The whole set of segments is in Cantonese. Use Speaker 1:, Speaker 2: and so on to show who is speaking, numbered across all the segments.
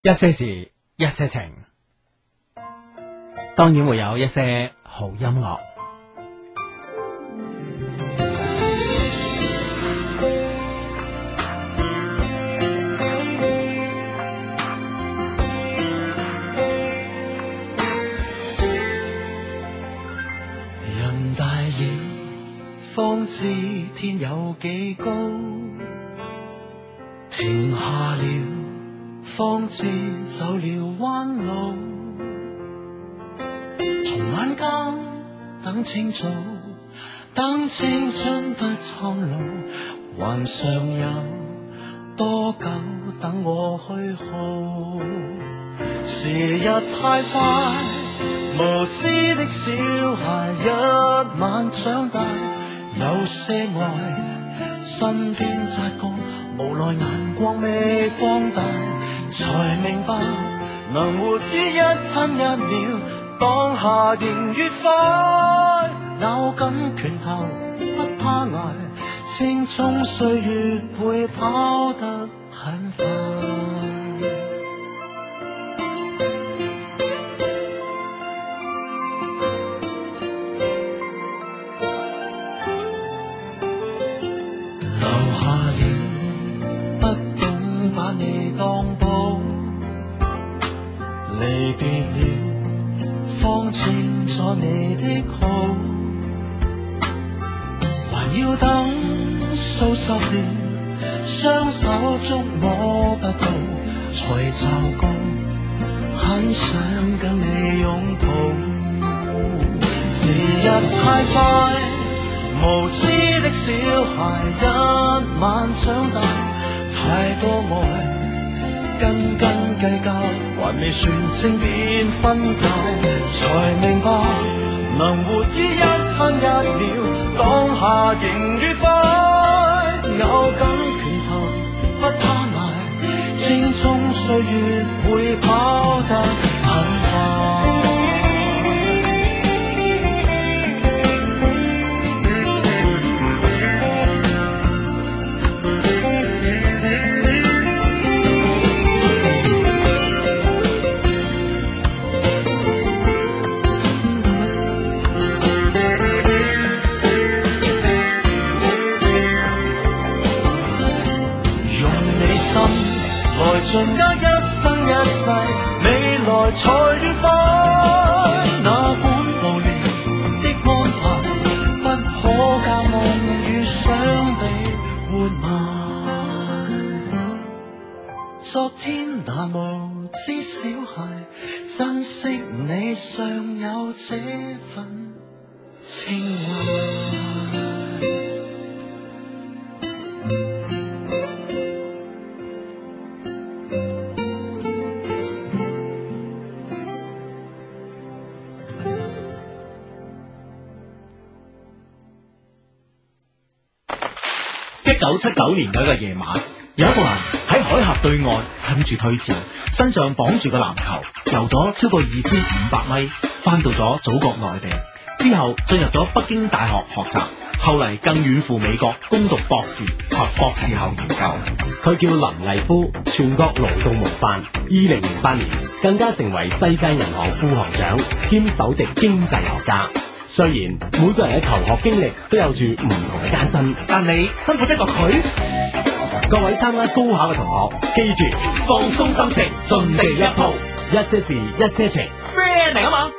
Speaker 1: 一些事，一些情，當然會有一些好音樂。
Speaker 2: 人大了，方知天有幾高；停下了，方知走了彎路。從眼間等清早，等青春不蒼老，還尚有多久等我去耗？時日太快。無知的小孩一晚長大，有些愛身邊擦過，無奈眼光未放大，才明白能活於一分一秒，當下仍愉快。咬緊拳頭不怕捱，青蔥歲月會跑得很快。留下了，不懂把你當寶。離別了，方知咗你的好。還要等數十年，雙手觸摸不到，才驟覺很想跟你擁抱。時日太快。無知的小孩一晚長大，太多愛斤斤計較，還未算清便分界，才明白能活於一分一秒，當下仍愉快。咬緊拳頭不怕捱，青蔥歲月會跑得很快。用你心來盡握一生一世，未來才愉快。哪管無聊的安排，不可教夢與想比活埋。昨天那無知小孩，珍惜你尚有這份情懷。
Speaker 1: 一九七九年嘅一個夜晚，有一個人喺海峽對岸趁住退潮，身上綁住個籃球，游咗超過二千五百米，翻到咗祖國內地，之後進入咗北京大學學習，後嚟更遠赴美國攻讀博士及博士後研究。佢叫林麗夫，全國勞動模範。二零零八年更加成為世界銀行副行長兼首席經濟學家。雖然每個人嘅求學經歷都有住唔同嘅艱辛，但你辛苦得過佢。各位參加高考嘅同學，記住放鬆心情，盡地一鋪，一些事，一些情，friend 嚟啊嘛！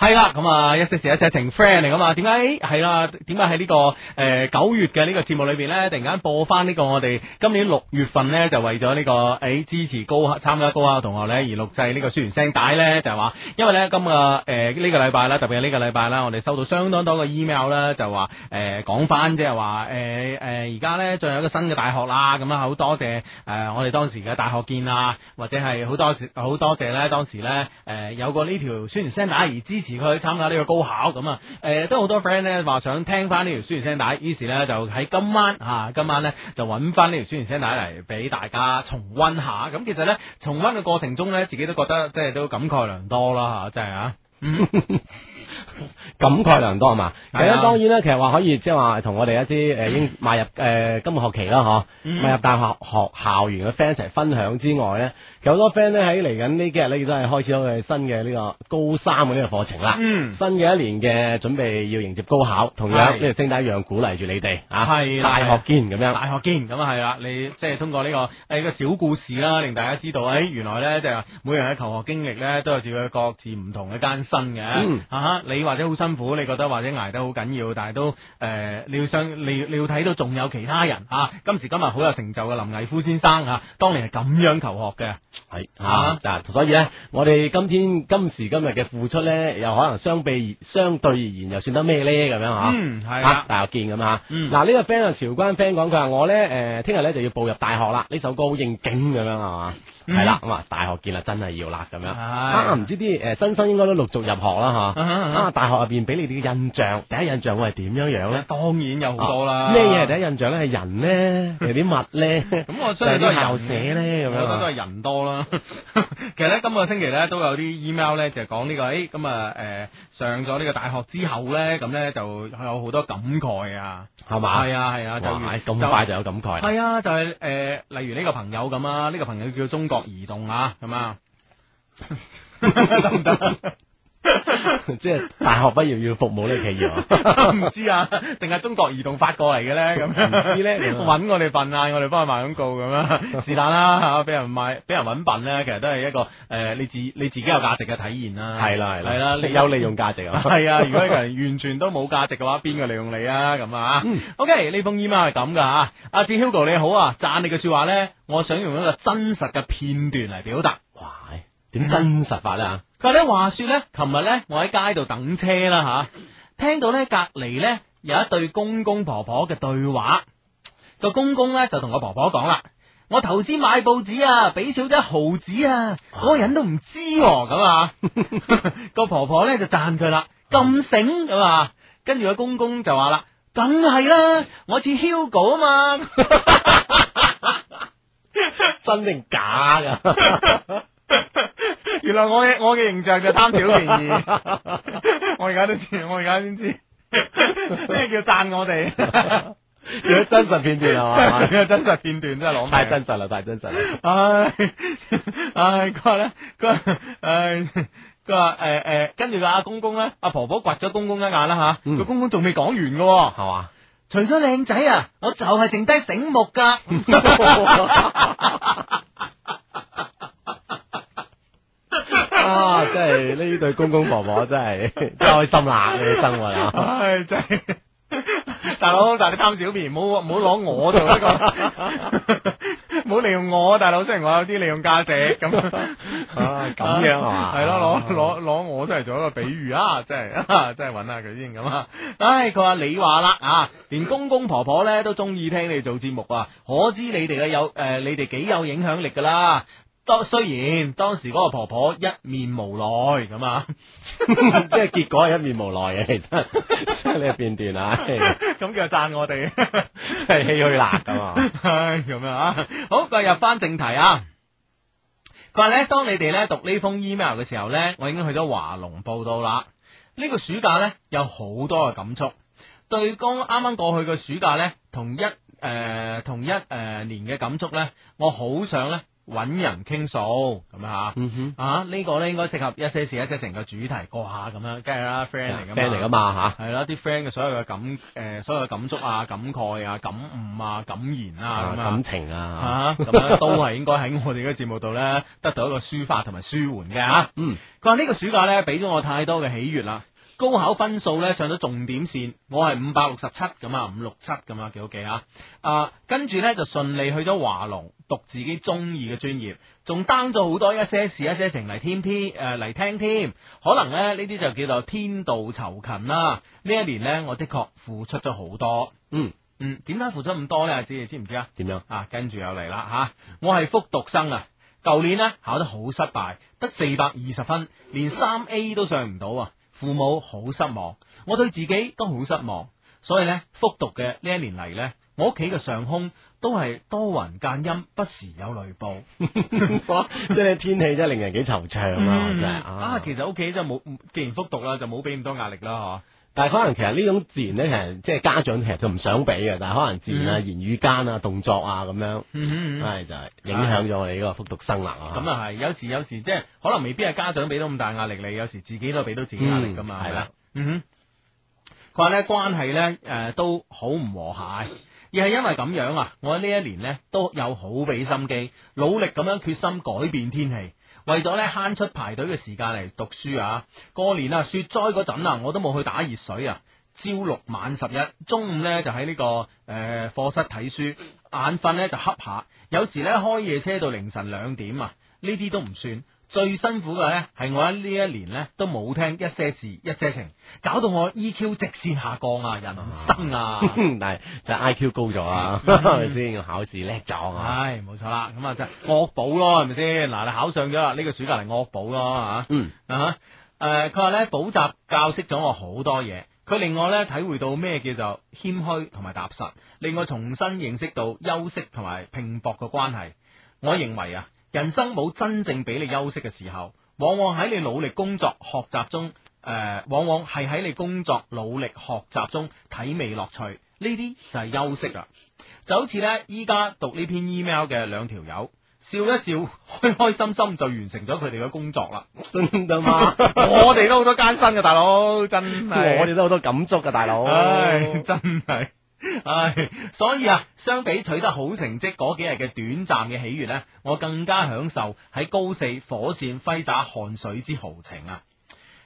Speaker 1: 係啦，咁啊，一些事一些情 friend 嚟噶嘛？點解係啦？點解喺呢個誒九、月嘅呢個節目裏邊咧，突然間播翻呢個我哋今年六月份咧，就為咗呢、個誒、哎支持高考參加高考嘅同學咧而錄製呢個宣傳聲帶咧，就係、話，因為咧今個誒呢個禮拜啦，特別係呢個禮拜啦，我哋收到相當多嘅 email 啦，就話誒講翻即係話誒誒而家咧仲有一個新嘅大學啦，咁啊好多謝誒、呃我哋當時嘅大學見啊，或者係好多時好多謝咧當時咧誒、呃有過呢條宣傳聲帶而支持佢參加呢個高考咁啊，誒、都好多 friend 咧話想聽翻呢條宣傳聲帶，於是咧就喺今晚啊，今晚咧就揾翻呢條宣傳聲帶嚟俾大家重温下。咁其實咧重温嘅過程中咧，自己都覺得即係都感慨良多啦嚇，真係啊！嗯
Speaker 3: 感慨良多係嘛。咁
Speaker 1: 係啊
Speaker 3: 樣當然啦，其實話可以即係話同我哋一啲誒英邁入誒今個學期啦
Speaker 1: 嗯
Speaker 3: 嗬，邁入大學學校園嘅 friend 一齊分享之外咧，其實好多 friend 咧喺嚟緊呢幾日咧，亦都係開始咗佢哋新嘅呢個高三嘅呢個課程啦。
Speaker 1: 嗯
Speaker 3: 新嘅一年嘅準備要迎接高考，同樣呢
Speaker 1: 係
Speaker 3: 個聲帶一樣鼓勵住你哋啊，
Speaker 1: 係啦
Speaker 3: 大學見咁 樣。
Speaker 1: 大學見咁啊，係啦，你即係通過呢、個誒、個小故事啦，令大家知道，誒、哎原來咧就係話每人嘅求學經歷咧都有自佢各自唔同嘅艱辛嘅。
Speaker 3: 嗯
Speaker 1: 啊哈，你或者好辛苦，你覺得或者捱得好緊要，但係都誒、你要想你你要睇到仲有其他人啊，今時今日好有成就嘅林毅夫先生啊，當年係咁樣求學嘅。
Speaker 3: 系啊，嗱、所以咧，我哋今天今時今日嘅付出咧，又可能相比相對而言，又算得咩咧？咁樣吓，
Speaker 1: 嗯係啦
Speaker 3: 啊，大學見咁吓。
Speaker 1: 嗯
Speaker 3: 嗱呢個 friend 啊，韶關 friend 講佢話我咧，誒聽日咧就要步入大學啦，呢首歌好應景咁樣係嘛？
Speaker 1: 嗯
Speaker 3: 係啦，咁啊大學見啦，真係要啦咁樣。啊，
Speaker 1: 係
Speaker 3: 唔知啲誒新生應該都陸續入學啦吓。
Speaker 1: 啊哈啊哈
Speaker 3: 啊，大學入邊俾你哋嘅印象，第一印象會係點樣樣咧？
Speaker 1: 當然有好多啦。
Speaker 3: 啊咩嘢係第一印象咧？係人咧， 定係啲物咧？
Speaker 1: 咁我相信都係
Speaker 3: 定係啲
Speaker 1: 人
Speaker 3: 校舍咧咁
Speaker 1: 我覺得都
Speaker 3: 樣。啊
Speaker 1: 係人多啦。 其實咧，今個星期咧都有啲 email 咧，就係講呢個，誒咁啊誒上咗呢個大學之後咧，咁咧就有好多感慨啊。
Speaker 3: 係嘛？
Speaker 1: 係啊係啊，就
Speaker 3: 哇
Speaker 1: 如
Speaker 3: 咁快就有感慨啦。
Speaker 1: 係啊，就係誒，例如呢個朋友咁啊，呢個朋友叫中國移動啊，咁啊。
Speaker 3: 即係大學畢業要服務呢個企業啊，
Speaker 1: 唔知啊，定係中國移動發過嚟嘅咧？咁樣
Speaker 3: 唔知咧 咁啊
Speaker 1: 揾我哋笨啊，我哋幫佢賣廣告咁 啊，是但啦嚇，俾人賣，俾人揾笨咧，其實都係一個誒、呃你自你自己有價值嘅體現啦。
Speaker 3: 係啦係啦，
Speaker 1: 係啦，
Speaker 3: 你有利用價值啊，
Speaker 1: 係啊，如果一個人完全都冇價值嘅話，邊個利用你啊？咁啊、o
Speaker 3: 嗯
Speaker 1: k 呢封 email 係咁噶吓，阿志 Hugo 你好啊，讚你嘅说話咧，我想用一個真實嘅片段嚟表達。
Speaker 3: 哇，點真實法咧
Speaker 1: 嗯
Speaker 3: 啊？
Speaker 1: 佢話咧，話說咧，琴日咧，我喺街度等車啦吓，聽到咧隔離咧有一對公公婆婆嘅對話，個公公咧就同個婆婆講啦：，我頭先買報紙啊，俾少咗一毫子啊，嗰、個人都唔知喎咁 啊，個婆婆咧就讚佢啦，咁醒咁啊，跟住個公公就話啦：，梗係啦，我似 Hugo 啊嘛。
Speaker 3: 真定假㗎？
Speaker 1: 原來我嘅我嘅形象就貪小便宜， 我而家都知，我而家先知，咩叫讚我哋？
Speaker 3: 仲有真實片段係嘛？
Speaker 1: 仲有 真實片段真係攞命
Speaker 3: 太真實啦，太真實啦！
Speaker 1: 唉唉，佢話咧，佢話唉，佢話誒誒，跟住個阿公公咧，阿婆婆掘咗公公一眼啦吓，
Speaker 3: 嗯
Speaker 1: 個公公仲未講完嘅喎，
Speaker 3: 係嘛？
Speaker 1: 除咗靚仔啊，我就係剩低醒目噶。
Speaker 3: 啊，真係呢對公公婆婆真係 真係開心啦，呢啲生活啊！
Speaker 1: 唉，真係。大佬，但係你貪小便宜，唔好唔好攞我做一個， 唔好利用我，大佬。雖然我有啲利用價值咁，
Speaker 3: 啊咁樣係嘛？
Speaker 1: 係咯，攞攞攞我都嚟做一個比喻啊！真係、啊、真係 揾下佢先咁啊！唉，佢話你話啦啊，連公公婆婆咧都中意聽你做節目啊，可知你哋嘅有誒、呃你哋幾有影響力噶啦。當雖然當時嗰個婆婆一面無奈咁啊。
Speaker 3: 即係結果係一面無奈嘅，其實 即係呢個片段啊，唉
Speaker 1: 咁佢就讚我哋，
Speaker 3: 真係唏噓辣咁啊！
Speaker 1: 唉，咁樣啊，好，佢入翻正題啊。佢話咧，當你哋咧讀呢封 email 嘅時候咧，我已經去咗華農報道啦。呢、個暑假咧有好多嘅感觸，對剛啱啱過去嘅暑假咧，同一誒、呃同一誒、呃年嘅感觸咧，我好想咧揾人傾訴咁啊。
Speaker 3: 嗯哼
Speaker 1: 啊，呢、個咧應該適合一些事一些情嘅主題啩咁樣，梗係啦，friend 嚟㗎嘛啊
Speaker 3: ，friend 嚟噶嘛吓。
Speaker 1: 系啦，啲 friend 嘅所有嘅感誒、呃所有嘅感觸啊、感慨啊、感悟啊、感言啊
Speaker 3: 啊
Speaker 1: 咁啊
Speaker 3: 感。情啊，
Speaker 1: 啊，咁 樣都係應該喺我哋嘅節目度咧，得到一個抒發同埋舒緩嘅吓。
Speaker 3: 嗯，
Speaker 1: 佢話呢個暑假咧，俾咗我太多嘅喜悅啦。高考分數咧上咗重點線，我係五百六十七咁啊，五六七咁啊，幾好記啊！啊，跟住咧就順利去咗華農讀自己中意嘅專業，仲 down 咗好多一些事一些情嚟添添誒嚟聽添。可能咧呢啲就叫做天道酬勤啦。呢一年咧，我的確付出咗好多。
Speaker 3: 嗯，
Speaker 1: 嗯，點解付出咁多咧？阿芝，你知唔知啊？
Speaker 3: 點樣？
Speaker 1: 啊，跟住又嚟啦吓，我係復讀生啊，舊年呢考得好失敗，得四百二十分，連三 A 都上唔到啊，父母好失望，我對自己都好失望，所以呢，復讀嘅呢一年嚟呢，我屋企嘅上空都係多雲間陰，不時有雷暴。
Speaker 3: 哇！即系天氣真係令人幾惆悵啊！
Speaker 1: 嗯
Speaker 3: 真係
Speaker 1: 啊，
Speaker 3: 啊。
Speaker 1: 其實屋企真係冇，既然復讀啦，就冇俾咁多壓力啦，
Speaker 3: 但係可能其實呢種自然咧，其實即係家長其實就唔想俾嘅，但係可能自然啊、
Speaker 1: 嗯
Speaker 3: 言語間啊、動作啊咁樣，
Speaker 1: 嗬。
Speaker 3: 唉就係影響咗我哋呢個复讀生啦。啊
Speaker 1: 嗯咁啊係，有時有時即係可能未必係家長俾到咁大壓力你，有時自己都係俾到自己壓力噶嘛，
Speaker 3: 嗯
Speaker 1: 係
Speaker 3: 係
Speaker 1: 啦
Speaker 3: 啦，
Speaker 1: 嗯哼，佢話咧關係咧誒都好唔和諧。而係因為咁樣啊，我喺呢一年呢都有好俾心機，努力咁樣決心改變天氣，為咗呢慳出排隊嘅時間嚟讀書啊。過年啊，雪災嗰陣啊，我都冇去打熱水啊。朝六晚十一，中午呢就喺呢、個誒、呃、課室睇書，眼瞓呢就瞌下，有時呢開夜車到凌晨兩點啊，呢啲都唔算。最辛苦嘅呢係我喺呢一年呢都冇聽一些事一些情，搞到我 EQ 直線下降啊，人生啊！
Speaker 3: 但係就 I Q 高咗啊，
Speaker 1: 嗯
Speaker 3: 係咪先？考試叻咗啊！
Speaker 1: 唉，冇錯啦，咁啊真係惡補咯，係咪先？嗱，你考上咗啦，呢、個暑假嚟惡補咯吓。
Speaker 3: 嗯
Speaker 1: 啊哈，誒佢話咧補習教識咗我好多嘢，佢令我咧體會到咩叫做謙虛同埋踏實，令我重新認識到休息同埋拼搏嘅關係。我認為啊，人生冇真正俾你休息嘅時候，往往喺你努力工作、學習中，誒、呃往往係喺你工作、努力、學習中體味樂趣。呢啲就係休息啦。就好似呢，依家讀呢篇 email 嘅兩條友，笑一笑，開開心心就完成咗佢哋嘅工作啦。
Speaker 3: 真得嘛？
Speaker 1: 我哋都好多艱辛嘅，大佬，真係。
Speaker 3: 嗯我哋都好多感觸啊噶，大佬。
Speaker 1: 唉，真係。唉，所以啊，相比取得好成績嗰幾日嘅短暫嘅喜悦呢，我更加享受喺高四火線揮灑汗水之豪情啊！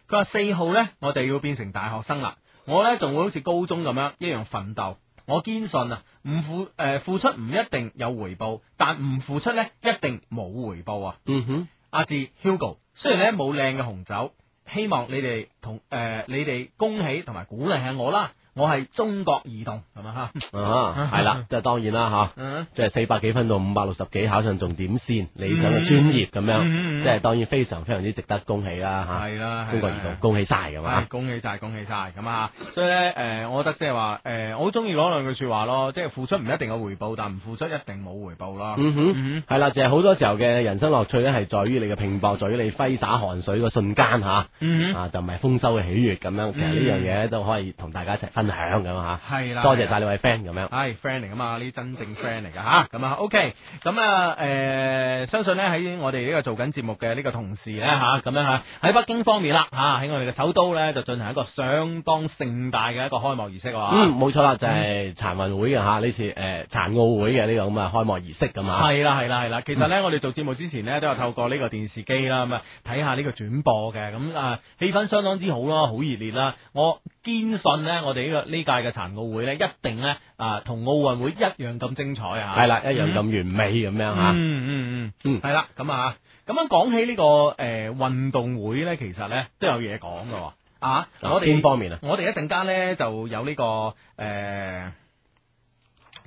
Speaker 1: 佢話四號呢，我就要變成大學生啦，我呢，仲會好似高中咁樣一樣奮鬥。我堅信啊，唔付誒、呃付出唔一定有回報，但唔付出呢，一定冇回報啊！
Speaker 3: 嗯哼，
Speaker 1: 阿志 Hugo，雖然咧冇靚嘅紅酒，希望你哋同誒、呃你哋恭喜同埋鼓勵下我啦。我係中國移動咁啊嚇，
Speaker 3: 啊係啦，即係當然啦吓。
Speaker 1: 嗯
Speaker 3: 即係四百幾分到五百六十幾考上重點線，理想嘅專業咁
Speaker 1: 嗯嗯嗯
Speaker 3: 樣，即係當然非常非常之值得恭喜啦
Speaker 1: 係啦，
Speaker 3: 吓！啊中國移動恭喜晒咁
Speaker 1: 係
Speaker 3: 啊！
Speaker 1: 恭喜晒，恭喜晒咁啊！所以咧，誒、我覺得即係話，誒、我好中意嗰兩句説話咯，即係付出唔一定有回報，但唔付出一定冇回報咯。
Speaker 3: 嗯哼，係啦，就係好多時候嘅人生樂趣咧，係在於你嘅拼搏，在於你揮灑汗水嘅瞬間吓，
Speaker 1: 嗯
Speaker 3: 啊就唔係豐收嘅喜悅咁樣。其實呢樣嘢咧都可以同大家一齊分享咁啊吓。
Speaker 1: 係啦，
Speaker 3: 多謝晒呢位 friend 咁樣。
Speaker 1: 系 friend 嚟噶嘛，呢啲真正 friend 嚟噶吓，咁啊 OK，咁啊诶，誒相信咧喺我哋呢個做緊節目嘅呢個同事咧吓，咁樣吓喺北京方面啦吓，喺我哋嘅首都咧就進行一個相當盛大嘅一個開幕儀式喎。
Speaker 3: 嗯，冇錯啦，就係殘運會嘅吓，呢次誒殘奧會嘅呢個咁嘅開幕儀式咁啊。
Speaker 1: 係啦係啦係啦，其實咧我哋做節目之前咧都有透過呢個電視機啦咁啊睇下呢個轉播嘅，咁啊氣氛相當之好咯，好熱烈啦。我堅信咧我哋呢個呢屆嘅殘奧會咧一定咧啊同奧運會一樣咁精彩啊！
Speaker 3: 係啦，一樣咁完美咁樣吓。
Speaker 1: 嗯嗯嗯，
Speaker 3: 嗯
Speaker 1: 系啦，咁啊，咁樣講起呢個诶运动會咧，其實咧都有嘢講噶喎，啊，
Speaker 3: 嗱
Speaker 1: 我
Speaker 3: 邊
Speaker 1: 哋
Speaker 3: 方面啊？
Speaker 1: 我哋一陣間咧就有呢個诶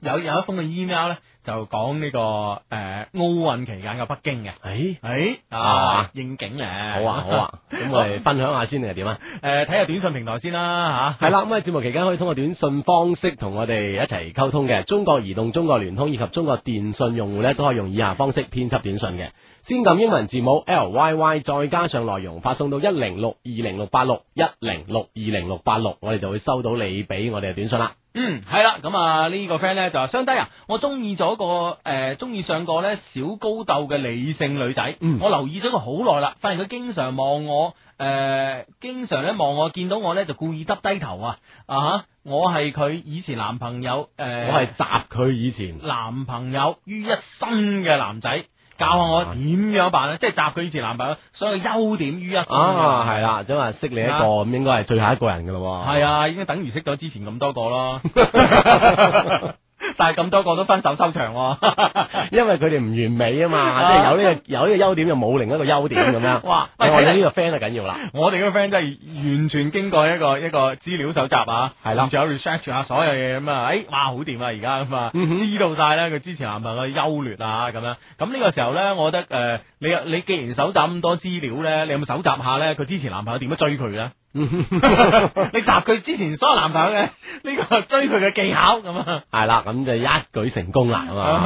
Speaker 1: 有有一封嘅 email 咧就講呢個诶奧運期間嘅北京嘅，
Speaker 3: 誒。
Speaker 1: 诶啊
Speaker 3: 啊
Speaker 1: 應景
Speaker 3: 好
Speaker 1: 嘅，
Speaker 3: 啊，好，啊，咁我哋分享下先定係點啊？
Speaker 1: 诶睇下短信平台先啦
Speaker 3: 係啦，咁喺啊節目期間可以通過短信方式同我哋一齊溝通嘅。中國移動、中國聯通以及中國電信用戶呢，都可以用以下方式編輯短信嘅。先撳英文字母 L Y Y，再加上內容，發送到一零六二零六八六一零六二零六八六，我哋就會收到你俾我哋嘅短信啦。
Speaker 1: 嗯，系啦，咁啊呢個 friend 咧就話相低啊，我中意咗個诶，中、意上個咧小高斗嘅理性女仔，
Speaker 3: 嗯
Speaker 1: 我留意咗佢好耐啦，發現佢經常望我，诶、經常咧望我，見到我咧就故意耷低頭啊，啊哈，我係佢以前男朋友，诶、
Speaker 3: 我係集佢以前，
Speaker 1: 男朋友於一身嘅男仔，教下
Speaker 3: 啊
Speaker 1: 我點樣辦咧，即係集佢以前男朋友所有優點於一身嘅
Speaker 3: 啊，係啦，咁啊識你一個咁，應該係最後一個人噶咯喎。
Speaker 1: 系啊，已經等於識咗之前咁多個 咯，但係咁多個都分手收場 喎。
Speaker 3: 因為佢哋唔完美啊嘛，即係有呢個有呢個優點就冇另一個優點咁樣。
Speaker 1: 哇！
Speaker 3: 我
Speaker 1: 喂睇
Speaker 3: 哋
Speaker 1: 嚟
Speaker 3: 呢個 friend 就緊要啦。
Speaker 1: 我哋嗰個 friend 真係完全經過一個一個資料搜集啊，
Speaker 3: 係啦
Speaker 1: 咁仲有 research 下所有嘢咁啊，誒，哇，好掂啊，而家咁啊，
Speaker 3: 嗯哼
Speaker 1: 知道晒啦，佢之前男朋友嘅優劣啊，咁樣。咁呢個時候咧，我覺得誒、呃你你既然搜集咁多資料咧，你有冇搜集下咧佢之前男朋友點樣追佢咧？
Speaker 3: 嗯
Speaker 1: 你集佢之前所有男朋友嘅呢個追佢嘅技巧咁啊
Speaker 3: 系啦，咁就一舉成功啦，咁
Speaker 1: 啊
Speaker 3: 啊。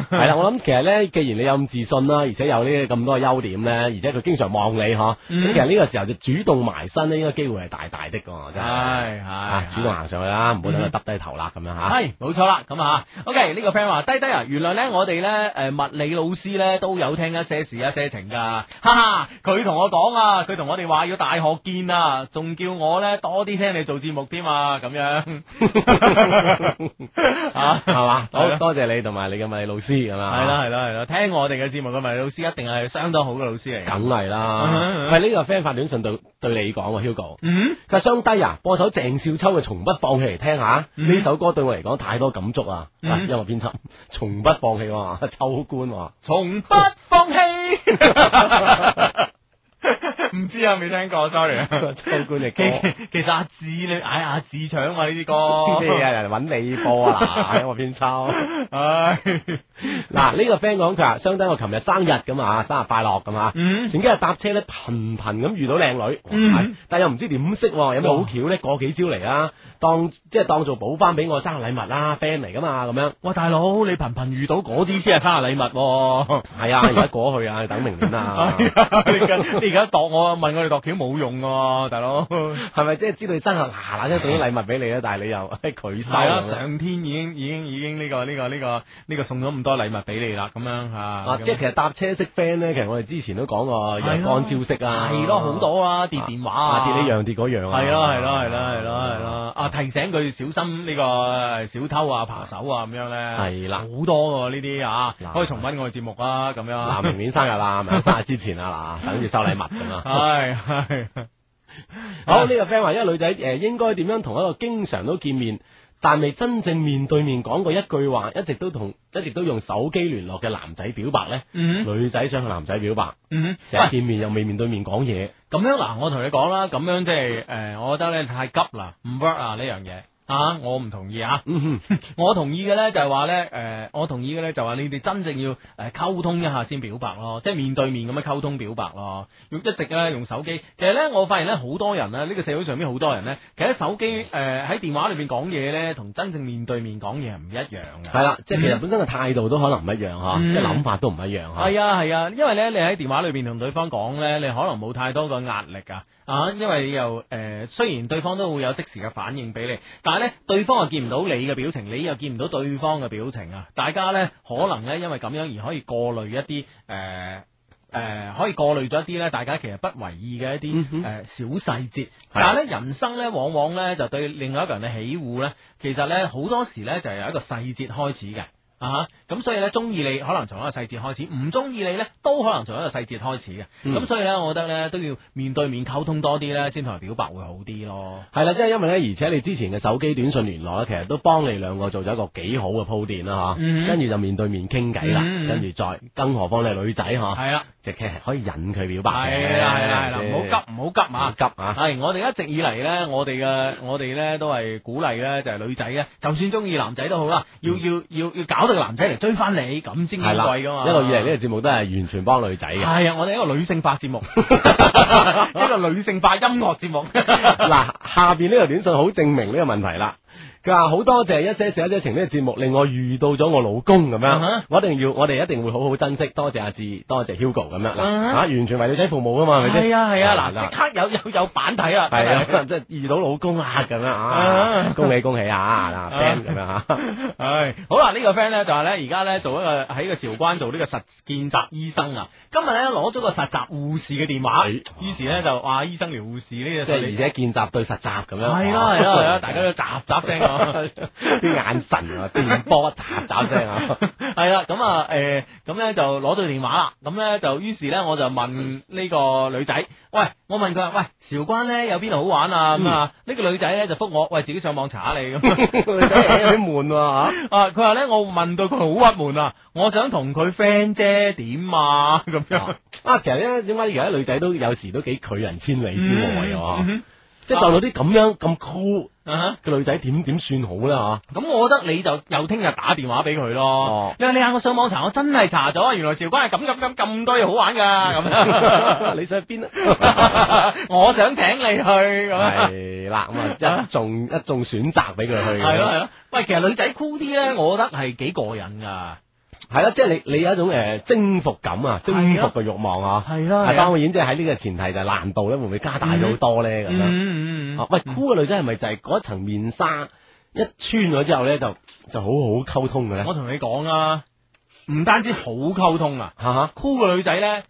Speaker 1: 啊
Speaker 3: 系
Speaker 1: 啊，
Speaker 3: 啦，我諗其實咧，既然你有咁自信啦，而且有呢咁多嘅優點咧，而且佢經常望你嗬，咁、
Speaker 1: 嗯
Speaker 3: 其實呢個時候就主動埋身咧，應該機會係大大的㗎，真係
Speaker 1: 係
Speaker 3: 啊
Speaker 1: 係，
Speaker 3: 主動行上去啦，唔好等
Speaker 1: 嗯
Speaker 3: 佢耷低頭啦，咁樣吓。
Speaker 1: 系冇錯啦，咁啊，OK 呢個 friend 話低低啊，原來咧我哋咧诶物理老師咧都有聽一些事一些情噶，哈哈，佢同我講啊，佢同我哋話要大學見啊，仲叫我咧多啲聽你做節目添啊，咁樣 啊。
Speaker 3: 係嘛，
Speaker 1: 係啦
Speaker 3: 多多謝你同埋你嘅物理老師咁啊。
Speaker 1: 系啦系啦系啦，聽我哋嘅節目嘅物理老師一定係相當好嘅老師嚟㗎。
Speaker 3: 梗係啦
Speaker 1: 嗯。
Speaker 3: 喂，呢個 friend 發短信對對你講喎，Hugo，
Speaker 1: 嗯，
Speaker 3: 佢話雙低啊，播首鄭少秋嘅《從不放棄》嚟聽下，
Speaker 1: 嗯
Speaker 3: 呢首歌對我嚟講太多感觸啊。
Speaker 1: 嗯
Speaker 3: 啊音樂編輯，從不放棄喎， 秋官喎。
Speaker 1: 從不放棄。 唔知啊，未聽過，sorry 啊。
Speaker 3: 秋官嘅
Speaker 1: 其
Speaker 3: 歌。
Speaker 1: 其實阿志你唉阿志搶啊呢啲
Speaker 3: 咩
Speaker 1: 歌，
Speaker 3: 啊？人揾你播啊！嗱，我邊抽
Speaker 1: 唉，
Speaker 3: 嗱呢個 friend 講佢話，相當我琴日生日咁啊，生日快樂咁啊！
Speaker 1: 嗯
Speaker 3: 前幾日搭車咧，頻頻咁遇到靚女，
Speaker 1: 嗯
Speaker 3: 哇但又唔知點識喎，有冇好巧咧？過幾招嚟啊，當即係當做補翻俾我生日禮物啦，friend 嚟噶嘛咁樣。
Speaker 1: 哇大佬你頻頻遇到嗰啲先係生日禮物喎。
Speaker 3: 係啊，而家過去啊，你等明年啊，
Speaker 1: 你而家你而家度我問我哋度橋冇用喎，大佬。
Speaker 3: 係咪即係知道你生日嗱嗱聲送啲禮物俾你咧？但係你又 哎佢收啊
Speaker 1: 係啦，啊
Speaker 3: 咁樣
Speaker 1: 上天已經已經已經呢個呢個呢個呢個送咗咁多禮物俾你啦，咁樣嚇。
Speaker 3: 啊！
Speaker 1: 啊
Speaker 3: 即係其實搭車識 friend 咧，其實我哋之前都講過
Speaker 1: 係咯
Speaker 3: 陽光招式啊，
Speaker 1: 係咯，好多啊，跌電話
Speaker 3: 啊
Speaker 1: 啊，
Speaker 3: 跌呢樣跌嗰樣啊，
Speaker 1: 係咯係咯係咯係咯係咯，啊提醒佢小心呢個呃小偷啊、扒手啊咁樣咧，
Speaker 3: 係啦
Speaker 1: 好多喎呢啲啊
Speaker 3: 嗱，
Speaker 1: 可以重温我哋節目啊咁樣
Speaker 3: 嗱，
Speaker 1: 啊，
Speaker 3: 明年生日啦， 咪生日之前啊，嗱，等住收禮物咁啊。
Speaker 1: 係係
Speaker 3: 好，呢個 friend 話，一個女仔誒應該點樣同一個經常都見面，但未真正面對面講過一句話，一直都同一直都用手機聯絡嘅男仔表白呢？
Speaker 1: 嗯
Speaker 3: 女仔想向男仔表 白，
Speaker 1: 嗯，
Speaker 3: 成日見面又未面對面講嘢，
Speaker 1: 咁樣嗱，我同你講啦，咁樣即係誒，呃我覺得咧太急啦，唔 work 啊呢樣嘢啊，我唔同意啊。
Speaker 3: 嗯哼，
Speaker 1: 我同意嘅咧就係話咧，誒、我同意嘅咧就話你哋真正要誒、溝通一下先表白咯，即係面對面咁樣溝通表白咯。用一直咧用手機，其實咧我發現咧好多人咧，呢、個社會上面好多人咧，其實手機誒喺電話裏邊講嘢咧，同真正面對面講嘢係唔一 樣嘅。
Speaker 3: 係啦，即係其實本身嘅態度都可能唔一樣嚇，
Speaker 1: 嗯
Speaker 3: 即係諗法都唔一樣嚇。
Speaker 1: 系啊系啊，因為咧你喺電話裏边同對方講咧，你可能冇太多個壓力啊，啊，因為你又诶、呃，虽然對方都會有即時嘅反應俾你，但係咧對方又見唔到你嘅表情，你又見唔到對方嘅表情啊，大家咧可能咧因為咁樣而可以過濾一啲诶。呃誒、呃可以過濾咗一啲咧，大家其實不為意嘅一啲誒
Speaker 3: 嗯、哼
Speaker 1: 呃小細節，但係咧人生咧往往咧就對另外一個人嘅喜惡咧，其實咧好多時咧就係由一個細節開始嘅。啊咁所以咧，中意你可能從一個細節開始，唔中意你咧都可能從一個細節開始嘅。咁、
Speaker 3: 嗯
Speaker 1: 所以咧，我覺得咧都要面對面溝通多啲咧，先同人表白會好啲咯。
Speaker 3: 係啦，即係因為咧，而且你之前嘅手機短信聯絡咧，其實都幫你兩個做咗一個幾好嘅鋪墊啦，吓、
Speaker 1: 嗯
Speaker 3: 跟住就面對面傾偈啦，
Speaker 1: 嗯
Speaker 3: 跟住再，更何況你係女仔吓，
Speaker 1: 係啦，
Speaker 3: 即係可以引佢表白嘅，
Speaker 1: 係啦，係啦，係啦，
Speaker 3: 係咪先
Speaker 1: 唔好急，唔好急
Speaker 3: 唔好
Speaker 1: 啊！
Speaker 3: 急啊！
Speaker 1: 系，我哋一直以嚟咧，我哋嘅我哋咧都係鼓勵咧，就係女仔咧，就算中意男仔都好啦，要要要要搞到個男仔嚟追翻你，咁先
Speaker 3: 嗯係
Speaker 1: 矜
Speaker 3: 啦，
Speaker 1: 貴噶嘛。
Speaker 3: 一路以嚟呢個節目都係完全幫女 仔嘅。
Speaker 1: 係啊，我哋一個女性化節 目，一個女性化音樂節目。
Speaker 3: 嗱，下邊呢個短信好證明呢個問題啦。佢話好多謝一些事一些情呢個節目，令我遇到咗我老公咁
Speaker 1: 啊
Speaker 3: 樣
Speaker 1: 哈，
Speaker 3: 我一定要，我哋一定會好好珍惜。多謝阿志，多謝 Hugo 咁樣嗱，
Speaker 1: 啊哈
Speaker 3: 啊完全為女仔父母啊嘛，係咪先？
Speaker 1: 係啊係啊，
Speaker 3: 嗱
Speaker 1: 嗱，即刻有有有版睇啦，
Speaker 3: 系啊，即系遇到老公啊，咁样啊
Speaker 1: 啊，
Speaker 3: 恭喜恭喜啊，嗱 friend 咁样啊，
Speaker 1: 唉，好啦，呢、個 friend 咧就係咧，而家咧做一個喺個韶關做呢個實見習醫生啊。今日咧攞咗個實習護士嘅電話
Speaker 3: 哎，
Speaker 1: 於是咧就話啊醫生聊護士呢個
Speaker 3: 即系而且見習對實習咁樣，啊
Speaker 1: 係啊啦係啦係啦，大家都雜雜聲啊。
Speaker 3: 啲眼神啊，電波喳喳 聲啊，
Speaker 1: 系啦，咁啊，诶、咁咧就攞到電話啦，咁咧就於是咧我就問呢個女仔，喂，我問佢，喂，韶關咧有邊度好玩啊？咁
Speaker 3: 嗯
Speaker 1: 啊，呢、個女仔咧就覆我，喂，自己上網查下你咁。
Speaker 3: 真係有啲悶喎嚇
Speaker 1: 啊，佢話咧我問到佢好鬱悶啊，我想同佢 friend 啫，點啊咁樣。嗯
Speaker 3: 啊，其實咧，點解而家女仔都有時都幾拒人千里之外嘅喎？即係撞到啲咁樣咁 cool
Speaker 1: 啊哈
Speaker 3: 嘅女仔，點點算好咧？吓，
Speaker 1: 咁我覺得你就又聽日打電話俾佢咯
Speaker 3: 哦。
Speaker 1: 你話你下我上網查，我真係查咗，原來韶關係咁咁咁咁多嘢好玩噶，咁 樣
Speaker 3: 你想去邊啊？
Speaker 1: 我想請你去咁樣。
Speaker 3: 係啦，咁啊一眾一眾選擇俾佢去嘅，
Speaker 1: 係咯係咯，喂，其實女仔 cool 啲咧，我覺得係幾過癮噶。
Speaker 3: 係啊啦，即係你你有一種誒征服感啊，征服嘅慾望啊，
Speaker 1: 係
Speaker 3: 啊
Speaker 1: 啦
Speaker 3: 當然即係喺呢個前提就係難度咧會唔會加大咗好多咧咁樣？
Speaker 1: 嗯嗯
Speaker 3: 啊，喂，酷嘅女仔係咪就係嗰一層面紗一穿咗之後咧，就就好好溝通嘅咧？
Speaker 1: 我同你講啊，唔單止好溝通啊
Speaker 3: 吓吓
Speaker 1: ，cool 嘅女仔咧，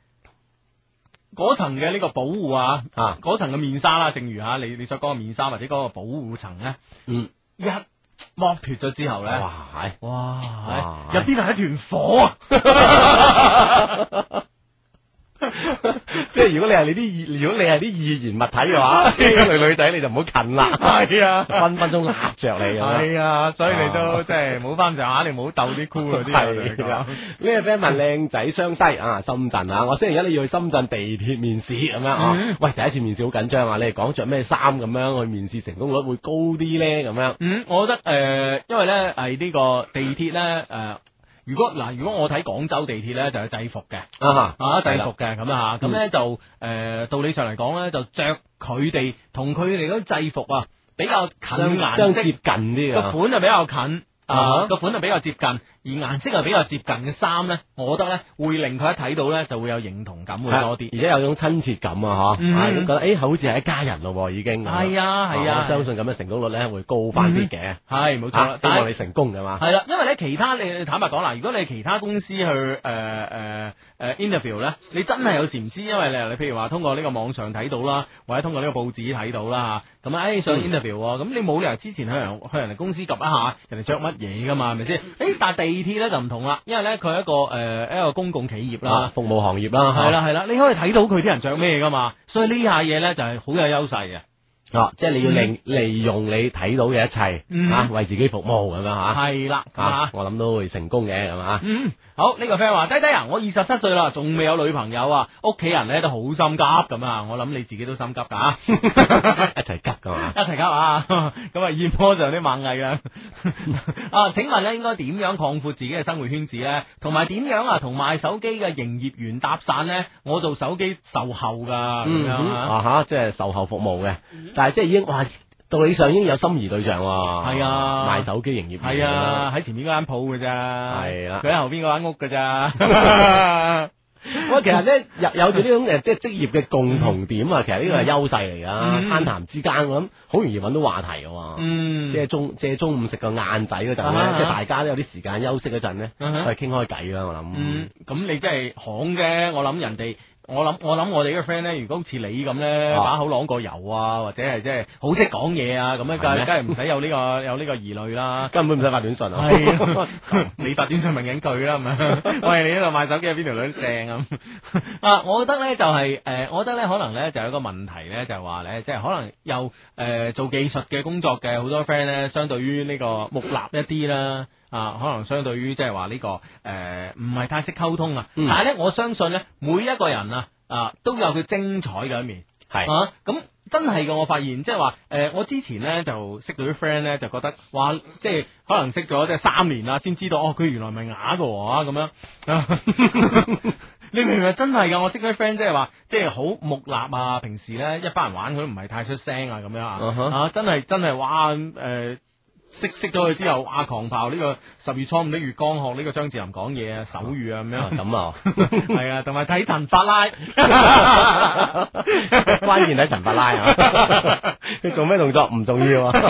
Speaker 1: 嗰層嘅呢個保護啊，
Speaker 3: 啊，
Speaker 1: 嗰層嘅面紗啦，正如啊，你你所講嘅面紗或者嗰個保護層咧，
Speaker 3: 嗯，
Speaker 1: 一剝脱咗之後咧。
Speaker 3: 哇，係
Speaker 1: 哇！哎
Speaker 3: 哇
Speaker 1: 入邊係一團火啊！
Speaker 3: 即係如果你係你啲易，如果你係啲易燃物體嘅話，呢 類女仔你就唔好近啦，
Speaker 1: 係啊，
Speaker 3: 分分鐘揦着你咁樣。
Speaker 1: 係啊，所以你都即係冇翻上下，你唔好鬥啲 cool 嗰啲啊人嚟
Speaker 3: 係啦，啊呢個 friend 問靚仔相低啊，深圳
Speaker 1: 嗯
Speaker 3: 啊，我星期一咧要去深圳地鐵面試咁樣啊，喂，第一次面試好緊張啊，你哋講着咩衫咁樣去面試成功率會高啲咧咁樣？
Speaker 1: 嗯，我覺得誒、呃因為咧係呢個地鐵咧誒、呃如果嗱，如果我睇廣州地鐵咧就有制服嘅。
Speaker 3: 啊哈
Speaker 1: 啊，制服嘅咁啊，
Speaker 3: 嗯
Speaker 1: 咁咧就誒、呃道理上嚟講咧，就着佢哋同佢哋嗰啲制服啊比較近
Speaker 3: 相
Speaker 1: 顏
Speaker 3: 相
Speaker 1: 色
Speaker 3: 接近啲
Speaker 1: 個
Speaker 3: 啊。
Speaker 1: 款就比較近。
Speaker 3: 啊
Speaker 1: 啊，
Speaker 3: 哈
Speaker 1: 個款就比較接近，而顏色又比較接近嘅衫咧，我覺得咧會令佢一睇到咧就會有認同感會
Speaker 3: 係啊
Speaker 1: 多啲。
Speaker 3: 而且有種親切感啊，
Speaker 1: 嗯
Speaker 3: 嚇，啊咁覺得誒好似係一家人咯喎，已經
Speaker 1: 係啊係啊
Speaker 3: 我哦相信咁嘅成功率咧會高翻啲嘅，
Speaker 1: 係冇錯啦
Speaker 3: 啊，希
Speaker 1: 但
Speaker 3: 望
Speaker 1: 係
Speaker 3: 你成功嘅嘛，
Speaker 1: 係啦，因為咧其他你坦白講啦，如果你其他公司去誒誒誒 interview 咧，你真係有時唔知，因為你你譬如話通過呢個網上睇到啦，或者通過呢個報紙睇到啦嚇，咁啊誒上 interview 喎，咁你冇理由之前去人去人哋公司及一下人哋着乜嘢噶嘛，係咪先？誒，但係地鐵咧就唔同啦，因為咧佢係一個誒、一個公共企業
Speaker 3: 啊
Speaker 1: 啦。
Speaker 3: 服務行業啦，
Speaker 1: 啊係啦係啦，你可以睇到佢啲人着咩噶嘛，所以呢下嘢咧就係好有優勢嘅。
Speaker 3: 嚇，啊即係你要利利用你睇到嘅一
Speaker 1: 嗯
Speaker 3: 切啊，為自己服務咁樣嚇，
Speaker 1: 係啦，咁啊
Speaker 3: 啊，。我諗都會成功嘅咁啊，
Speaker 1: 嗯，好呢、個 friend 話：低低啊，我二十七歲啦，仲未有女朋友啊，屋企人咧都好心急咁啊，我諗你自己都心急噶、啊，
Speaker 3: 一齊急㗎嘛，
Speaker 1: 一齊急 啊，咁啊燕波上啲猛藝啦。 啊，請問咧應該點樣擴闊自己嘅生活圈子咧？同埋點樣啊同賣手機嘅營業員搭訕咧？我做手機售後噶，咁
Speaker 3: 嗯
Speaker 1: 樣
Speaker 3: 哼
Speaker 1: 啊
Speaker 3: 啊嚇，即係售後服務嘅，但係即係已經哇。道理上已經有心儀對象喎，
Speaker 1: 係啊
Speaker 3: 賣手機營業員
Speaker 1: 係啊，喺前面嗰間鋪嘅咋，
Speaker 3: 係啊啦
Speaker 1: 佢喺後邊嗰間屋嘅 咋。
Speaker 3: 喂，其實咧有有住呢種誒，即係職業嘅共同點啊，其實呢個係優勢嚟噶。
Speaker 1: 嗯
Speaker 3: 攀談之間，我諗好容易揾到話題嘅喎。
Speaker 1: 嗯，
Speaker 3: 即係中即係中午食個晏仔嗰陣
Speaker 1: 啊
Speaker 3: 咧，
Speaker 1: 哈
Speaker 3: 即係大家都有啲時間休息嗰陣咧，
Speaker 1: 啊哈
Speaker 3: 我哋傾開偈啦。我諗
Speaker 1: 嗯，咁你真係行嘅，我諗人哋。我諗我諗我哋嘅 friend 咧，如果好似你咁咧，
Speaker 3: 啊
Speaker 1: 把口啷過油啊，或者係即係好識講嘢啊，咁樣梗
Speaker 3: 係
Speaker 1: 係
Speaker 3: 咩
Speaker 1: 梗係唔使有呢個有呢個疑慮啦。
Speaker 3: 根本唔使發短信啊。
Speaker 1: 係， 你發短信問緊佢啦，係 咪？喂，你喺度賣手機，邊條女正啊？啊，我覺得咧就係、誒、我覺得咧可能咧就有一個問題咧，就係話咧，即係可能又誒、做技術嘅工作嘅好多 friend 咧，相對於呢個木訥一啲啦。啊，可能相對於即係話呢個誒，唔係太識溝通啊，
Speaker 3: 嗯
Speaker 1: 但係咧我相信咧，每一個人啊啊都有佢精彩嘅一面。
Speaker 3: 係
Speaker 1: 啊，咁真係嘅，我發現即係話，誒，我之前咧就識到啲 friend 咧，就覺得哇，即係可能識咗即係三年啦，先知道哦，佢原來咪啞嘅喎咁樣。啊 你明唔明？真係嘅，我識到啲 friend 即係話，即係好木訥啊，平時咧一班人玩佢都唔係太出聲啊，咁樣
Speaker 3: 啊哈
Speaker 1: 啊，啊，真係真係哇，誒、識識咗佢之後，哇！狂炮呢、個十月初五的月光學呢、個張智霖講嘢啊，手語啊咁
Speaker 3: 啊
Speaker 1: 樣，
Speaker 3: 咁啊，
Speaker 1: 係啊，同埋睇陳法拉。
Speaker 3: 關鍵喺陳法拉啊， 佢做咩動作唔重要啊。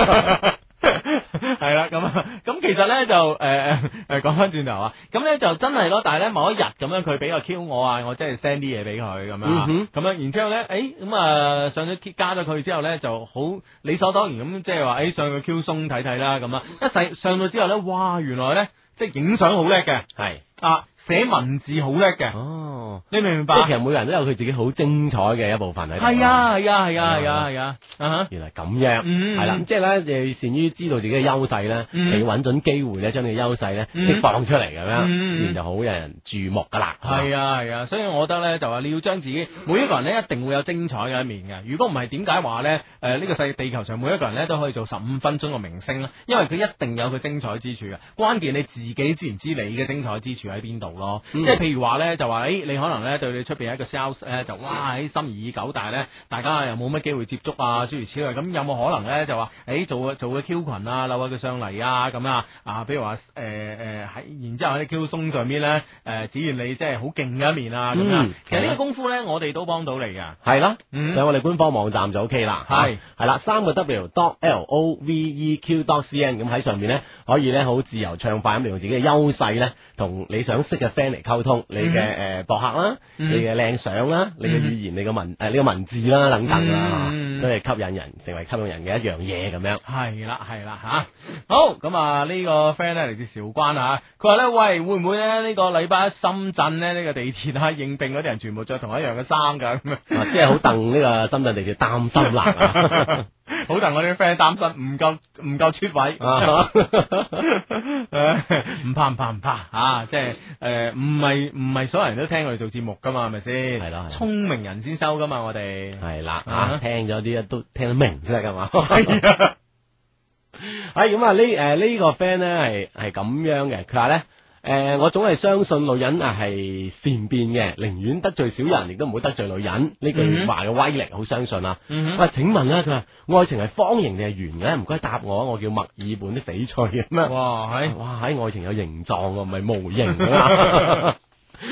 Speaker 1: 系啦，咁啊，咁其實咧就诶诶讲翻轉頭啊，咁咧就真係咯，但係咧某一日咁樣佢俾個 Q 我啊，我真係 send 啲嘢俾佢咁樣啊，
Speaker 3: 嗯
Speaker 1: 咁
Speaker 3: 哼
Speaker 1: 樣然之后咧，诶咁啊上咗 Q 加咗佢之後咧就好理所當然咁，即係話诶上個 Q 松睇睇啦咁啊，一上上到之後咧，哇原來咧即係影相好叻嘅。
Speaker 3: 係
Speaker 1: 啊，寫文字好叻嘅，
Speaker 3: 哦，
Speaker 1: 你明唔明
Speaker 3: 即
Speaker 1: 白？
Speaker 3: 係其實每個人都有佢自己好精彩嘅一部分喺度。
Speaker 1: 係啊係啊係啊係啊係啊，啊哈
Speaker 3: 原來咁樣，
Speaker 1: 嗯
Speaker 3: 係啦，即係咧，要善於知道自己嘅優勢咧，
Speaker 1: 嗯
Speaker 3: 你揾準機會咧，將你嘅優勢咧
Speaker 1: 嗯
Speaker 3: 釋放出嚟咁
Speaker 1: 嗯
Speaker 3: 樣，自然就好有人注目噶啦。
Speaker 1: 係啊係啊，所以我覺得咧就話你要將自己每一個人咧一定會有精彩嘅一面嘅。如果唔係點解話咧？誒、呢、個世界地球上每一個人咧都可以做十五分鐘嘅明星咧，因為佢一定有佢精彩之處嘅。關鍵你自己知唔知你嘅精彩之處喺邊度咯？
Speaker 3: 嗯
Speaker 1: 即係譬如話咧就話誒、咦你可能咧對你出邊一個 sales 咧就哇喺心儀已久，但係咧大家又冇乜機會接觸啊，諸如此類。咁有冇可能咧就話誒、做個做個 Q 群啊，扭下佢上嚟啊咁啊啊，比如話誒誒喺然之後喺 Q 松上面咧誒展現你即係好勁嘅一面啊咁樣
Speaker 3: 嗯。
Speaker 1: 其實呢個功夫咧，我哋都幫到你噶。
Speaker 3: 係啦，
Speaker 1: 嗯
Speaker 3: 上我哋官方網站就 OK 啦，啊
Speaker 1: 係
Speaker 3: 係啦，三個 W dot L O V E Q dot C N 咁喺上面咧，可以咧好自由暢快咁利用自己嘅優勢咧，同你想識嘅 friend 嚟溝通，你嘅誒呃博客啦，
Speaker 1: 嗯
Speaker 3: 你嘅靚相啦，你嘅語言，你嘅文誒你嘅文字啦等等啦
Speaker 1: 嗯，
Speaker 3: 都係吸引人，成為吸引人嘅一樣嘢咁樣。
Speaker 1: 系啦，系啦，吓、好咁啊！呢、個 friend 咧嚟自韶關啊，佢話咧喂，會唔會咧呢、個禮拜一深圳咧呢、個地鐵啊應聘嗰啲人全部着同一樣嘅衫㗎咁樣，
Speaker 3: 啊，即係好戥呢個深圳地鐵擔心啦， 啊
Speaker 1: 好戥我啲 friend 擔心唔夠唔夠出位，
Speaker 3: 啊
Speaker 1: 唔怕唔怕唔怕啊！即係诶，誒唔係唔係所有人都聽我哋做節目㗎嘛，係咪先？
Speaker 3: 係啦係啦
Speaker 1: 聰明人先收㗎嘛，我哋
Speaker 3: 係啦，
Speaker 1: 啊
Speaker 3: 啊，聽咗啲都聽得明先得㗎嘛。
Speaker 1: 係 啊，
Speaker 3: 係咁啊，呢诶呢個 friend 咧係係咁樣嘅，佢話咧。誒、我總係相信女人啊係善變嘅，寧願得罪小人，亦都唔會得罪女人。呢句話嘅威力好相信啊！
Speaker 1: 嗯哼
Speaker 3: 我話請問咧，佢話愛情係方形定係圓嘅？唔該答我啊，我叫墨爾本啲翡 翠咁樣。
Speaker 1: 哇，係
Speaker 3: 哇！喺愛情有形狀喎，唔係模型 啊嘛，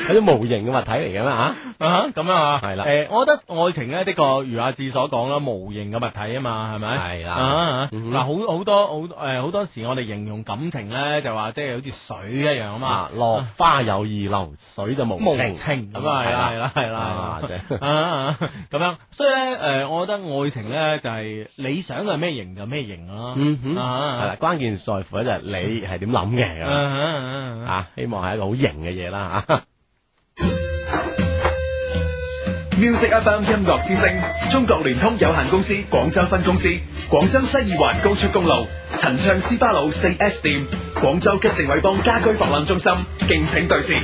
Speaker 3: 係啲模型嘅物體嚟嘅嘛嚇。
Speaker 1: 啊咁樣啊，
Speaker 3: 係啦
Speaker 1: 誒，我覺得愛情咧，的確如阿志所講啦，無形嘅物體啊嘛，係咪？
Speaker 3: 係啦
Speaker 1: 啊
Speaker 3: 嗯
Speaker 1: 嗱，好好多好誒，好多時我哋形容感情咧，就話即係好似水一樣啊嘛
Speaker 3: 啊，，落花有意流，水就無
Speaker 1: 無
Speaker 3: 情。
Speaker 1: 情咁啊，係啦，係啦，係啦
Speaker 3: 啊，
Speaker 1: 係啦。
Speaker 3: 真係
Speaker 1: 啊啊咁樣，所以咧，誒，我覺得愛情咧就係理想係咩型就咩型啦。
Speaker 3: 嗯哼，
Speaker 1: 啊
Speaker 3: 係啦，關鍵在乎咧就係你係點諗嘅
Speaker 1: 啊
Speaker 3: 咁樣
Speaker 1: 啊啊啊
Speaker 3: 啊，希望係一個好型嘅嘢啦啊 嚇。
Speaker 4: Music FM 音樂之聲，中國聯通有限公司廣州分公司，廣州西二環高速公路陳唱斯巴魯四 S 店，廣州吉盛偉邦家居博覽中心，敬請對視。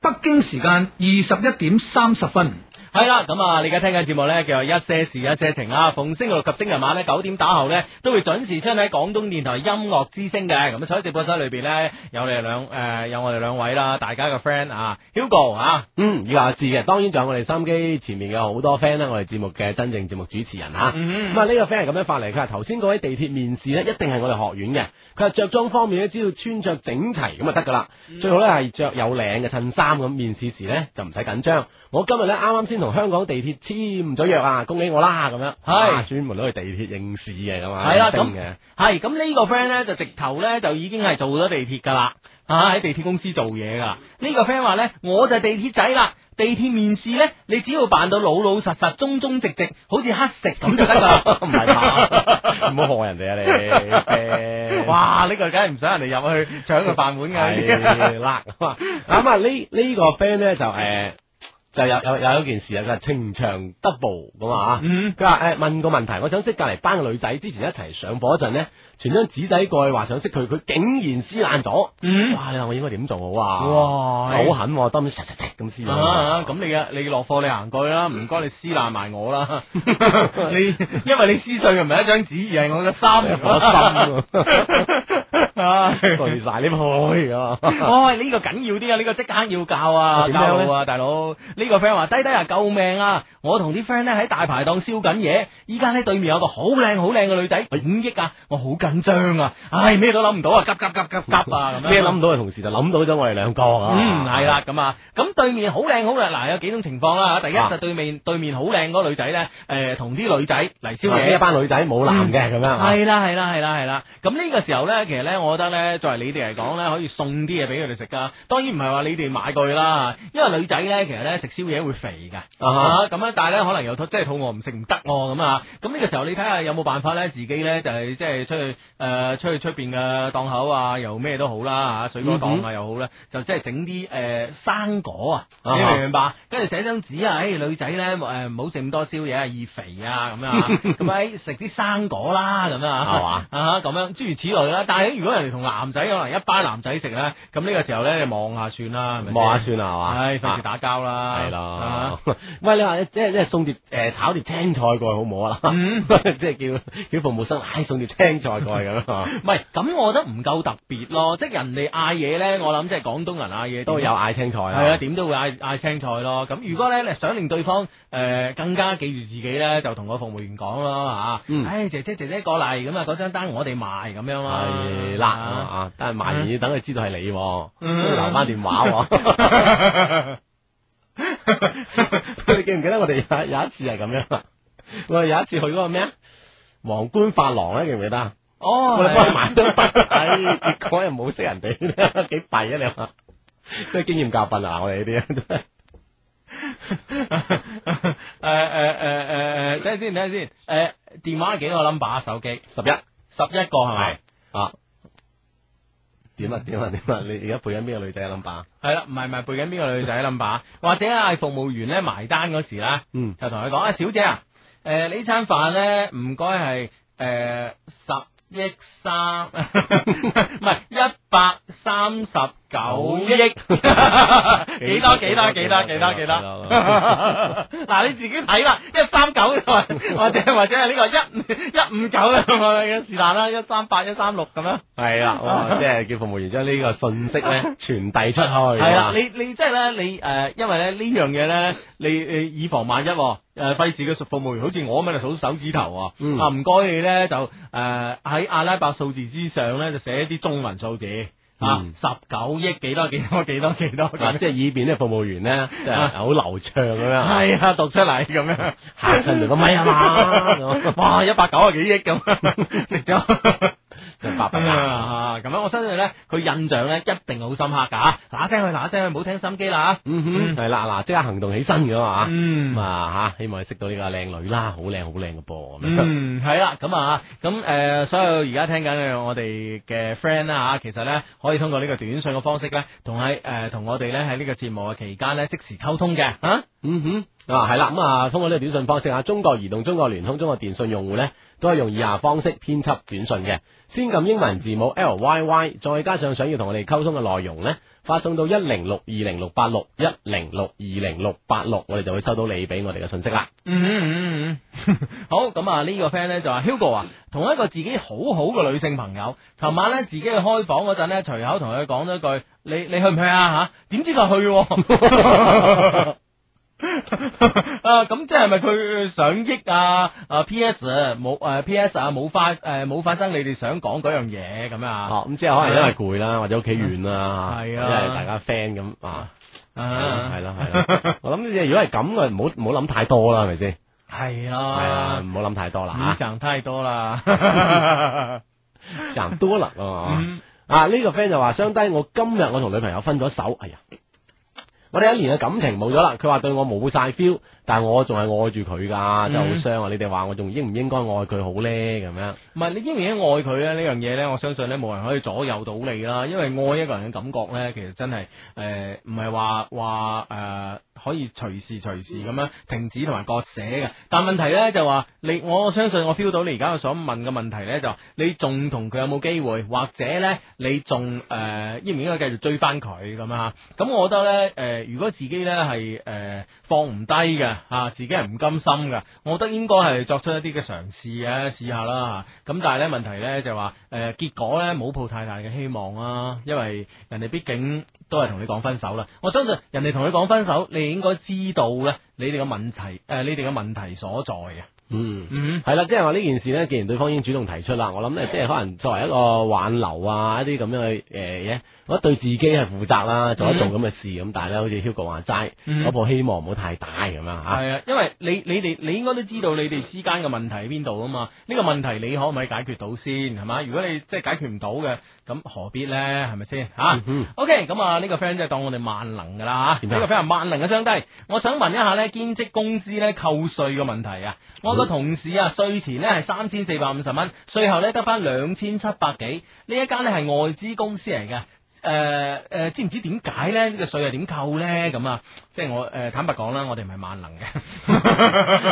Speaker 5: 北京時間二十一點三十分。
Speaker 1: 系啦，咁啊，你而家聽緊節目呢，叫做一些事一些情啦。逢星期六及星期日晚呢，九點打後呢，都會準時出現喺廣東電台音樂之聲嘅。咁所以直播室裏边呢，有你哋兩诶，有我哋兩位啦，大家嘅 friend 啊，Hugo 啊，
Speaker 3: 嗯，以下知嘅，當然仲有我哋收音機前面嘅好多 friend 啦，我哋節目嘅真正節目主持人嚇。
Speaker 1: 嗯
Speaker 3: 咁啊，呢個 friend 係咁樣發嚟，佢話頭先嗰位地鐵面試咧，一定係我哋學院嘅。佢話着裝方面咧，只要穿着整齊咁就得噶啦。
Speaker 1: 嗯
Speaker 3: 最好咧係着有領嘅襯衫咁，面試時咧就唔使緊張。我今日咧啱啱先同香港地鐵簽咗約啊，恭喜我啦咁樣。
Speaker 1: 係
Speaker 3: 啊專門攞去地鐵應試嘅咁啊，
Speaker 1: 係啦，
Speaker 3: 真
Speaker 1: 咁
Speaker 3: 嘅。
Speaker 1: 係咁呢個 friend 呢，就直頭呢，就已經係做咗地鐵噶啦，啊喺地鐵公司做嘢噶啦。呢、個 friend 話呢，我就係地鐵仔啦。地鐵面試呢，你只要扮到老老實實、忠忠直直，好似乞食咁就得噶啦。
Speaker 3: 唔係 嘛，唔好害人哋啊你 friend。
Speaker 1: 哇！呢、個梗係唔想人哋入去搶佢飯碗㗎。
Speaker 3: 系啦，咁啊，咁啊呢呢個 friend 咧就诶。就有有有一件事啊，佢話情場 double 咁啊，
Speaker 1: 嗯
Speaker 3: 佢話誒問個問題，我想識隔離班嘅女仔，之前一齊上課嗰陣咧，傳張紙仔過去話想識佢，佢竟然撕爛咗，
Speaker 1: 嗯
Speaker 3: 哇！你話我應該點做好啊？
Speaker 1: 哇
Speaker 3: 好狠喎，當面實實實咁撕咗，
Speaker 1: 啊！咁你嘅你落課你行過去啦，唔該你撕爛埋我 啦。你因為你撕碎嘅唔係一張紙，而係我嘅
Speaker 3: 我
Speaker 1: 心。
Speaker 3: 心
Speaker 1: 啊！
Speaker 3: 啊碎晒呢杯啊！
Speaker 1: 哦，呢、個緊要啲啊！呢、個即刻要教啊，
Speaker 3: 點樣
Speaker 1: 教
Speaker 3: 呢
Speaker 1: 路啊，大佬！呢、個 friend 話：低低啊，救命啊！我同啲 friend 咧喺大排檔燒緊嘢，依家咧對面有個好靚好靚嘅女仔，五億啊！我好緊張啊！唉，咩都諗唔到啊！急急急急急啊！咁樣
Speaker 3: 咩諗唔到嘅同時就諗到咗我哋兩個啊！
Speaker 1: 嗯，系啦，咁啊，咁對面好靚好靚，嗱有幾種情況啦，第一
Speaker 3: 啊
Speaker 1: 就對面對面好靚嗰個女仔咧，诶，同啲女仔嚟燒
Speaker 3: 或者一
Speaker 1: 嘢。嗯
Speaker 3: 班女仔冇男嘅咁樣啊，
Speaker 1: 係啦係啦係啦係啦，咁呢個時候咧，其實咧我我覺得咧，作為你哋嚟講咧，可以送啲嘢俾佢哋食噶。當然唔係話你哋買佢啦，因為女仔咧，其實咧食宵夜會肥嘅，
Speaker 3: 啊哈
Speaker 1: 啊咁咧，但係咧可能又肚即係肚餓唔食唔得喎咁啊。咁呢個時候你睇下有冇辦法咧，自己咧就係即係出去誒出去出邊嘅檔口啊，又咩都好啦嚇，水果
Speaker 3: 嗯
Speaker 1: 檔啊又好啦，就即係整啲誒生果啊，
Speaker 3: 啊哈
Speaker 1: 你明唔明白？跟住寫張紙啊，誒女仔咧誒唔好食咁多宵夜啊，易肥啊咁 啊，咁啊誒食啲生果啦咁啊。
Speaker 3: 係嘛
Speaker 1: 啊咁樣諸如此類啦。但係哎如果人哋同男仔可能一班男仔食咧，咁呢個時候咧你望下算啦，係咪先
Speaker 3: 望下啊算啦，係嘛？
Speaker 1: 唉，費事打交啦，
Speaker 3: 系
Speaker 1: 啊
Speaker 3: 啦， 喂，你話即係即係送碟诶炒碟青菜過去好唔好啊？
Speaker 1: 嗯
Speaker 3: 即係叫叫服務生，唉，送碟青菜過去咁樣啊，
Speaker 1: 唔係咁，我覺得唔夠特別咯。即係人哋嗌嘢咧，我諗即係廣東人嗌嘢
Speaker 3: 都有嗌青菜啦。
Speaker 1: 係啊，點都會嗌嗌青菜咯。咁如果咧，
Speaker 3: 嗯
Speaker 1: 你想令對方誒、呃更加記住自己咧，就同個服務員講咯嚇。唉、
Speaker 3: 嗯
Speaker 1: 姐姐姐姐過嚟咁啊，嗰張單我哋賣咁樣啦。
Speaker 3: 係啦
Speaker 1: 啊
Speaker 3: 啊，但係埋完要等佢知道係你喎，
Speaker 1: 嗯
Speaker 3: 留翻電話喎。 你記唔記得我哋有有一次係咁樣啊？我哋有一次去嗰個咩啊？皇冠髮廊咧，記唔記得啊？
Speaker 1: 哦，
Speaker 3: 我哋
Speaker 1: 係
Speaker 3: 幫 佢買都得，唉，結果又冇識人哋，幾弊啊你話！真係經驗教訓啊！我哋呢啲真係
Speaker 1: 诶诶诶诶诶，誒等下先，等下先。诶、電話係幾個 number 啊手機？
Speaker 3: 十一。
Speaker 1: 十一個係咪？
Speaker 3: 啊？点啊点啊点啊！你而家配緊邊個女仔嘅 number？
Speaker 1: 係啦，唔係唔係背緊邊個女仔 number，或啊者係服務員咧埋單嗰時啦，
Speaker 3: 嗯
Speaker 1: 就同佢講啊，小姐啊，诶、呢餐飯咧唔該係诶十億三， 唔係一百三十九億， 幾 多幾多幾多幾多幾多？ 嗱，你自己睇啦，一三九或者或者係呢個一一五九啦，是但啦，一三八一三六咁樣。
Speaker 3: 系 啦，哇！哦即係叫服務員將呢個信息咧 傳遞出去。係啊
Speaker 1: 係啦，你你即係咧，你誒，因為咧呢樣嘢咧，你你以防萬一喎，誒費事嘅服務員好似我咁樣數手指頭
Speaker 3: 嗯
Speaker 1: 喎，啊唔該你咧就誒喺阿拉伯數字之上咧就寫一啲中文數字啊，
Speaker 3: 嗯
Speaker 1: 十九億幾多幾多幾多幾多
Speaker 3: 啊
Speaker 1: 咁，
Speaker 3: 即係以便呢服務員 咧，即係好流暢咁樣
Speaker 1: 係啊，讀出嚟咁樣。
Speaker 3: 嚇親對方，咪 啊嘛，咁
Speaker 1: 哇，一百九啊幾億 咁食咗。
Speaker 3: 真係八百啊！
Speaker 1: 啊咁樣我相信咧，佢印象咧一定好深刻噶，嗱聲去嗱聲去，唔好聽心機啦。啊
Speaker 3: 嗯哼，係啦，嗱，即刻行動起身噶嘛，
Speaker 1: 嗯
Speaker 3: 咁啊吓，希望你識到呢個靚女啦，好靚好靚嘅噃，咁樣
Speaker 1: 嗯，係啦，咁啊，咁誒，所有而家聽緊嘅我哋嘅 friend 啦嚇，啊其實咧可以通過呢個短信嘅方式咧，同喺誒同我哋咧喺呢個節目嘅期間咧即時溝通嘅嚇。
Speaker 3: 嗯哼，啊係啦，咁啊通過呢個短信方式啊，中國移動、中國聯通、中國電信用戶呢，都係用以下方式編輯短信嘅，先撳英文字母 L Y Y，再加上想要同我哋溝通嘅內容呢，發送到一零六二零六八六一零六二零六八六，我哋就會收到你俾我哋嘅信息啦。
Speaker 1: 嗯嗯嗯，嗯好咁啊！呢個 friend 咧就話 Hugo 啊，同一個自己好好嘅女性朋友，琴晚咧自己去開房嗰陣咧，隨口同佢講咗句：你你去唔去啊？吓，點知佢去喎啊！咁即係咪佢上億啊？啊 P.S. 冇誒 P.S. 啊冇發誒冇發生你哋想講嗰樣嘢咁啊？
Speaker 3: 哦，咁即係可能因為攰啦，或者屋企遠啦，
Speaker 1: 係
Speaker 3: 因
Speaker 1: 啊
Speaker 3: 為大家 friend 咁啊，
Speaker 1: 啊
Speaker 3: 係啦係啦，我諗呢啲如果係咁嘅，唔好唔好諗太多啦，係咪先？
Speaker 1: 係
Speaker 3: 係啊，
Speaker 1: 啊，
Speaker 3: 唔好諗太多啦
Speaker 1: 你
Speaker 3: 吓。
Speaker 1: 想太多 啦。
Speaker 3: 成多啦啊！
Speaker 1: 嗯
Speaker 3: 啊呢個 friend 就話：相低，我今日我同女朋友分咗手，哎呀，我哋一年嘅感情冇咗啦。佢話對我冇晒 feel，但我仲係愛住佢噶，
Speaker 1: 嗯
Speaker 3: 真係好傷啊！你哋話我仲應唔應該愛佢好咧？咁樣
Speaker 1: 唔係你應唔應該愛佢咧？呢樣嘢咧，我相信咧冇人可以左右到你啦。因為愛一個人嘅感覺咧，其實真係誒唔係話話誒可以隨時隨時咁樣停止同埋割捨嘅。但問題咧就話你，我相信我 feel 到你而家想問嘅問題咧就話你仲同佢有冇機會，或者咧你仲誒、呃應唔應該繼續追翻佢咁啊？咁我覺得咧誒、呃如果自己咧係誒放唔低嘅嚇，自己係唔甘心嘅，我覺得應該係作出一啲嘅嘗試嘅，試下啦嚇。咁但係咧問題咧就話誒、呃、結果咧冇抱太大嘅希望啦、因為人哋畢竟都係同你講分手啦。我相信人哋同你講分手，你應該知道咧你哋嘅問題誒、呃你哋嘅問題所在嘅。
Speaker 3: 嗯。
Speaker 1: 嗯，
Speaker 3: 系啦，即系话呢件事咧，既然對方已經主動提出啦，我諗咧，即係可能作為一個挽留啊，一啲咁樣嘅诶嘢，我覺得對自己係負責啦，做一做咁嘅事咁，但係咧，好似 Hugo 話齋，
Speaker 1: 嗯
Speaker 3: 嗰抱希望唔好太大咁樣
Speaker 1: 系
Speaker 3: 吓。
Speaker 1: 啊，因為你你哋你應該都知道你哋之間嘅問題喺邊度啊嘛。呢、個問題你可唔可以解決到先係嘛？如果你即係解決唔到嘅，咁何必咧？係咪先吓？
Speaker 3: 嗯
Speaker 1: OK，咁啊呢個 friend 即係當我哋萬能噶啦吓，
Speaker 3: 點啊
Speaker 1: 呢個 friend 話萬能嘅相低，我想問一下呢兼職工資呢扣税嘅問題啊，我
Speaker 3: 嗯
Speaker 1: 個同事啊税前呢係三千四百五十蚊，税後呢得翻兩千七百幾，呢一間呢係外資公司嚟嘅。誒誒、呃知唔知點解咧？呢、個税係點扣咧？咁啊，即係我誒、坦白講啦，我哋唔係萬能 嘅，？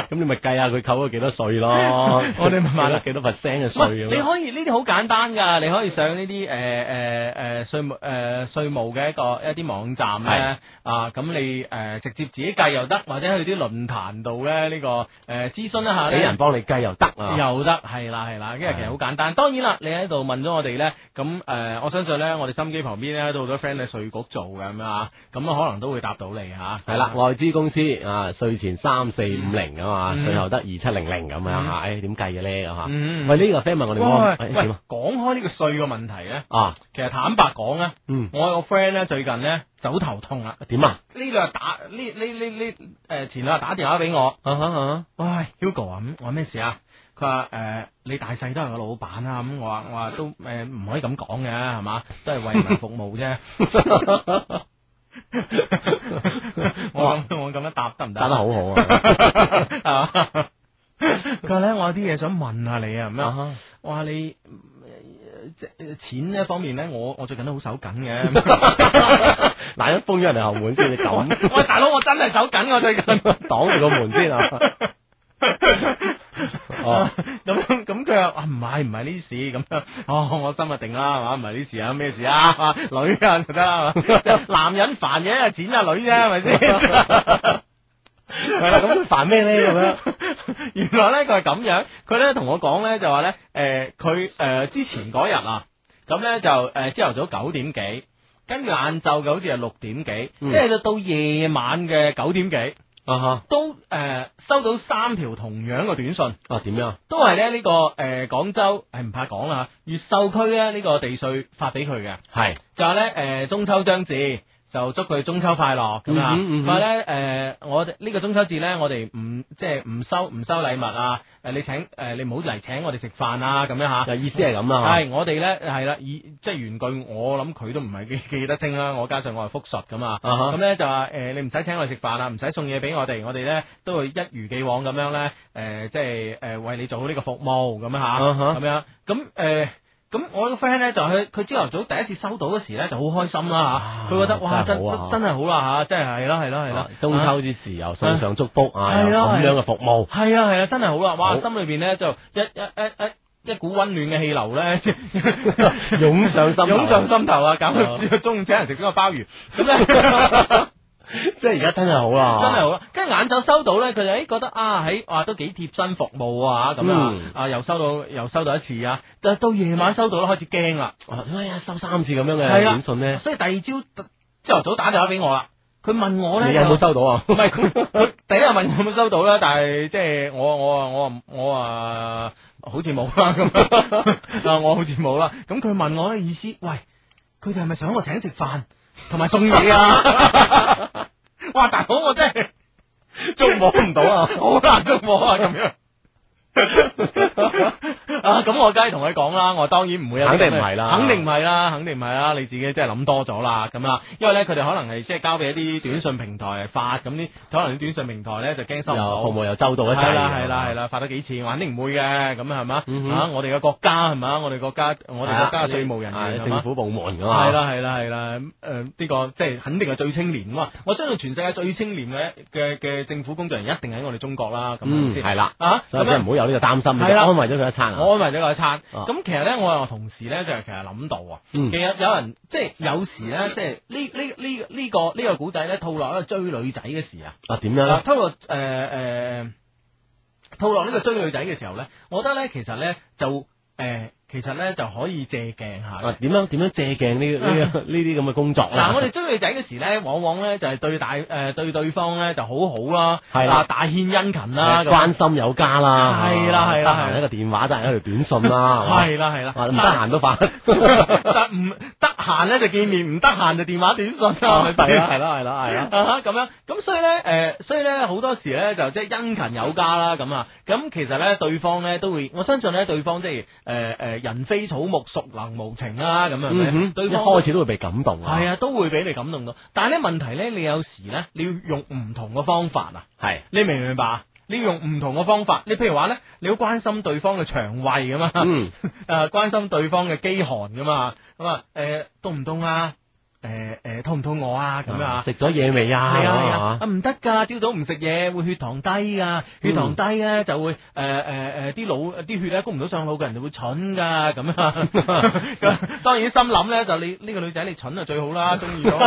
Speaker 3: 咁你咪計下佢扣咗幾多税咯
Speaker 1: 我哋咪話啦
Speaker 3: 幾多 percent 嘅
Speaker 1: 唔係
Speaker 3: 税
Speaker 1: 你
Speaker 3: 咁咯。
Speaker 1: 可以呢啲好簡單㗎，你可以上呢啲誒呃誒誒税呃務誒税務嘅一個一啲網站咧啊，咁你誒、呃直接自己計又得，或者去啲論壇度咧呢個誒、呃、諮詢一下呢
Speaker 3: 俾人幫你計又得啊。
Speaker 1: 又得，係啦係啦，因為其實好簡單。當然啦，你喺度問咗我哋咧，咁誒、呃我相信咧，我哋心機旁邊咧都好多 friend 喺税局做嘅咁啊，咁可能都會答到你嚇。
Speaker 3: 係啦，外資公司啊，税前三四五零啊嘛，税後得二七零零咁樣吓，诶，點計嘅咧咁吓？
Speaker 1: 嗯
Speaker 3: 喂，呢個 friend 問我哋
Speaker 1: 哇，
Speaker 3: 喎，
Speaker 1: 喂，
Speaker 3: 誒點
Speaker 1: 喂
Speaker 3: 啊？
Speaker 1: 講開呢個税嘅問題咧，
Speaker 3: 啊，
Speaker 1: 其實坦白講咧，
Speaker 3: 嗯，
Speaker 1: 我有個 friend 咧最近咧走頭痛啦。
Speaker 3: 點啊？
Speaker 1: 呢兩日打呢呢呢呢誒前兩日打電話俾我，
Speaker 3: 啊哈啊
Speaker 1: 喂 Hugo 啊，咁我話咩事啊？佢話誒你大細都係個老闆啊，咁我話我話都誒唔、可以咁講嘅係嘛，都係為民服務啫。 我咁 我咁樣答得唔得？
Speaker 3: 打得好好 啊！
Speaker 1: 啊！佢話咧，我有啲嘢想問下你啊，咁
Speaker 3: 啊
Speaker 1: 樣。
Speaker 3: 哈
Speaker 1: 我話你呃即係錢呢方面咧，我我最近都好手緊嘅。
Speaker 3: 嗱，一封咗人哋後門先，你 咁
Speaker 1: 喂，大佬，我真係手緊我最近。
Speaker 3: 擋住個門先啊！哦，
Speaker 1: 咁樣咁佢又話啊唔係唔係呢事咁樣，哦我心啊定啦係嘛，唔係呢事啊咩事啊，啊女啊就得啦，係嘛即係男人煩嘢啊錢啊女啫係咪先？
Speaker 3: 係啦，咁佢煩咩咧？咁樣
Speaker 1: 原來咧佢係咁樣，佢咧同我講咧就話咧，誒佢誒之前嗰日啊，咁咧就誒朝頭早九點幾，跟住晏晝嘅好似係六點幾，
Speaker 3: 嗯
Speaker 1: 跟住就到夜晚嘅九點幾，
Speaker 3: 啊哈，
Speaker 1: 都誒、呃收到三條同樣嘅短信。
Speaker 3: 啊點樣？
Speaker 1: 都係咧呢個诶广、廣州诶唔怕講啦，越秀區咧呢個地税發俾佢嘅，
Speaker 3: 係
Speaker 1: 就係咧诶中秋將至。就祝佢中秋快樂咁啊！
Speaker 3: 嗯哼嗯哼
Speaker 1: 佢話咧誒，我哋呢個中秋節咧，我哋唔即係唔收唔收禮物啊！誒，你請誒、你唔好嚟請我哋食飯啊咁樣嚇。
Speaker 3: 就意思係咁啦，
Speaker 1: 係我哋咧係啦，以即係原句，我諗佢都唔係記 記得清啦。我加上我係復述噶嘛，
Speaker 3: 啊哈
Speaker 1: 咁咧就話誒你唔使請我哋食飯啦，唔使送嘢俾我哋，我哋咧都會一如既往咁樣咧誒，即係誒為你做好呢個服務咁樣嚇，
Speaker 3: 啊哈
Speaker 1: 咁樣咁誒。咁我個 friend 咧就佢佢朝頭早第一次收到嗰時咧就好開心啦嚇，佢覺得哇真
Speaker 3: 真係好啊
Speaker 1: 真真係好啦嚇，真係係啦係啦係啦
Speaker 3: 啊，中秋之時又送上祝福啊，
Speaker 1: 係
Speaker 3: 有
Speaker 1: 咯
Speaker 3: 咁
Speaker 1: 係
Speaker 3: 樣嘅服務，
Speaker 1: 系啊系啊，真係好啦！哇，
Speaker 3: 好
Speaker 1: 心裏边咧就一一一一一股温暖嘅氣流咧，即
Speaker 3: 湧上心頭
Speaker 1: 涌上心頭啊！搞到中午請人食咗個鮑魚，咁 咧真
Speaker 3: 即係而家真係好啦，
Speaker 1: 係好啦。啊跟住晏晝收到咧，佢就诶覺得啊喺哇都幾貼身服務啊咁啊
Speaker 3: 嗯
Speaker 1: 啊又收到又收到一次啊，但係到夜晚收到咧開始驚啦，
Speaker 3: 啊。哎呀，收三次咁樣嘅
Speaker 1: 係啦
Speaker 3: 短信咧，
Speaker 1: 所以第二朝朝頭早打電話俾我啦，佢問我咧
Speaker 3: 你有冇收到啊？
Speaker 1: 唔係佢佢第一日問有冇收到啦，但係即係我我我我啊，好似冇啦 咁啊，我好似冇啦。咁佢問我嘅意思，喂，佢哋係咪想我請食飯同埋送嘢啊？ 哇，大佬我真係
Speaker 3: 捉摸唔到啊！
Speaker 1: 好難捉摸啊咁 樣。啊，咁我梗係同佢講啦，我當然唔會有啲咁嘅
Speaker 3: 肯定唔係啦
Speaker 1: 肯定唔係啦，肯定唔係啦，你自己真係諗多咗啦，咁啦，因為咧佢哋可能係即係交俾一啲短信平台嚟發，咁啲可能啲短信平台咧就驚收唔
Speaker 3: 又服
Speaker 1: 到。
Speaker 3: 務又周到一
Speaker 1: 係
Speaker 3: 齊，
Speaker 1: 啦係啦係，啦，發咗幾次，我肯定唔會嘅，咁係嘛？
Speaker 3: 嗯哼
Speaker 1: 啊，我哋嘅國家係嘛？我哋國家，我哋國家嘅稅務人
Speaker 3: 啊
Speaker 1: 員係嘛
Speaker 3: 政府啊部門噶嘛，
Speaker 1: 係啦係啦係啦，誒呢個即係肯定係最清廉啊嘛！我相信全世界最清廉嘅嘅嘅政府工作人員一定喺我哋中國啦，咁係咪
Speaker 3: 嗯，
Speaker 1: 先
Speaker 3: 係啦，
Speaker 1: 啊，
Speaker 3: 所
Speaker 1: 咁
Speaker 3: 以真係
Speaker 1: 樣
Speaker 3: 唔好有呢個擔心，你
Speaker 1: 係
Speaker 3: 就
Speaker 1: 啦
Speaker 3: 安慰咗佢一餐啊。
Speaker 1: 我安慰咗佢一餐。
Speaker 3: 啊
Speaker 1: 咁其實咧，我有同事咧就其實諗到啊，
Speaker 3: 嗯
Speaker 1: 其實有人即係有時咧，即係呢呢呢呢個呢個古仔咧，套落一個追女仔嘅時啊，
Speaker 3: 啊點樣
Speaker 1: 嗱，呃
Speaker 3: 咧？
Speaker 1: 套落誒誒，套落呢個追女仔嘅時候咧，我覺得咧其實咧就誒呃其實咧就可以借鏡下嘅
Speaker 3: 啊，点样点样借鏡呢呢呢啲咁嘅工作咧？
Speaker 1: 嗱，我哋追女仔嗰時咧，往往咧就係對大诶对对方咧就好好啦，
Speaker 3: 係啦
Speaker 1: 啊大獻殷勤啦，咁
Speaker 3: 關心有加啦，
Speaker 1: 係啦係啦係
Speaker 3: 得
Speaker 1: 啦
Speaker 3: 閒一個電話，得閒一條短信啦，係嘛
Speaker 1: 係啦係啦，
Speaker 3: 啊唔得閒都發，
Speaker 1: 就唔得閒咧就見面，唔得閒就電話短信啦，係咪
Speaker 3: 哦係啊
Speaker 1: 先
Speaker 3: 啦係啦係啦係啦，
Speaker 1: 啊哈咁樣，咁所以咧，诶、所以咧，好多時咧就即係殷勤有加啦，咁啊，咁其實咧，對方咧都會，我相信咧，對方即係诶诶，誒人非草木，孰能無情啊啦，咁樣
Speaker 3: 嗯
Speaker 1: 嘅，
Speaker 3: 哼，
Speaker 1: 對
Speaker 3: 一
Speaker 1: 方
Speaker 3: 開始都會被感動啊，
Speaker 1: 係啊，都會俾你感動到。但係咧問題咧，你有時咧，你要用唔同嘅方法啊，
Speaker 3: 係
Speaker 1: 你明唔明白啊？你要用唔同嘅方法，你譬如話咧，你要關心對方嘅腸胃 咁啊，誒、
Speaker 3: 嗯
Speaker 1: 關心對方嘅飢寒咁啊，咁啊，誒凍唔凍啊？誒、誒、肚唔肚餓啊？咁樣啊
Speaker 3: 啊，食咗嘢未啊？
Speaker 1: 系啊
Speaker 3: 咁
Speaker 1: 系
Speaker 3: 啊
Speaker 1: 啊，啊唔得噶，朝早唔食嘢會血糖低噶，血糖低
Speaker 3: 嗯
Speaker 1: 咧就會诶诶诶啲腦啲血咧供唔到上腦嘅人就會蠢噶咁啊， 咁當然心諗咧就你呢個女仔你蠢就最好啦， 中意咗我，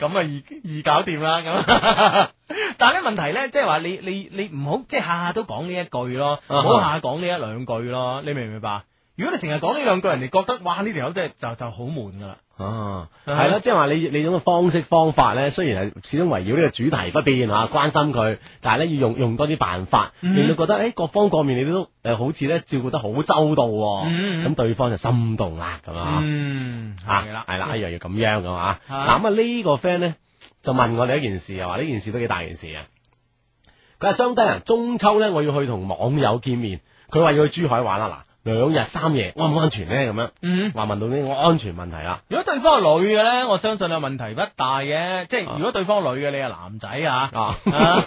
Speaker 1: 咁啊易易搞掂啦咁。 但係咧問題咧，即係話你你你唔好即係下下都講呢一句咯，唔
Speaker 3: 啊哈
Speaker 1: 好下下講呢一兩句咯，你明唔明白？如果你成日講呢兩句，人哋覺得哇呢條友真係就就好悶噶啦。
Speaker 3: 啊，系
Speaker 1: 啊
Speaker 3: 啦，即係話你你種嘅方式方法咧，雖然係始終圍繞呢個主題不變吓，關心佢，但係咧要用用多啲辦法，
Speaker 1: 嗯
Speaker 3: 令到覺得诶各方各面你都诶好似咧照顧得好周到喎，
Speaker 1: 嗯嗯
Speaker 3: 咁對方就心動啦咁啊。
Speaker 1: 嗯，
Speaker 3: 啊，
Speaker 1: 係啦。
Speaker 3: 系啦，一樣要咁樣噶嘛。
Speaker 1: 啊
Speaker 3: 嗱咁啊，呢個 friend 咧就問我哋一件事啊，話呢件事都幾大件事啊。佢話相低人中秋咧，我要去同網友見面，佢話要去珠海玩啦。嗱，兩日三夜安唔安全咧？咁樣
Speaker 1: 嗯
Speaker 3: 話問到呢個安全問題啦。
Speaker 1: 如果對方係女嘅咧，我相信啊問題不大嘅。即係如果對方係女嘅，你係男仔啊，
Speaker 3: 啊，
Speaker 1: 啊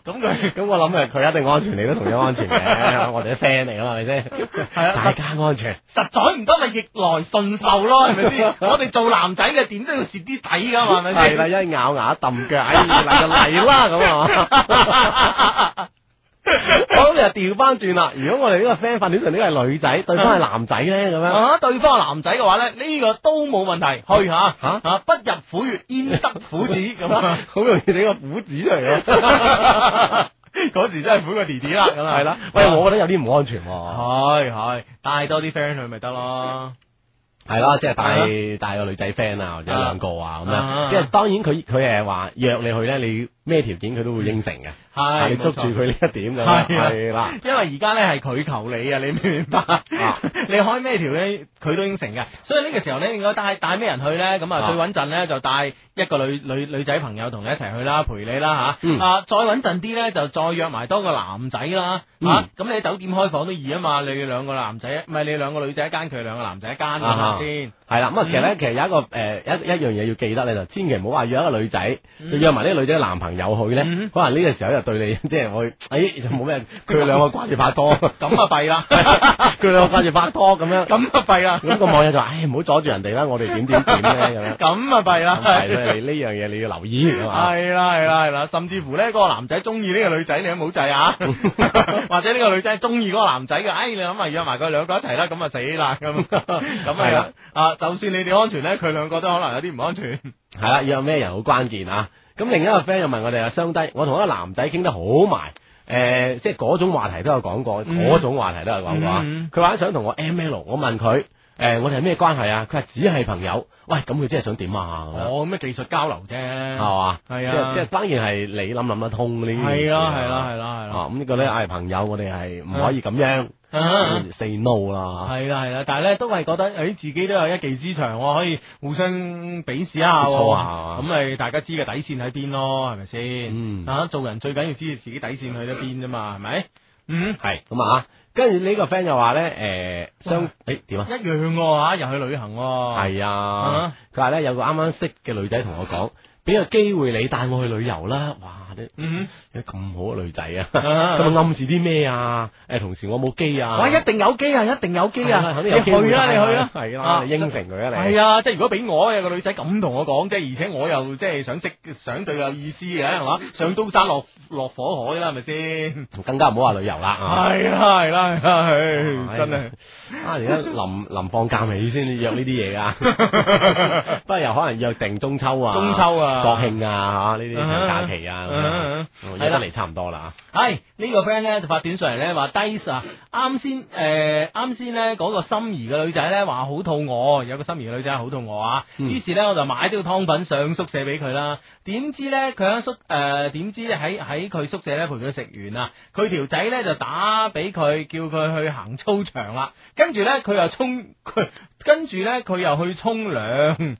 Speaker 1: 咁佢
Speaker 3: 咁我諗啊，佢一定安全，你都同樣安全嘅。我哋啲 friend 嚟噶嘛，係咪先？
Speaker 1: 係啊
Speaker 3: 大
Speaker 1: 實
Speaker 3: 家安全。
Speaker 1: 實在唔得咪逆來順受咯，係咪 先？我哋做男仔嘅點都要蝕啲底噶嘛，係咪
Speaker 3: 係
Speaker 1: 先？
Speaker 3: 啦，一咬牙揼腳，哎嚟就嚟啦咁 啊！好，你又調翻轉啦。如果我哋呢個 friend 發短信呢個係女仔，對方係男仔咧，咁樣
Speaker 1: 啊，對方係男仔嘅話咧，呢、個都冇問題，去吓
Speaker 3: 啊
Speaker 1: 啊，不入虎穴，焉得虎子咁啊！
Speaker 3: 好容易俾個虎子出嚟咯。
Speaker 1: 嗰時真係苦過弟弟啦，咁啊，
Speaker 3: 係啦，喂，我覺得有啲唔安全 喎。
Speaker 1: 係係，帶多啲 friend 去咪得咯。
Speaker 3: 係啦，即係帶帶個女仔 friend 啊，或者兩個啊咁
Speaker 1: 啊
Speaker 3: 樣。即係當然佢佢係話約你去咧，你咩條件佢都會應承嘅。
Speaker 1: 係
Speaker 3: 你捉住
Speaker 1: 冇錯
Speaker 3: 佢呢一點咁樣。
Speaker 1: 係啊
Speaker 3: 係啦。
Speaker 1: 因為而家咧係佢求你啊，你明唔明白？你開咩條咧，佢都應承嘅。所以呢個時候咧，應該帶帶咩人去咧？咁啊，
Speaker 3: 啊
Speaker 1: 最穩陣咧就帶一個女女女仔朋友同你一齊去啦，陪你啦吓。
Speaker 3: 嗯
Speaker 1: 啊，再穩陣啲咧，就再約埋多個男仔啦。
Speaker 3: 嗯
Speaker 1: 啊，咁你喺酒店開房都易啊嘛，你哋兩個男仔，唔係你哋兩個女仔一間，佢哋兩個男仔一間，
Speaker 3: 啊
Speaker 1: 係
Speaker 3: 哈
Speaker 1: 咪先？
Speaker 3: 系啦，咁啊，
Speaker 1: 嗯
Speaker 3: 其實咧，其實有一個诶、一一樣嘢要記得咧，就千祈唔好話約一個女仔，就約埋呢個女仔嘅男朋友去咧，
Speaker 1: 嗯
Speaker 3: 可能呢個時候就對你 即係會，诶、就冇咩，佢哋兩個掛住 拍拖，佢
Speaker 1: 咁啊弊啦，
Speaker 3: 哋兩個掛住拍拖咁樣，
Speaker 1: 咁啊弊啦，
Speaker 3: 咁、個網友就話：，唉，唔好阻住人哋啦，我哋點點點咧咁 樣，
Speaker 1: 咁啊弊
Speaker 3: 咁係
Speaker 1: 啦。
Speaker 3: 所以你呢樣嘢你要留意係嘛，
Speaker 1: 系啦系啦系啦，甚至乎咧，嗰、個男仔中意呢個女仔，你都冇制 啊，或者呢個女仔中意嗰個男仔嘅，哎，你諗埋約埋佢兩個一齊啦，咁啊死啦 咁，咁
Speaker 3: 係
Speaker 1: 啊
Speaker 3: 啦
Speaker 1: 啊，就算你哋安全咧，佢兩個都可能有啲唔安全。
Speaker 3: 係啦，約咩人好關鍵啊。咁另一個 friend 又問我哋啊，相低，我同一個男仔傾得好埋。誒、即係嗰種話題都有講過，嗰、種話題都有講過啊
Speaker 1: 嗯
Speaker 3: 佢話想同我 M L，我問佢誒、我哋係咩關係啊？佢話只係朋友。喂，咁佢真係想點啊？咁樣
Speaker 1: 哦，咁咩技術交流啫，
Speaker 3: 係
Speaker 1: 係
Speaker 3: 嘛？
Speaker 1: 係啊
Speaker 3: 即係即係關鍵係你諗唔諗得通呢件事
Speaker 1: 啦係啦係啦係啦
Speaker 3: 啊啊，咁呢個咧，嗌朋友，我哋係唔可以咁樣、
Speaker 1: 啊
Speaker 3: say no 啦。
Speaker 1: 係啦係啦，但係咧都係覺得，诶自己都有一技之長喎，可以互相比試下喎，
Speaker 3: 切磋下啊
Speaker 1: 咁咪大家知嘅底線喺邊咯，係咪先？
Speaker 3: 嗯
Speaker 1: 啊，做人最緊要知道自己底線去咗邊啫嘛，係咪？嗯。
Speaker 3: 係咁啊，跟住呢個 friend 又話咧，誒、相
Speaker 1: 嗯
Speaker 3: 誒點啊？
Speaker 1: 一樣喎、吓，又去旅行喎、
Speaker 3: 系
Speaker 1: 啊
Speaker 3: 啊，佢話咧有個啱啱識嘅女仔同我講，俾個機會你帶我去旅遊啦。哇， 你
Speaker 1: 嗯
Speaker 3: 有咁好嘅女仔 啊，
Speaker 1: 啊
Speaker 3: 咁啊暗示啲咩啊？诶，同時我冇機啊，
Speaker 1: 哇！一定有機啊，一定有機
Speaker 3: 係
Speaker 1: 啊！
Speaker 3: 啊肯
Speaker 1: 你
Speaker 3: 定有
Speaker 1: 去
Speaker 3: 機會
Speaker 1: 啦，你去啦，
Speaker 3: 係
Speaker 1: 啊
Speaker 3: 啦，你應承佢啊，你
Speaker 1: 係啊！即係如果俾我有個女仔咁同我講，即係而且我又即係想識，想對佢有意思嘅係嘛？上刀山落落火海啦，係咪先？
Speaker 3: 更加唔好話旅遊啦。啊
Speaker 1: 係啦，係啦，係啦唉，真係。
Speaker 3: 啊！而家 臨臨放假尾先約呢啲嘢啊，不過又可能約定中秋啊、
Speaker 1: 中秋啊
Speaker 3: 國慶啊嚇呢啲長假期啊，
Speaker 1: 嗯嗯嗯
Speaker 3: 咁樣約得嚟差唔多啦。
Speaker 1: 系呢個 friend 咧就發短信嚟咧話低 i 啊，啱先誒啱先咧嗰個心儀嘅女仔咧話好肚餓，有個心儀嘅女仔好肚餓啊，
Speaker 3: 嗯
Speaker 1: 於是咧我就買咗個湯品上宿舍俾佢啦。點知咧佢喺宿誒點知喺喺佢宿舍咧陪佢食完啊，佢條仔咧就打俾佢，叫佢去行操場啦。跟住咧佢又沖 佢，跟住咧佢又去沖涼，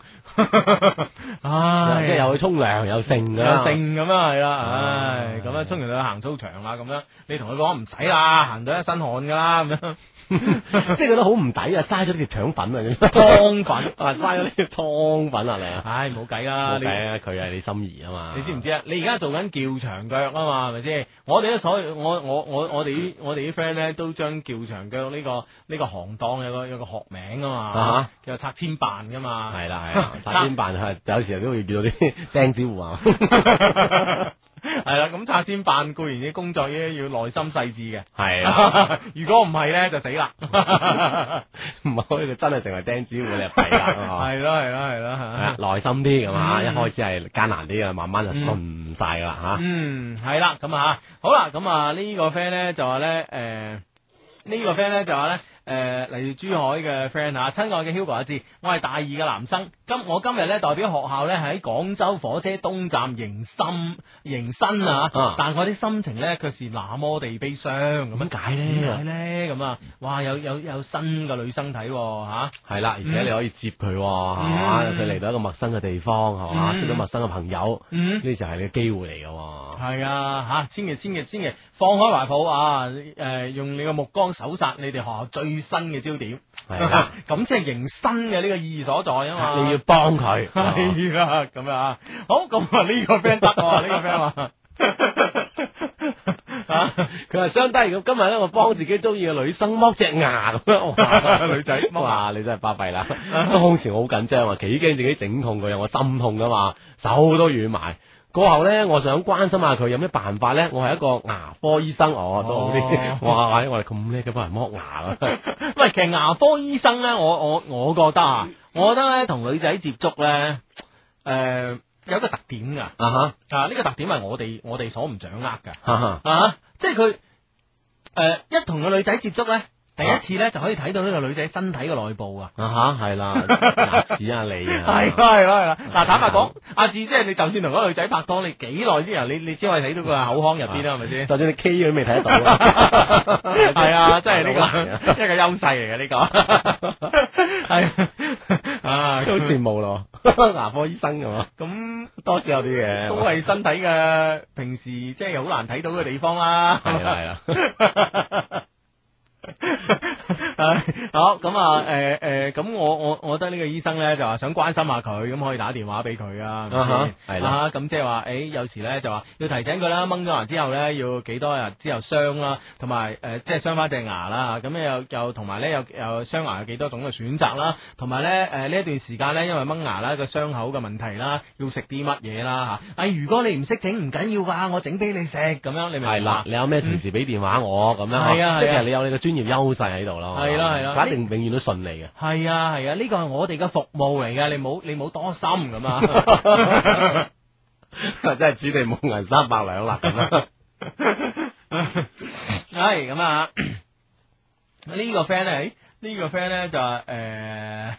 Speaker 1: 唉，
Speaker 3: 即係又去沖涼又剩
Speaker 1: 有
Speaker 3: 㗎啦。
Speaker 1: 性咁啊，系啦，唉，咁樣沖完去行操場啦，咁樣你同佢講唔使啦，行到一身汗噶啦，咁樣
Speaker 3: 即係覺得好唔抵啊！嘥咗呢碟腸粉啊！
Speaker 1: 湯粉，
Speaker 3: 啊，嘥咗呢碟湯粉啊！你啊，
Speaker 1: 唉，冇計
Speaker 3: 冇
Speaker 1: 啦，你
Speaker 3: 計啊！佢係你心儀啊嘛，
Speaker 1: 你知唔知啊？你而家做緊叫長腳啊嘛，係咪先？我哋咧所有我我我我哋啲我哋啲 friend 咧都將叫長腳呢個呢個行當有個有個學名啊嘛
Speaker 3: 啊，
Speaker 1: 叫做拆遷辦噶嘛，
Speaker 3: 係啦係啦，拆遷辦係有時候都會遇到啲 釘子户啊，
Speaker 1: 係啦，咁拆遷辦固然啲工作咧要耐心細緻嘅。
Speaker 3: 係啊，
Speaker 1: 如果唔係咧，就死啦！係
Speaker 3: 唔好佢真係成為釘子户你就弊啦，
Speaker 1: 咯，係咯，啊係咯，
Speaker 3: 啊係啊
Speaker 1: 係
Speaker 3: 嘛，耐心啲咁啊，一開始係艱難啲啊，慢慢就順晒㗎啦
Speaker 1: 嗯，係啦，咁啊，好啦，咁啊呢個 friend 咧就話咧，誒呢個 friend 咧就話咧。誒嚟自珠海嘅 friend 啊，親愛嘅 Hugo 阿志，我係大二嘅男生，今我今日咧代表學校咧喺廣州火車東站迎新迎新啊
Speaker 3: 啊，
Speaker 1: 但我啲心情咧卻是那麼地悲傷咁樣
Speaker 3: 嚇，解
Speaker 1: 點解？咧
Speaker 3: 嗯
Speaker 1: 咁啊？哇，有有有新嘅女生睇喎嚇，
Speaker 3: 係啦，而且你可以接佢喎，係嘛？
Speaker 1: 嗯
Speaker 3: 佢嚟到一個陌生嘅地方，係嘛？
Speaker 1: 嗯
Speaker 3: 識到陌生嘅朋友，
Speaker 1: 嗯。
Speaker 3: 呢就係你嘅機會嚟㗎喎。
Speaker 1: 系啊，吓、千祈千祈千祈放開懷抱啊！诶、用你嘅目光搜殺你哋學校最新嘅焦點，
Speaker 3: 係啦，
Speaker 1: 咁先係迎新嘅呢個意義所在 啊嘛！
Speaker 3: 你要哦幫佢。
Speaker 1: 系啦，咁啊，好咁啊，呢個 friend 得喎，呢個 friend 話。 啊！
Speaker 3: 佢話相低咁，今日咧我幫自己中意嘅女生剝隻牙咁 樣，哇！女仔哇，你真係巴閉 啦！當時我好緊張啊，幾驚自己整痛佢，我心痛噶嘛，手都軟埋。過後咧，我想關心下佢有咩辦法咧。我係一個牙科醫生，我都好 啲。哇！我哋咁叻嘅幫人剝牙啦，
Speaker 1: 喂，其實牙科醫生咧，我我我覺得啊，我覺得咧同女仔接觸咧，诶、有一個特點噶，
Speaker 3: 啊哈
Speaker 1: 啊呢、個特點係我哋我哋所唔掌握噶。
Speaker 3: 哈哈，
Speaker 1: 啊，即係佢诶一同個女仔接觸咧，第一次咧就可以睇到呢個女仔身體嘅內部啊。
Speaker 3: 啊哈，係啦，牙齒啊你啊，
Speaker 1: 係啦係啦係啦，嗱坦白講，阿志即係你就算同嗰個女仔拍拖，你幾耐之後你你先可以睇到佢嘅口腔入邊啊啦，係咪先？
Speaker 3: 就算你 K 佢都未睇得到啊。
Speaker 1: 係啊，真係
Speaker 3: 好難
Speaker 1: 呢
Speaker 3: 啊
Speaker 1: 個一個優勢嚟嘅呢 個，係啊，
Speaker 3: 好羨慕咯， 牙科醫生咁啊，
Speaker 1: 咁
Speaker 3: 多少有啲嘅，
Speaker 1: 都係身體嘅平時即係好難睇到嘅地方啦，
Speaker 3: 係啦係啦。
Speaker 1: 唉好咁啊，诶诶，咁我我我觉得呢個醫生咧就話想關心下佢，咁可以打電話俾佢啊，
Speaker 3: 啊哈
Speaker 1: 係咪先
Speaker 3: 係啦
Speaker 1: 啊咁即係話，诶，有時咧就話要提醒佢啦，掹咗牙之後咧要幾多日之後鑲啦，同埋诶即係鑲翻隻牙啦，咁又又同埋咧有有鑲牙有幾多種嘅選擇啦，同埋咧诶呢一段時間咧因為掹牙啦個傷口嘅問題啦，要食啲乜嘢啦吓，诶如果你唔識整唔緊要㗎，我整俾你食咁樣，你明唔明啊
Speaker 3: 系啦，你有咩隨時俾電話我咁樣嗬，
Speaker 1: 係啊
Speaker 3: 嗯即係
Speaker 1: 係啊
Speaker 3: 其實你有你嘅專業優勢喺度咯，
Speaker 1: 係啦係啦
Speaker 3: 佢一定永遠都順利嘅。
Speaker 1: 系啊系啊，呢個係我哋嘅服務嚟噶，你冇你冇多心咁 啊！
Speaker 3: 真係此地無銀三百兩啦，咁樣
Speaker 1: 係咁啊， 呢個 friend 咧，呢個 friend 咧就係诶，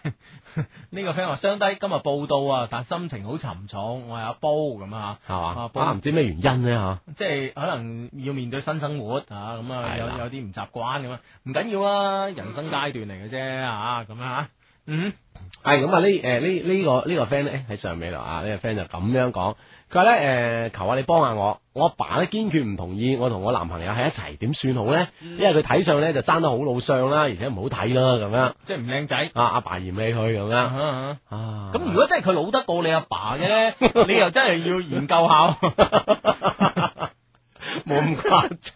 Speaker 1: 呢個 friend 話相低今日報道啊，但心情好沉重，我係阿煲咁啊，
Speaker 3: 係嘛
Speaker 1: 啊？
Speaker 3: 啊，唔知咩原因咧吓，
Speaker 1: 即係可能要面對新生活啊，咁啊
Speaker 3: 係
Speaker 1: 有
Speaker 3: 啦
Speaker 1: 有啲唔習慣咁啊，唔緊要啊，人生階段嚟嘅啫啊，咁啊，嗯，
Speaker 3: 係咁啊？呢诶呢呢個呢個 friend 咧喺上尾度啊，呢個 friend 就咁樣講，佢話咧诶求下你幫下我，我阿爸咧堅決唔同意我同我男朋友喺一齊，點算好嗯咧？因為佢睇上咧就生得好老相啦，而且唔好睇啦咁樣。
Speaker 1: 即係唔靚仔。
Speaker 3: 啊，阿爸嫌你去咁
Speaker 1: 啊
Speaker 3: 樣
Speaker 1: 哈啊哈
Speaker 3: 啊，
Speaker 1: 咁如果真係佢老得過你阿爸嘅咧，你又真係要研究下，
Speaker 3: 冇咁誇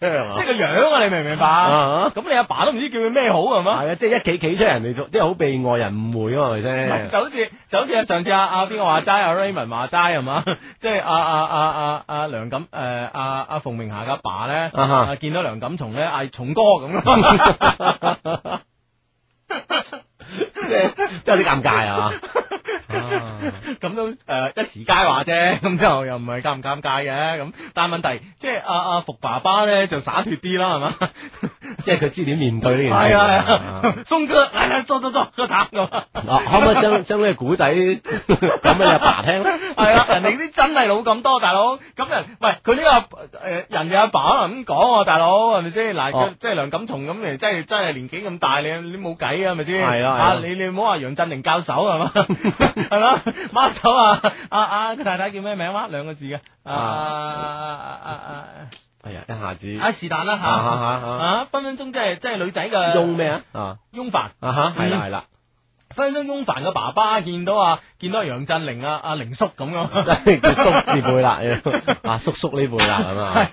Speaker 3: 張啊
Speaker 1: 即係個樣啊，你明唔明白？
Speaker 3: 啊。
Speaker 1: 咁你阿爸都唔知叫佢咩好係嘛？
Speaker 3: 系啊，即系一企企出人哋，即系好被外人誤會啊，係咪先？
Speaker 1: 就好似就好似上次阿阿邊個話齋，阿 Raymond 話齋係 嘛？即係阿阿阿阿阿梁錦誒阿阿馮明霞嘅阿爸咧，
Speaker 3: 啊哈
Speaker 1: 啊見到梁錦松咧嗌松哥咁 咯，
Speaker 3: 即係即係有啲尷尬啊！
Speaker 1: 咁都诶一時佳話啫， 咁就又唔係尷唔尷尬嘅咁。但係問題即係阿阿伏爸爸咧就灑脱啲啦，係嘛？
Speaker 3: 即係佢知點面對呢件事。
Speaker 1: 係啊係啊， 松哥，嚟嚟坐坐坐個慘咁啊！
Speaker 3: 啊可唔可以將將呢個古仔講俾你阿爸聽咧？
Speaker 1: 係啦，人哋啲真係老咁多，大佬咁人喂佢呢個诶人哋阿爸可能咁講喎，大佬係咪先？嗱，
Speaker 3: 哦
Speaker 1: 佢即係梁錦松咁，你真係真係年紀咁大，你你冇計啊，係咪先？
Speaker 3: 係啊係啊
Speaker 1: 啊你你唔好話楊振寧教授係嘛，係嘛，孖手啊啊啊！佢太太叫咩名話？兩個字嘅啊
Speaker 3: 啊
Speaker 1: 啊啊啊
Speaker 3: 哎呀，一下子
Speaker 1: 啊！是但啦
Speaker 3: 啊啊
Speaker 1: 嚇
Speaker 3: 啊啊
Speaker 1: 啊，分分鐘即係即係女仔嘅
Speaker 3: 用咩啊？啊
Speaker 1: 翁凡。
Speaker 3: 啊哈，係啦係啦，
Speaker 1: 分分鐘翁凡嘅爸爸見到啊，見到楊振寧啊，阿寧叔咁樣，
Speaker 3: 即係叫叔字輩啦，啊叔叔呢輩啦咁啊，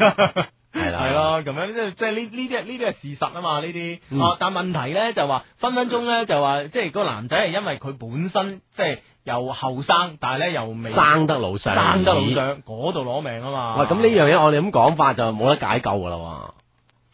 Speaker 3: 係啦
Speaker 1: 係，咯，咁樣即係即係呢呢啲係呢啲係事實啊嘛，呢
Speaker 3: 嗯
Speaker 1: 啲啊，但問題咧就話分分鐘咧就話，即係個男仔係因為佢本身即係又後生，但係咧又未
Speaker 3: 生得老上，
Speaker 1: 生得老。上嗰度攞命啊嘛。
Speaker 3: 喂，咁呢樣嘢我哋咁講法就冇得解救噶啦喎。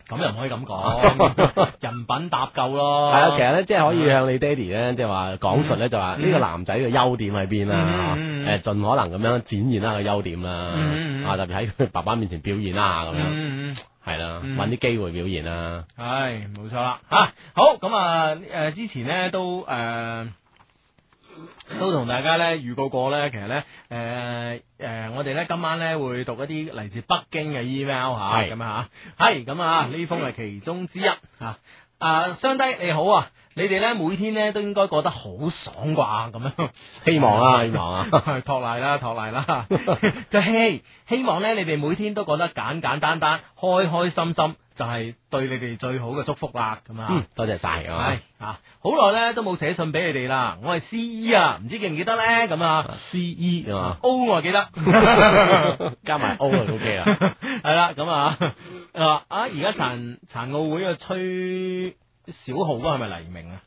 Speaker 1: 咁又唔可以咁 講，人品搭救咯。
Speaker 3: 係啊，其實咧即係可
Speaker 1: 嗯
Speaker 3: 以向你爹哋咧，即係話講述咧就話呢個男仔嘅優點喺邊啦，
Speaker 1: 嗯嗯嗯
Speaker 3: 誒盡可能咁樣展現啦個優點啦，
Speaker 1: 嗯嗯嗯
Speaker 3: 啊特別喺佢爸爸面前表現啦咁樣，
Speaker 1: 嗯嗯嗯
Speaker 3: 係啦，
Speaker 1: 嗯
Speaker 3: 揾啲機會表現啦。
Speaker 1: 唉，冇錯啦，吓、好咁啊！誒、之前咧都誒、都同大家咧預告過咧，其實咧誒誒，我哋咧今晚咧會讀一啲嚟自北京嘅 email 吓、
Speaker 3: 係
Speaker 1: 咁啊吓，係咁啊，呢封係其中之一啊！啊，雙低你好啊！你哋咧每天咧都應該過得好爽啩咁樣。
Speaker 3: 希望啦，
Speaker 1: 嗯
Speaker 3: 希望啊，
Speaker 1: 係 托賴啦，托賴啦。 佢希希望咧，你哋每天都覺得簡簡單單、開開心心，就係、對你哋最好嘅祝福啦。咁啊。
Speaker 3: 嗯， 多謝晒啊
Speaker 1: 係，啊，好耐咧都冇寫信俾你哋啦，我係 C E 啊，唔知記唔記得咧咁啊
Speaker 3: ，C E 啊
Speaker 1: ，O 我記得，
Speaker 3: 嘛， 加埋 O 就 OK 啦，
Speaker 1: 係啦，咁啊，啊啊而家殘殘奧會嘅崔小浩嗰個係咪黎明啊？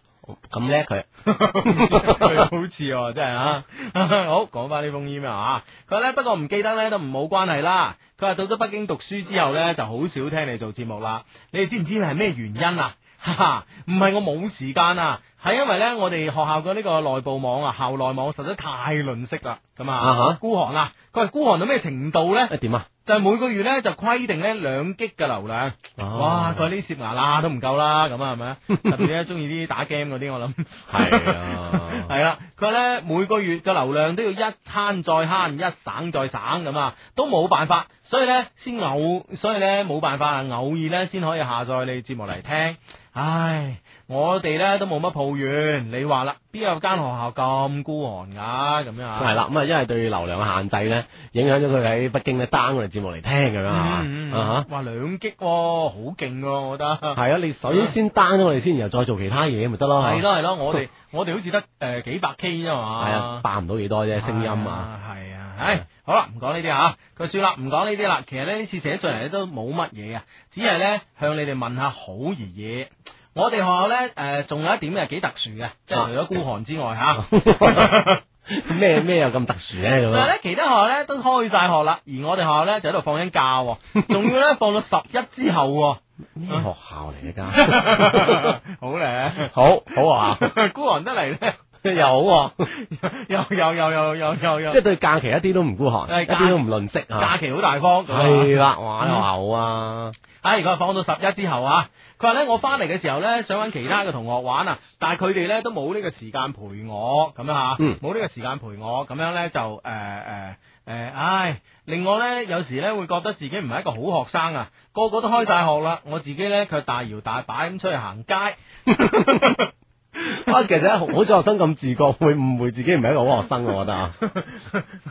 Speaker 3: 咁叻佢，
Speaker 1: 佢好似喎，真係啊！ 好，講翻呢封 email 啊，佢話咧不過唔記得咧都唔冇關係啦。佢話到咗北京讀書之後咧，就好少聽你做節目啦。你哋知唔知係咩原因啊？哈哈，唔係我冇時間啊，係因為咧我哋學校嘅呢個內部網啊，校內網實在太吝嗇啦，咁
Speaker 3: 啊
Speaker 1: 啊
Speaker 3: 哈，
Speaker 1: 孤寒啊！佢話孤寒到咩程度咧？
Speaker 3: 誒點啊？
Speaker 1: 就係每個月咧就規定咧兩 G 嘅流量，
Speaker 3: 哦
Speaker 1: 哇！佢話呢啲攝牙罅都唔夠啦，咁啊係咪 啊？特別咧中意啲打 game 嗰啲，我諗。
Speaker 3: 係 啊，
Speaker 1: 系啦，佢話咧每個月嘅流量都要一慳再慳，一省再省咁啊，都冇辦法，所以咧先偶，所以咧冇辦法，偶爾咧先可以下載你節目嚟聽。唉，我哋咧都冇乜抱怨，你話啦，邊有間學校咁孤寒噶咁樣啊？
Speaker 3: 係啦，咁啊，因為對流量嘅限制咧，影響咗佢喺北京咧 down 我哋節目嚟聽咁樣啊
Speaker 1: 嗯，嗯，嗯
Speaker 3: 啊哈。
Speaker 1: 哇兩擊喎，好勁喎，我覺得。
Speaker 3: 系啊，你首先先 down 咗我哋先，然後再做其他嘢咪得咯。
Speaker 1: 係，咯啊係咯，我哋我哋好似得誒幾百 K 啫嘛。
Speaker 3: 系啊，爆唔到幾多啫，聲音啊，
Speaker 1: 係啊，系啊，唉，好啦，唔講呢啲啊，佢算啦，唔講呢啲啦。其實呢呢次寫上嚟咧都冇乜嘢啊，只係咧向你哋問下好而已。我哋學校咧誒，呃仲、有一點係幾特殊嘅，即
Speaker 3: 啊
Speaker 1: 係除咗孤寒之外 嚇。
Speaker 3: 咩咩又咁特殊咧咁
Speaker 1: 就
Speaker 3: 啊
Speaker 1: 係
Speaker 3: 樣。
Speaker 1: 咧，其他學校咧都開晒學啦，而我哋學校咧就喺度放緊假 喎，仲要咧放到十一之後喎，
Speaker 3: 咩學校嚟嘅家？
Speaker 1: 好咧，
Speaker 3: 好好 啊，
Speaker 1: 孤寒得嚟咧，
Speaker 3: 又好喎，
Speaker 1: 又又又又又又又
Speaker 3: 即係對假期一啲都唔孤寒，
Speaker 1: 係
Speaker 3: 一
Speaker 1: 假
Speaker 3: 啲都唔吝惜啊
Speaker 1: 假。期好大方，咁啊
Speaker 3: 係啦，玩學校 啊，
Speaker 1: 唉，佢話放到十一之後啊，佢話咧我翻嚟嘅時候咧，想揾其他嘅同學玩啊，但係佢哋咧都冇呢個時間陪我咁樣啊，
Speaker 3: 嗯
Speaker 1: 冇呢、個時間陪我，咁樣咧就呃誒誒誒，唉、令我咧有時咧會覺得自己唔係一個好學生啊，個個都開晒學啦，我自己咧卻大搖大擺咁出去行街，
Speaker 3: 啊，其實好似學生咁自覺，會誤會自己唔係一個好學生，我覺 得啊，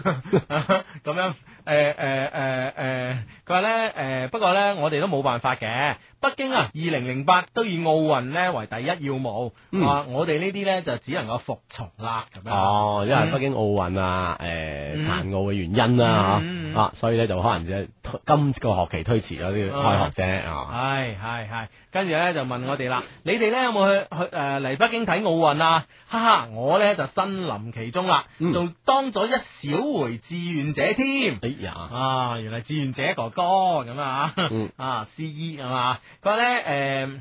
Speaker 1: 咁樣誒誒誒誒，佢話咧誒，不過咧我哋都冇辦法嘅。北京啊，二零零八都以奧運咧為第一要務，
Speaker 3: 嗯
Speaker 1: 啊，我哋呢啲咧就只能夠服從啦，咁樣。
Speaker 3: 哦，因
Speaker 1: 嗯
Speaker 3: 為北京奧運啊，誒殘奧嘅原因啦
Speaker 1: 嗯嗯嗯
Speaker 3: 嚇，啊，所以咧就可能就推今個學期推遲咗
Speaker 1: 嗯
Speaker 3: 啲開學啫啊。
Speaker 1: 係係係，跟住咧就問我哋啦，你哋咧有冇去去誒嚟、北京睇奧運啊？哈哈，我咧就身臨其中啦，
Speaker 3: 嗯
Speaker 1: 仲、當咗一小回志願者添。
Speaker 3: 哎呀，
Speaker 1: 啊，原來志願者哥 哥咁啊，
Speaker 3: 嗯
Speaker 1: 啊 C E 咁啊，佢話咧誒。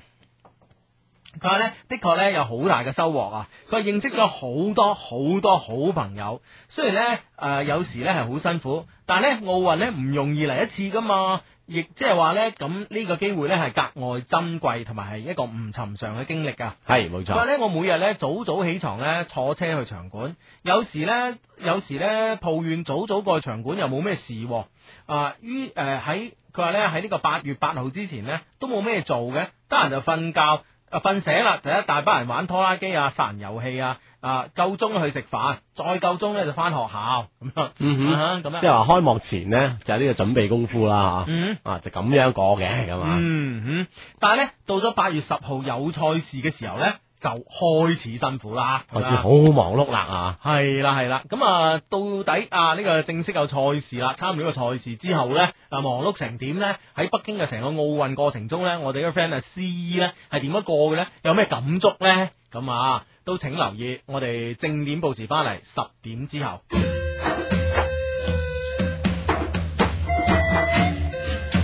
Speaker 1: 佢話咧，的確咧有好大嘅收穫啊！佢話認識咗好多好多好朋友，雖然咧誒、呃有時咧係好辛苦，但係咧奧運咧唔容易嚟一次噶嘛，亦即係話咧咁呢個機會咧係格外珍貴，同埋係一個唔尋常嘅經歷啊！
Speaker 3: 系冇
Speaker 1: 佢話
Speaker 3: 錯，
Speaker 1: 咧，我每日咧早早起床咧，坐車去場館。有時咧，有時咧抱怨早早過去場館又冇咩事喎、啊。於誒喺佢話咧喺呢個八月八號之前咧，都冇咩做嘅，得閒就瞓覺。啊！瞓醒啦，就一大班人玩拖拉機啊、殺人遊戲啊，啊夠鐘去食飯，再夠鐘咧就翻學校咁樣，
Speaker 3: 嗯 哼，
Speaker 1: 啊咁樣
Speaker 3: 即係話開幕前呢，就有呢個準備功夫啦吓，
Speaker 1: 嗯
Speaker 3: 啊就咁樣過嘅咁啊，
Speaker 1: 嗯哼，但係咧到咗八月十號有賽事嘅時候咧，就開始辛苦啦，
Speaker 3: 開
Speaker 1: 咁
Speaker 3: 始
Speaker 1: 樣
Speaker 3: 好忙碌啦啊，
Speaker 1: 系啦系啦，咁啊到底啊呢、個正式有賽事啦，參與呢個賽事之後呢，啊忙碌成點呢？喺北京嘅成個奧運過程中呢，我哋嘅 friend 啊 C E 呢係點樣過嘅呢？有咩感觸呢？咁啊都請留意我哋正點報時翻嚟十點之後。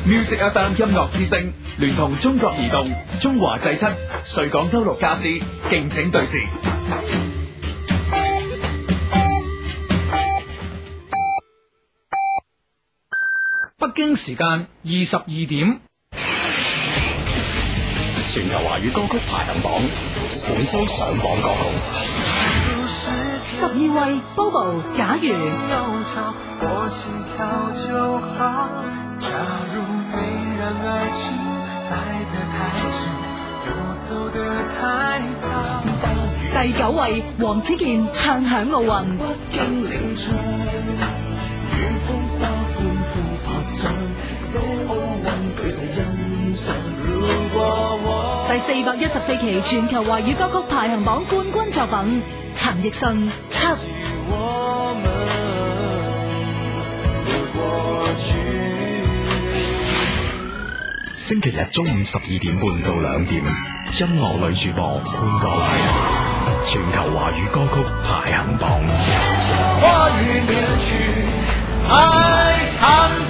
Speaker 4: Music FM 音樂之聲聯同中國移動、中華製漆、瑞港歐陸家私敬請對視。
Speaker 6: 北京時間二十二點。
Speaker 7: 全球華語歌曲排行榜本周上榜歌曲。
Speaker 8: 十二位 Bobo，假如
Speaker 2: 高潮，我心跳就好。假如没让爱情来得太迟，又走得太早。
Speaker 8: 第九位黃子健唱響奧運，
Speaker 2: 不經領取，暖風花歡呼拍掌，走奧運舉世欣賞。如果我
Speaker 8: 第四百一十四期全球華語歌曲排行榜冠軍作品陳奕迅《七》，
Speaker 2: 我們的過去。
Speaker 4: 星期日中午十二點半到兩點，音樂女主播潘多拉，全球華語歌曲排行榜。
Speaker 2: 花雨免去，愛恨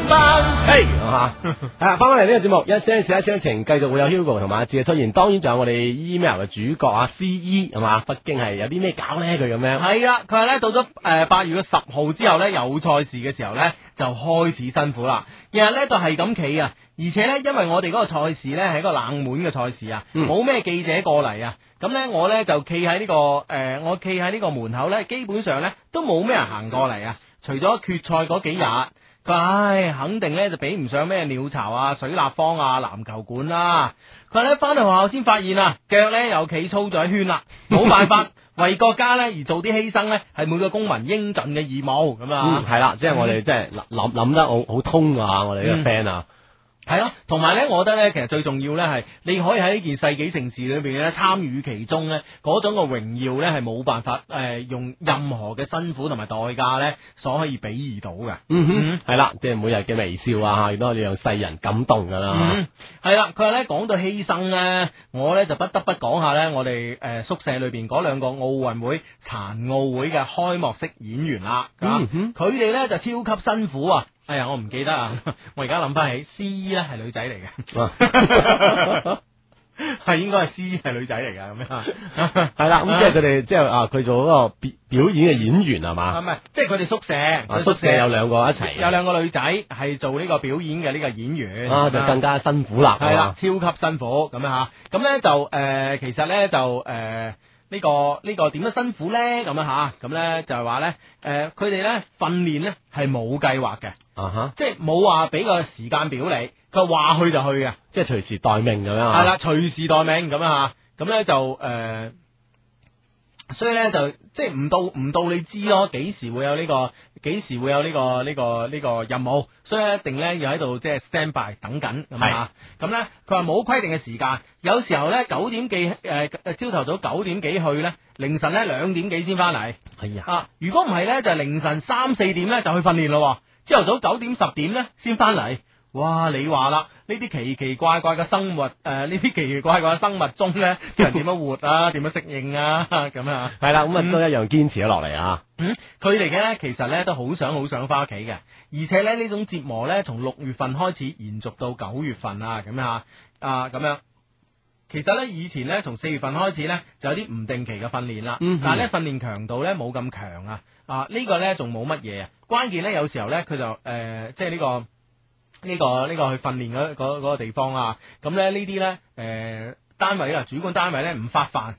Speaker 2: 漫。
Speaker 3: 嘿咁 啊，啊翻返嚟呢個節目，一些事一些情，繼續會有 Hugo 同埋阿志啊嘅出現，當然仲有我哋 email 嘅主角啊 C E 係嘛，北京係有啲咩搞咧佢咁樣。
Speaker 1: 係啦，佢話咧到咗誒八月嘅十號之後咧有賽事嘅時候咧就開始辛苦啦，日日咧都係咁企啊，而且咧因為我哋嗰個賽事咧係一個冷門嘅賽事啊，冇咩、記者過嚟啊，咁咧我咧就企喺呢個誒、呃我企喺呢個門口咧，基本上咧都冇咩人行過嚟啊，除咗決賽嗰幾日。佢話唉，肯定咧就比唔上咩鳥巢啊、水立方啊、籃球館啦、佢話咧翻到學校先發現啊，腳咧又企粗咗一圈啦， 冇辦法為國家咧而做啲犧牲咧，係每個公民應盡嘅義務咁
Speaker 3: 嗯，
Speaker 1: 啊。
Speaker 3: 系啦，即係我哋即係諗諗得好好通啊！我哋
Speaker 1: 嗯
Speaker 3: 呢個 friend 啊，
Speaker 1: 係咯，同埋咧，我覺得咧，其實最重要咧係，你可以喺呢件世紀城市裏邊咧參與其中咧，嗰種嘅榮耀咧係冇辦法誒、呃用任何嘅辛苦同埋代價咧所可以比擬到嘅。
Speaker 3: 嗯哼，係啦，即係每日嘅微笑啊，亦都可以讓世人感動噶啦
Speaker 1: 嗯，係啦，佢話咧講到犧牲咧，我咧就不得不講下咧，我哋誒、呃宿舍裏邊嗰兩個奧運會殘奧會嘅開幕式演員啦，啊
Speaker 3: 嗯
Speaker 1: 佢哋咧就超級辛苦啊！哎呀，我唔記得啊， 我而家諗翻起 C E 咧係女仔嚟嘅。 係應該係 C E 係女仔嚟㗎咁
Speaker 3: 啊
Speaker 1: 樣，
Speaker 3: 係啦，咁即係佢哋即係啊，佢做嗰個表表演嘅演員係
Speaker 1: 啊
Speaker 3: 嘛，
Speaker 1: 唔係，即係佢哋宿舍，
Speaker 3: 啊
Speaker 1: 佢
Speaker 3: 宿舍有兩個一齊
Speaker 1: 有兩個女仔係做呢個表演嘅呢個演員
Speaker 3: 啊，就更加辛苦啦，
Speaker 1: 系啦，超級辛苦咁樣吓，咁咧就诶、呃其實咧就诶。呃呢、個呢、個點樣辛苦咧？咁樣吓，咁咧就係話咧，誒佢哋咧訓練咧係冇計劃嘅，
Speaker 3: 啊吓，
Speaker 1: 即係冇話俾個時間表你，佢話去就去嘅，
Speaker 3: 即係隨時待命咁樣啊
Speaker 1: 係啦，隨時待命咁啊，咁咧就誒、呃所以咧就即係唔到唔到你知咯，幾時會有呢、個幾時會有呢、個呢、個呢、個任務，所以咧一定咧要喺度即係 stand by 等緊咁啊，咁咧佢話冇規定嘅時間，有時候咧九點幾誒誒朝頭早九點幾去咧，凌晨咧兩點幾先翻嚟。
Speaker 3: 哎呀，
Speaker 1: 啊，如果唔係呢，就凌晨三四點呢就去訓練咯喎，朝頭早九點十點呢先翻嚟。哇！你話啦，呢啲奇奇怪怪嘅生物，誒呢啲奇奇怪怪嘅生物中呢，人點樣活啊？點樣適應啊？咁啊！
Speaker 3: 係啦，咁啊都一樣堅持咗落嚟啊，
Speaker 1: 佢哋嘅咧，其實咧都好想好想翻屋企嘅，而且咧呢種折磨咧，從六月份開始延續到九月份啊，咁啊啊咁樣。其實咧，以前咧，從四月份開始咧，就有啲唔定期嘅訓練啦。
Speaker 3: 嗯哼
Speaker 1: 但係咧，訓練強度咧冇咁強啊。啊，呢、個咧仲冇乜嘢啊。關鍵咧，有時候咧，佢就誒、呃即係呢、個。呢、個呢、個去訓練嗰嗰嗰個地方啊，咁咧呢啲咧誒單位啊，主管單位咧唔發飯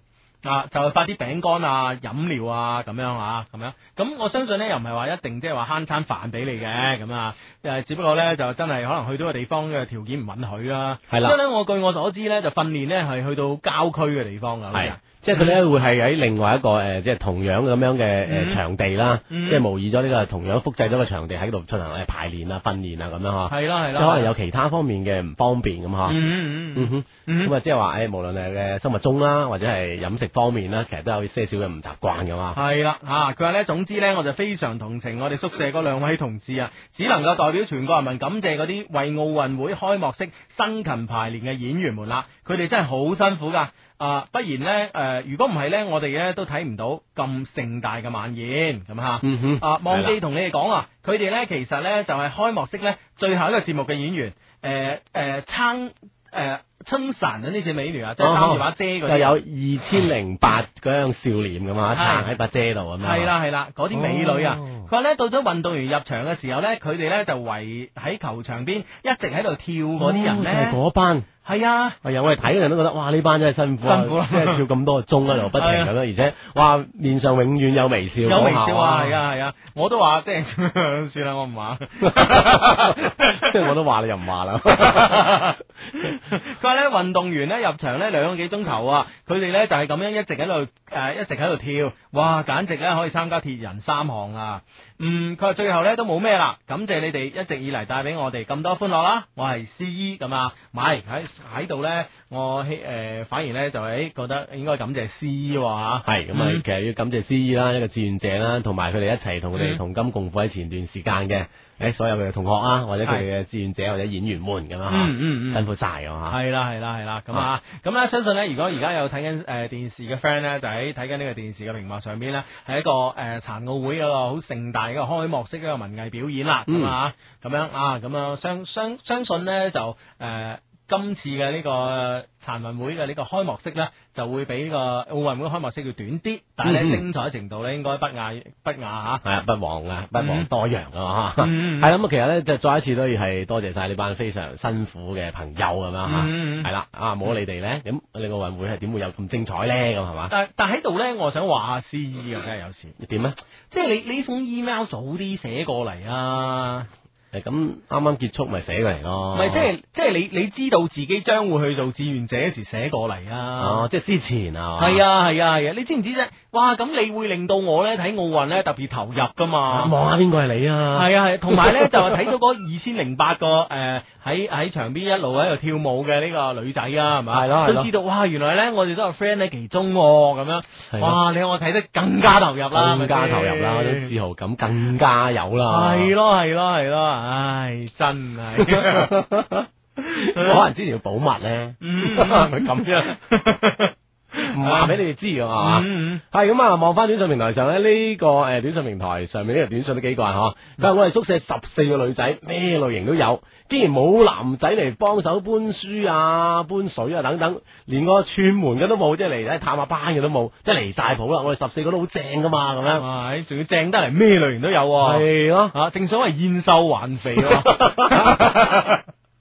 Speaker 1: 啊，就係發啲餅乾啊、飲料啊咁樣啊，咁樣咁我相信咧又唔係話一定即係話慳餐飯俾你嘅咁啊，誒只不過咧就真係可能去到個地方嘅條件唔允許啦，
Speaker 3: 係啦
Speaker 1: 因為咧我據我所知咧就訓練咧係去到郊區嘅地方㗎，好似啊
Speaker 3: 係。即係佢咧會係喺另外一個誒、呃即係同樣咁樣嘅
Speaker 1: 嗯
Speaker 3: 誒場地啦，
Speaker 1: 嗯
Speaker 3: 即係模擬咗呢個同樣複製咗個場地喺度進行誒排練啊、訓練啊咁樣嗬。
Speaker 1: 係啦係
Speaker 3: 即
Speaker 1: 啦，
Speaker 3: 係可能有其他方面嘅唔方便咁嗬。
Speaker 1: 嗯嗯嗯
Speaker 3: 嗯哼，
Speaker 1: 嗯
Speaker 3: 咁啊，即係話誒，無論係嘅生物鐘啦，或者係飲食方面啦，其實都有些少嘅唔習慣噶嘛。
Speaker 1: 系啦，吓佢話咧，總之咧，我就非常同情我哋宿舍嗰兩位同志 啊，只能夠代表全國人民感謝嗰啲為奧運會開幕式辛勤排練嘅演員們啦，佢哋真係好辛苦噶。啊，不然呢，誒、如果唔係呢，我哋呢都睇唔到咁盛大嘅晚宴咁吓。
Speaker 3: 嗯哼
Speaker 1: 啊，忘
Speaker 3: 係
Speaker 1: 記同你哋講啊，佢哋呢其實呢就係、開幕式呢最後一個節目嘅演員，誒誒撐誒撐傘嗰啲是美女啊，即
Speaker 3: 哦
Speaker 1: 係擔住把遮嗰啲啊。
Speaker 3: 就有二千零八嗰樣笑臉咁啊，
Speaker 1: 係
Speaker 3: 撐喺把遮度咁樣。啊
Speaker 1: 系，啦系啦，嗰啲美女啊，
Speaker 3: 哦
Speaker 1: 佢話咧到咗運動員入場嘅時候咧，佢哋咧就圍喺球場邊一直喺度跳嗰啲人
Speaker 3: 哦就係
Speaker 1: 咧，
Speaker 3: 嗰班。
Speaker 1: 係啊，
Speaker 3: 係啊，我哋睇嘅人都覺得哇，呢班真係辛苦啊，
Speaker 1: 辛苦啊啦
Speaker 3: 即係跳咁多個鐘喺度不停 咁樣，而且哇，面上永遠有微笑，
Speaker 1: 有微笑啊，係
Speaker 3: 啊，
Speaker 1: 啊係啊，我都話即係 算啦，我唔 話。
Speaker 3: 即係我都 話你又唔話 啦，
Speaker 1: 佢話咧運動員咧入場咧兩個幾鐘頭啊，佢哋咧就係咁樣一直喺度誒一直喺度跳，哇！簡直咧可以參加鐵人三項啊！嗯，佢話最後咧都冇咩啦，感謝你哋一直以嚟帶俾我哋咁多歡樂啦，我係 C E 咁啊，唔係喺喺度咧，我希誒、呃反而咧就係覺得應該感謝 C E 喎啊
Speaker 3: 係咁啊，其實要感謝司儀啦，一個志願者啦，同埋佢哋一齊同我
Speaker 1: 嗯
Speaker 3: 哋同甘共苦喺前段時間嘅，誒所有佢嘅同學啊，或者佢哋嘅志願者或者演員們咁
Speaker 1: 嗯嗯嗯
Speaker 3: 啊，辛苦晒啊嚇，
Speaker 1: 系啦系啦系啦，咁啊，咁咧相信咧，如果而家有睇緊诶电视嘅 friend 咧，就喺睇緊呢個電視嘅屏幕上邊咧，係一個诶殘奧會嗰個好盛大嘅一個開幕式嘅一個文藝表演啦，
Speaker 3: 嗯
Speaker 1: 咁啊，咁樣啊，咁啊，相相相信咧就呃诶。今次嘅呢個呃殘運會嘅呢個開幕式呢，就會比呢個奧運會開幕式要短啲，但係呢，
Speaker 3: 嗯嗯
Speaker 1: 精彩程度呢，應該不亞不亞嚇。
Speaker 3: 係啊，不遑啊，不遑多讓啊嚇。
Speaker 1: 嗯嗯嗯嗯
Speaker 3: 係啦，咁啊其實咧就再一次都要係多謝晒呢班非常辛苦嘅朋友咁樣嚇。
Speaker 1: 嗯嗯嗯
Speaker 3: 係啦，啊冇咗你哋咧，咁你個運會係點會有咁精彩咧？咁係嘛？
Speaker 1: 但但喺度呢，我想話下 C E 嘅，真係有時，
Speaker 3: 點啊咧？
Speaker 1: 即係你你呢封 email 早啲寫過嚟啊！
Speaker 3: 誒咁啱啱結束咪寫過嚟咯。
Speaker 1: 唔係即係即係你你知道自己將會去做志願者時寫過嚟啊
Speaker 3: 哦，。即係之前啊。
Speaker 1: 係啊係啊係啊！你知唔知啫？哇！咁你會令到我咧睇奧運咧特別投入噶
Speaker 3: 啊，
Speaker 1: 嘛？
Speaker 3: 望下邊個係你啊？
Speaker 1: 係啊係，同埋咧 就係睇到嗰二千零八個誒喺喺場邊一路喺度跳舞嘅呢個女仔啊，係咪？
Speaker 3: 係咯係咯
Speaker 1: 都知道哇！原來咧我哋都有 friend 喺其中喎，咁樣
Speaker 3: 係咯
Speaker 1: 哇！你我睇得更加投入啦，
Speaker 3: 更加投入啦，
Speaker 1: 啊係
Speaker 3: 嗰
Speaker 1: 咪
Speaker 3: 種
Speaker 1: 先
Speaker 3: 自豪感更加有啦。
Speaker 1: 係，啊咯係咯係咯，唉，真係。
Speaker 3: 可能之前要保密咧，
Speaker 1: 嗯
Speaker 3: 佢咁樣 唔話俾你哋知啊嘛。
Speaker 1: 嗯
Speaker 3: 係咁啊，望翻短信平台上咧，呢個誒短信平台上面呢條短信都幾怪嗬。佢話我哋宿舍十四個女仔，咩類型都有，竟然冇男仔嚟幫手搬書啊、搬水啊等等，連個串門嘅都冇，即係嚟探下班嘅都冇，即係離晒譜啦。我哋十四個都好正噶嘛，咁樣
Speaker 1: 哇！唉仲要正得嚟咩類型都有喎。
Speaker 3: 係咯。
Speaker 1: 啊，正所謂燕瘦還肥喎，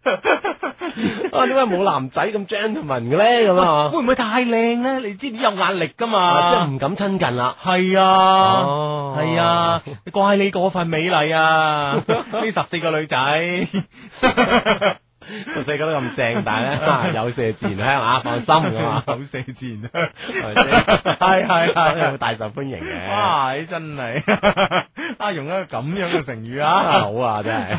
Speaker 3: 啊，點解冇男仔咁 gentleman 嘅咧？咁啊，
Speaker 1: 會唔會太靚咧？你知唔知有壓力噶
Speaker 3: 啊即係
Speaker 1: 嘛？
Speaker 3: 唔敢親近啦。
Speaker 1: 係啊，
Speaker 3: 哦
Speaker 1: 係，啊，怪你過分美麗 啊！呢十四個女仔，
Speaker 3: 十四個都咁正，但 係咧啊有麝自然香啊，放心㗎嘛，
Speaker 1: 好死賤啊！
Speaker 3: 係咪先
Speaker 1: 係係係
Speaker 3: 會，大受歡迎嘅。
Speaker 1: 哇！你真係 啊，用一個咁樣嘅成語
Speaker 3: 啊
Speaker 1: 啊
Speaker 3: 好！啊，真係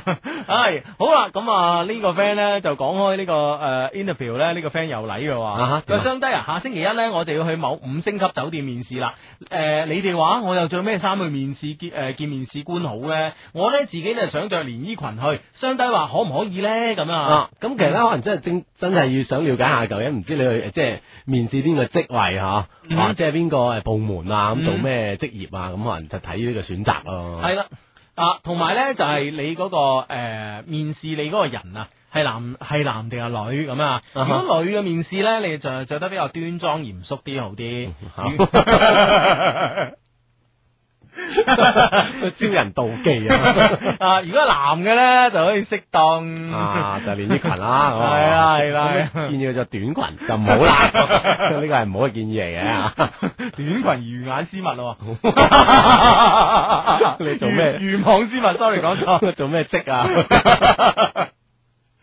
Speaker 1: 系好啦，咁啊呢個 friend 咧就講開呢個诶 interview 咧，呢個 friend 有禮嘅
Speaker 3: 啊
Speaker 1: 喎
Speaker 3: 哈。
Speaker 1: 佢話相低啊，下星期一咧我就要去某五星級酒店面試啦。诶，你哋話我又着咩衫去面試呃見诶见面試官好咧？我咧自己咧想着連衣裙去。相低話可唔可以咧？咁啊
Speaker 3: 啊。，咁其實咧，可能真係正真係要想了解下究竟，唔知你去即係面試邊個職位嚇，
Speaker 1: 嗯
Speaker 3: 啊或者係邊個誒部門啊，咁做咩職業啊，咁可能就睇呢個選擇咯。
Speaker 1: 係啦。啊，同埋咧就係你嗰、個呃面試你嗰個人啊，係男係男定係女咁啊？如果女嘅面試咧，你就着得比較端莊嚴肅啲好啲。
Speaker 3: 嗯招人妒忌
Speaker 1: 啊，
Speaker 3: 啊！
Speaker 1: 如果男嘅咧就可以適當。
Speaker 3: 啊，就連衣裙啦，咁啊
Speaker 1: 係啦係啦
Speaker 3: 咁啊建議就短裙就唔好 啦，呢個係唔好嘅建議嚟嘅啊。
Speaker 1: 短裙魚眼絲襪咯喎，
Speaker 3: 你做 咩
Speaker 1: 魚魚網絲襪，sorry 講 錯。
Speaker 3: 做咩職啊？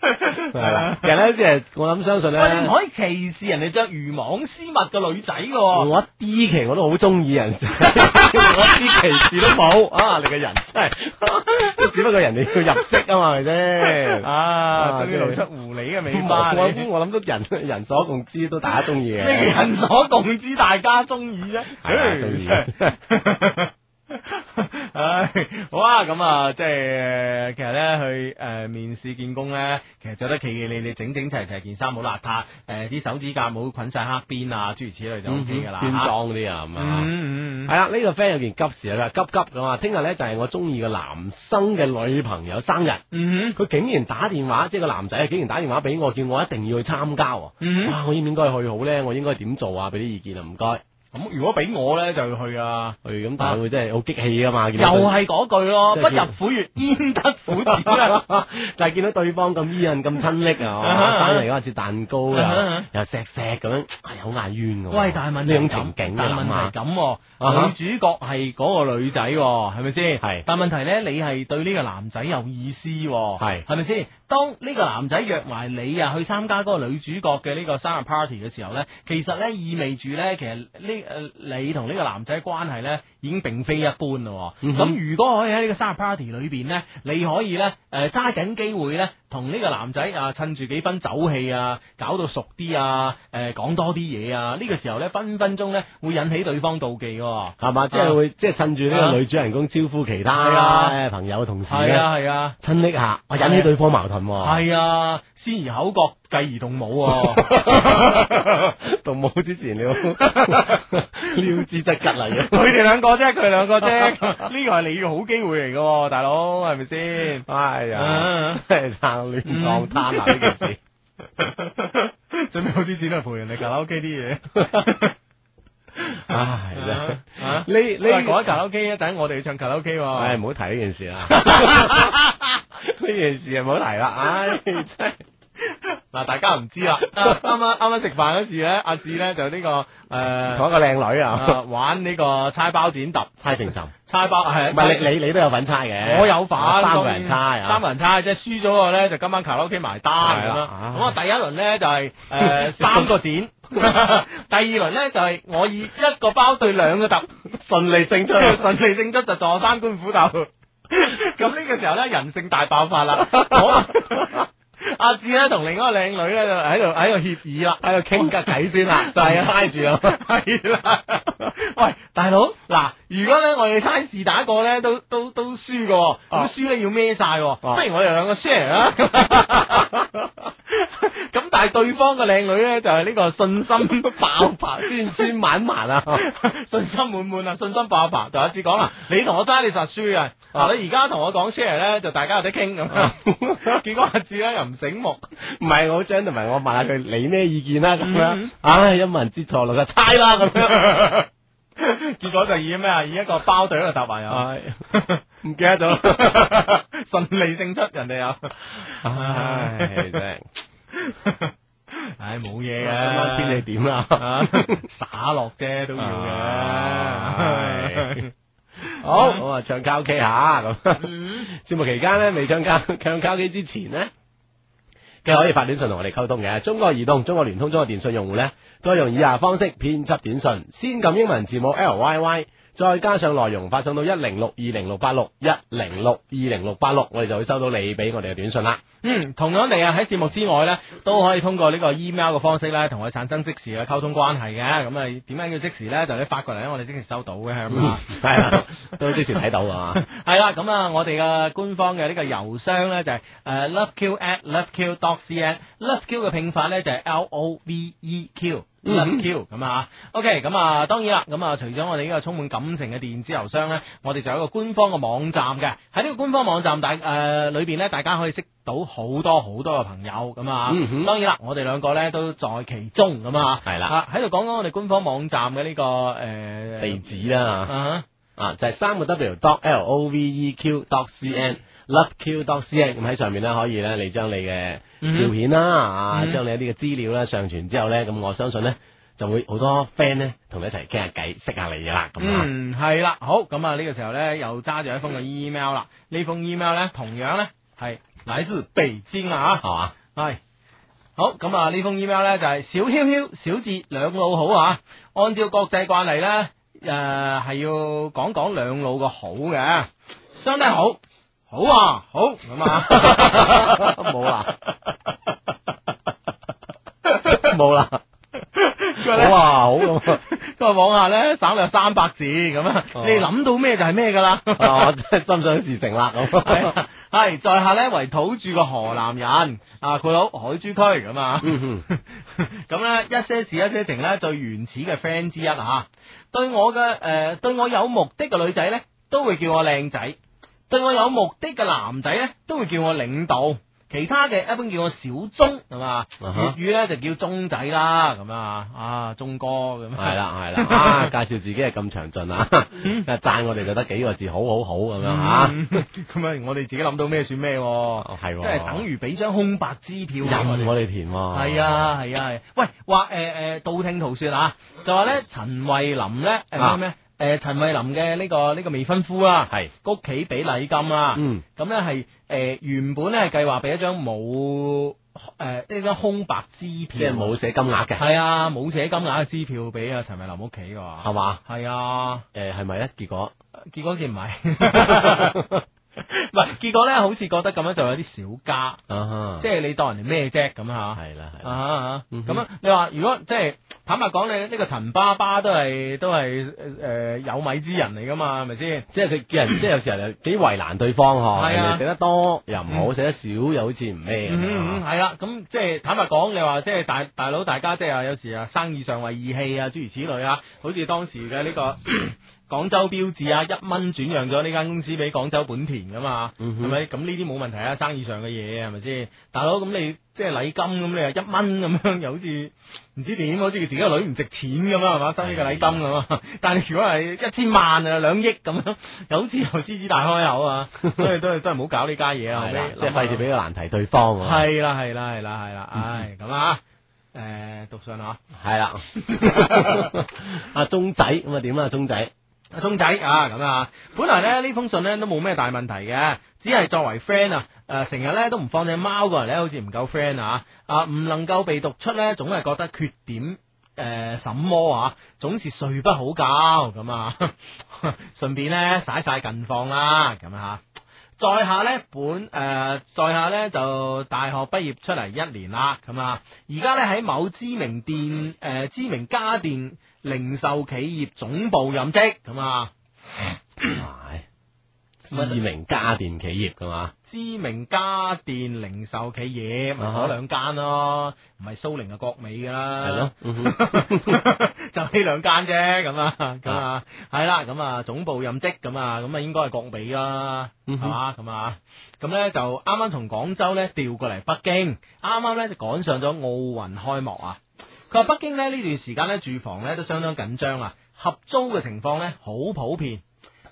Speaker 3: 係啦，其實咧，即係我諗相信咧，
Speaker 1: 喂，你唔可以歧視人哋着魚網絲襪嘅女仔嘅喎。
Speaker 3: 我一啲其實我都好中意人， 我一啲歧視都冇啊！你個人真係，即係 只不過人哋要入職啊嘛，係咪先？
Speaker 1: 啊，終於
Speaker 3: 真係
Speaker 1: 露出狐狸嘅尾巴。
Speaker 3: 我
Speaker 1: 啊你
Speaker 3: 我諗都人人所共知，都大家中 意嘅。
Speaker 1: 咩叫人所共知，大家中意啫。
Speaker 3: 係啊
Speaker 1: 唉
Speaker 3: 中意
Speaker 1: 真係 唉，好啊，咁啊，即係其實咧去誒面試見工咧，其實着得企企理理、整整齊齊，件衫好邋遢，誒啲手指甲冇捆晒黑邊啊，諸如此類就 O K 噶啦。
Speaker 3: 端
Speaker 1: 嚇
Speaker 3: 莊嗰啲啊，係嘛？
Speaker 1: 嗯嗯嗯
Speaker 3: 系啦，呢個 friend 有件急事啊，佢話急急咁啊！聽日咧就係我中意嘅男生嘅女朋友生日，
Speaker 1: 嗯
Speaker 3: 佢竟然打電話，即係個男仔啊，竟然打電話俾我，叫我一定要去參加喎。
Speaker 1: 嗯
Speaker 3: 哇！我應唔應該去好咧？我應該點做啊？俾啲意見啊，唔該。
Speaker 1: 咁如果俾我咧就去啊。
Speaker 3: 去咁，但係會真係好激氣噶嘛？見
Speaker 1: 又啊
Speaker 3: 到佢
Speaker 1: 係嗰句咯，
Speaker 3: 即
Speaker 1: 不
Speaker 3: 係
Speaker 1: 入虎穴，焉得虎子啊！
Speaker 3: 但係見到對方咁依人咁親昵啊，
Speaker 1: 啊
Speaker 3: 生日嗰陣切蛋糕
Speaker 1: 啊
Speaker 3: 啊，又錫錫咁樣，係好眼冤㗎喎。
Speaker 1: 喂，但係問題
Speaker 3: 呢
Speaker 1: 咁
Speaker 3: 種情景，啊
Speaker 1: 但係
Speaker 3: 你諗
Speaker 1: 問
Speaker 3: 下
Speaker 1: 題咁喎，
Speaker 3: 啊哈
Speaker 1: 女主角係嗰個女仔喎，係咪先？
Speaker 3: 係
Speaker 1: 但問題咧，你係對呢個男仔有意思喎，
Speaker 3: 係
Speaker 1: 係咪先？當呢個男仔約埋你啊去參加嗰個女主角嘅呢個生日 party 嘅時候咧，其實咧意味住咧，其實呢誒你同呢個男仔關係咧已經並非一般咯喎。咁、如果可以喺呢個生日 party 裏邊咧，你可以咧誒揸緊機會咧。同呢個男仔啊，趁住幾分酒氣啊，搞到熟啲啊，誒、講多啲嘢啊，呢、個時候咧分分鐘咧會引起對方妒忌喎、
Speaker 3: 係嘛？即係會即係趁住呢
Speaker 1: 啊
Speaker 3: 個女主人公招呼其
Speaker 1: 係
Speaker 3: 他
Speaker 1: 啊
Speaker 3: 誒朋友同事
Speaker 1: 係
Speaker 3: 咧。
Speaker 1: 啊係啊。
Speaker 3: 親昵下，我引起對方矛盾喎。
Speaker 1: 係啊，先而口角，繼而動武喎、
Speaker 3: 動武之前 你要撩之則吉嚟嘅。
Speaker 1: 佢 哋兩個啫，佢哋兩個啫，呢個係你嘅好機會嚟嘅喎，大佬係咪先？
Speaker 3: 哎 呀，
Speaker 1: 啊嗯
Speaker 3: 真係撐亂浪攤啊呢件 事。
Speaker 1: 準備好啲錢去陪人哋卡拉 OK 啲嘢。
Speaker 3: 唉，真係
Speaker 1: 啊
Speaker 3: 呢
Speaker 1: 你
Speaker 3: 呢
Speaker 1: 講卡拉 OK 一陣，我哋要唱卡拉 OK 喎。
Speaker 3: 唉，唔好提呢件 事啦。呢件事啊就唔好提啦。唉，真係
Speaker 1: 嗱，大家唔知啦。啊啱啱啱啱食飯嗰時咧，阿志咧就呢、個
Speaker 3: 同
Speaker 1: 誒、
Speaker 3: 一個靚女啊，
Speaker 1: 啊玩呢個猜包剪揼，
Speaker 3: 猜情 尋。唔
Speaker 1: 猜包係
Speaker 3: 係你你你都有份猜嘅。
Speaker 1: 我有份，
Speaker 3: 三
Speaker 1: 當
Speaker 3: 個
Speaker 1: 然
Speaker 3: 人猜啊。
Speaker 1: 三個人猜啫，輸咗個咧就今晚卡拉 OK 埋單咁
Speaker 3: 係啊
Speaker 1: 樣。
Speaker 3: 啦
Speaker 1: 咁我第一輪咧就係 誒三個剪， 第二輪咧就係我以一個包對兩個 揼，
Speaker 3: 順利勝出。
Speaker 1: 順利勝出就坐山觀虎鬥。咁呢個時候咧人性大爆發 啦，我阿志咧同另一個靚女咧就喺度喺度協議啦，
Speaker 3: 喺度傾偈偈先 啦，就
Speaker 1: 係啊
Speaker 3: 猜住啊。
Speaker 1: 系啦，喂，大佬，嗱，如果咧我哋猜是打過咧，都都都输嘅喎，
Speaker 3: 啊
Speaker 1: 咁輸咧要孭晒喎，不如我哋兩個 share 啦。咁但係對方嘅靚女咧就係呢個信心爆棚，
Speaker 3: 酸酸慢慢 啊。
Speaker 1: 信心滿滿啊，信心爆棚。就阿志講啦，你同我猜你實輸啊，嗱你而家同我講 share 咧，就大家有得傾咁樣。 結果阿志咧又唔醒目，
Speaker 3: 啊唔係我將同埋我問下佢你咩意見啊啦咁
Speaker 1: 嗯
Speaker 3: 樣，唉一問之錯落就猜啦咁樣，
Speaker 1: 結果就以咩啊，以一個包隊嘅答案啊。
Speaker 3: 唔記得咗啦，
Speaker 1: 順利勝出，人哋又，
Speaker 3: 唉真 係，
Speaker 1: 唉冇嘢
Speaker 3: 今晚
Speaker 1: 嘅，
Speaker 3: 天氣點啦？
Speaker 1: 啊灑落啫都要嘅
Speaker 3: 唉。好，我啊唱卡拉 OK 下咁。節目期間咧，未唱卡 唱卡拉 OK 之前咧，佢可以發短信同我哋溝通嘅。中國移動、中國聯通、中國電信用戶咧，都係用以下方式編輯短信：先撳英文字母 L Y Y，再加上內容發送到一零六二零六八六一零六二零六八六，我哋就會收到你俾我哋嘅短信啦。
Speaker 1: 嗯，同樣地啊，喺節目之外呢，都可以通過呢個 email 嘅方式呢，同我哋產生即時嘅溝通關係嘅。咁啊，點解叫即時呢？就你發過嚟呢，我哋即時收到嘅咁啊。
Speaker 3: 係啦，都之前睇到啊嘛。
Speaker 1: 係啦，咁啊，我哋嘅官方嘅呢個郵箱咧就係呃誒 loveq at loveq dot cn，loveq 嘅拼法咧就係 L O V E Q。
Speaker 3: 嗯
Speaker 1: Love Q 咁啊，OK，咁啊，當然啦，咁啊，除咗我哋呢個充滿感情嘅電子郵箱呢，我哋就有一個官方嘅網站嘅，喺呢個官方網站大誒裏邊呢，大家可以識到好多好多嘅朋友咁啊
Speaker 3: 嗯哼，
Speaker 1: 當然啦，我哋兩個呢都在其中咁啊，
Speaker 3: 係啦
Speaker 1: 啊，喺度講講我哋官方網站嘅呢個誒
Speaker 3: 地址啦嚇
Speaker 1: 啊。
Speaker 3: 啊，就係三個 W dot L O V E Q dot C
Speaker 1: 嗯
Speaker 3: N Love Q dot C N 咁喺上面咧，可以咧你將你嘅
Speaker 1: 嗯
Speaker 3: 照片啦，啊，將你一啲嘅資料咧上傳之後咧，咁我相信咧就會好多 friend 咧同你一齊傾下偈，識下你噶啦，咁啊，
Speaker 1: 嗯，系啦，好，咁啊呢個時候呢，又揸住一封嘅 email 啦，呢封 email 呢，同樣呢，係來自北京啊，
Speaker 3: 係嘛？
Speaker 1: 系。好咁啊！呢封 email 呢就係小囂囂、小哲兩老好啊！按照國際慣例呢，誒、係要講講兩老個好嘅，相得好，好啊，好咁 啊！
Speaker 3: 冇啦，冇啦，
Speaker 1: 佢
Speaker 3: 好
Speaker 1: 咧，
Speaker 3: 啊，好咁啊
Speaker 1: 佢話往下呢，省略三百字咁啊，
Speaker 3: 哦
Speaker 1: 你諗到咩就係咩噶啦。
Speaker 3: 啊，我真係心想事成啦，咁。
Speaker 1: 系在下呢為土著嘅河南人啊，佢佬海珠區咁啊，
Speaker 3: 嗯
Speaker 1: 咁咧一些事一些情呢，最原始嘅 friend 之一啊，對我嘅诶、呃對我有目的嘅女仔呢，都會叫我靚仔；對我有目的嘅男仔呢，都會叫我領導。其他嘅一般叫我小鐘，係嘛？
Speaker 3: 啊
Speaker 1: 粵
Speaker 3: 哈
Speaker 1: 語呢就叫鐘仔啦，咁啊，啊鐘哥咁啊
Speaker 3: 系啦系啦， 啊介紹自己係咁詳盡啊， 啊赞我哋就得幾個字，好好好咁樣吓，
Speaker 1: 嗯 咁啊，我哋自己諗到咩算咩喎，
Speaker 3: 哦係喎
Speaker 1: 即係等於俾張空白支票俾我哋
Speaker 3: 任我哋填喎，
Speaker 1: 系啊系啊系，喂，话诶诶，道聽途說啊，就話咧陳慧琳咧誒咩
Speaker 3: 啊
Speaker 1: 咩诶陳慧琳嘅呢個呢個未婚夫啦，
Speaker 3: 係
Speaker 1: 屋企俾禮金啦，
Speaker 3: 嗯
Speaker 1: 咁咧係诶原本咧係計劃俾一張冇诶呢張空白支票，
Speaker 3: 即係冇寫金額嘅，
Speaker 1: 係啊冇寫金額嘅支票俾阿陳慧琳屋企嘅喎，
Speaker 3: 係嘛？
Speaker 1: 係啊，
Speaker 3: 诶係咪咧？結果
Speaker 1: 結果佢 唔係，唔係結果咧好似覺得咁樣就有啲小家，
Speaker 3: 啊哈
Speaker 1: 即係你當人哋咩啫咁吓。
Speaker 3: 係啦係啦，
Speaker 1: 啊，
Speaker 3: 嗯
Speaker 1: 咁
Speaker 3: 哼
Speaker 1: 啊，你話如果即係坦白講，你呢個陳爸爸都係都係诶有米之人嚟噶嘛，係咪先？
Speaker 3: 即係佢叫 人，即係有時候又幾為難對方
Speaker 1: 係啊
Speaker 3: 嗬，人哋寫得多又唔好，寫得少又好似唔咩咁樣
Speaker 1: 嗯，
Speaker 3: 啊，
Speaker 1: 系啦，咁即係坦白講，你話即係大大佬，大家即係話有時啊生意上為義氣啊，諸如此類啊，好似當時嘅呢 個廣州標誌啊，一蚊轉讓咗呢間公司俾廣州本田噶嘛，
Speaker 3: 嗯
Speaker 1: 係咪、咁呢啲冇問題啊，生意上嘅嘢係咪先？大佬咁你即係禮金咁，你又一蚊咁樣，又好似唔知點，好似自己個女唔值錢咁啊，係嘛？收呢個禮金咁啊，但係如果係一千萬啊兩億咁樣，又好似又獅子大開口啊，所以都係都係唔好搞呢家嘢啊，
Speaker 3: 係
Speaker 1: 後
Speaker 3: 啦
Speaker 1: 尾，
Speaker 3: 即係
Speaker 1: 諗下
Speaker 3: 費事俾個難題對方啊，
Speaker 1: 系啦系啦系啦系啦，唉咁啊，诶讀信啊，
Speaker 3: 係啦， 阿鐘仔咁啊點啊鐘仔，
Speaker 1: 阿鐘仔啊咁啊，本來咧呢封信咧都冇咩大問題嘅，只係作為 friend 啊，诶成日咧都唔放只貓過嚟咧，好似唔夠 friend 啊，啊唔能夠被讀出咧，總係覺得缺點。誒、什麼啊？總是睡不好覺咁啊！ 順便咧，晒晒近況啦，咁啊在下呢本誒、呃在下呢就大學畢業出嚟一年啦，咁啊，而家呢喺某知名電誒、呃知名家電零售企業總部任職，咁啊，嗯
Speaker 3: 唉知名家電企業噶嘛，
Speaker 1: 知名家電零售企業咪
Speaker 3: 啊哈
Speaker 1: 嗰兩間咯，唔係蘇寧嘅國美㗎啦，
Speaker 3: 係咯，嗯哼
Speaker 1: 就呢兩間啫，咁啊，咁啊，係啦，咁啊，總部任職咁啊，咁啊應該係國美啦，係嘛，咁啊，咁咧就啱啱從廣州咧調過嚟北京，啱啱咧就趕上咗奧運開幕啊。佢話北京咧呢段時間咧住房咧都相當緊張啊，合租嘅情況咧好普遍。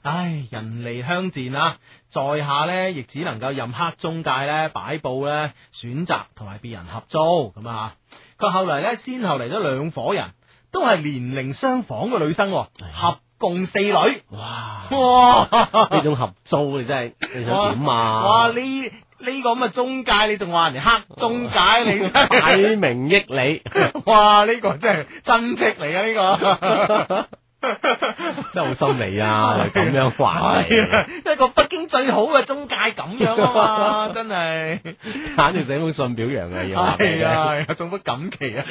Speaker 1: 唉，人離鄉賤啊，在下呢亦只能夠任黑中介咧擺佈咧選擇同埋別人合租咁啊。佢後嚟呢，先後嚟咗兩伙人，都係年齡相仿嘅女生喎，合共四女。
Speaker 3: 哎哇！
Speaker 1: 哇！
Speaker 3: 呢種合租你真係你想點啊？
Speaker 1: 哇！呢呢個咁嘅中介，你仲話人哋黑中介，你 真係
Speaker 3: 擺明益你，
Speaker 1: 哇！呢個真係真跡嚟嘅呢個。
Speaker 3: 真係 好心理啊！我哋咁樣話你，
Speaker 1: 哎一個北京最好嘅中介咁樣啊嘛， 真係。
Speaker 3: 肯定寫封信表揚嘅要話俾你
Speaker 1: 系
Speaker 3: 聽
Speaker 1: 啊， 係啊送幅錦旗啊！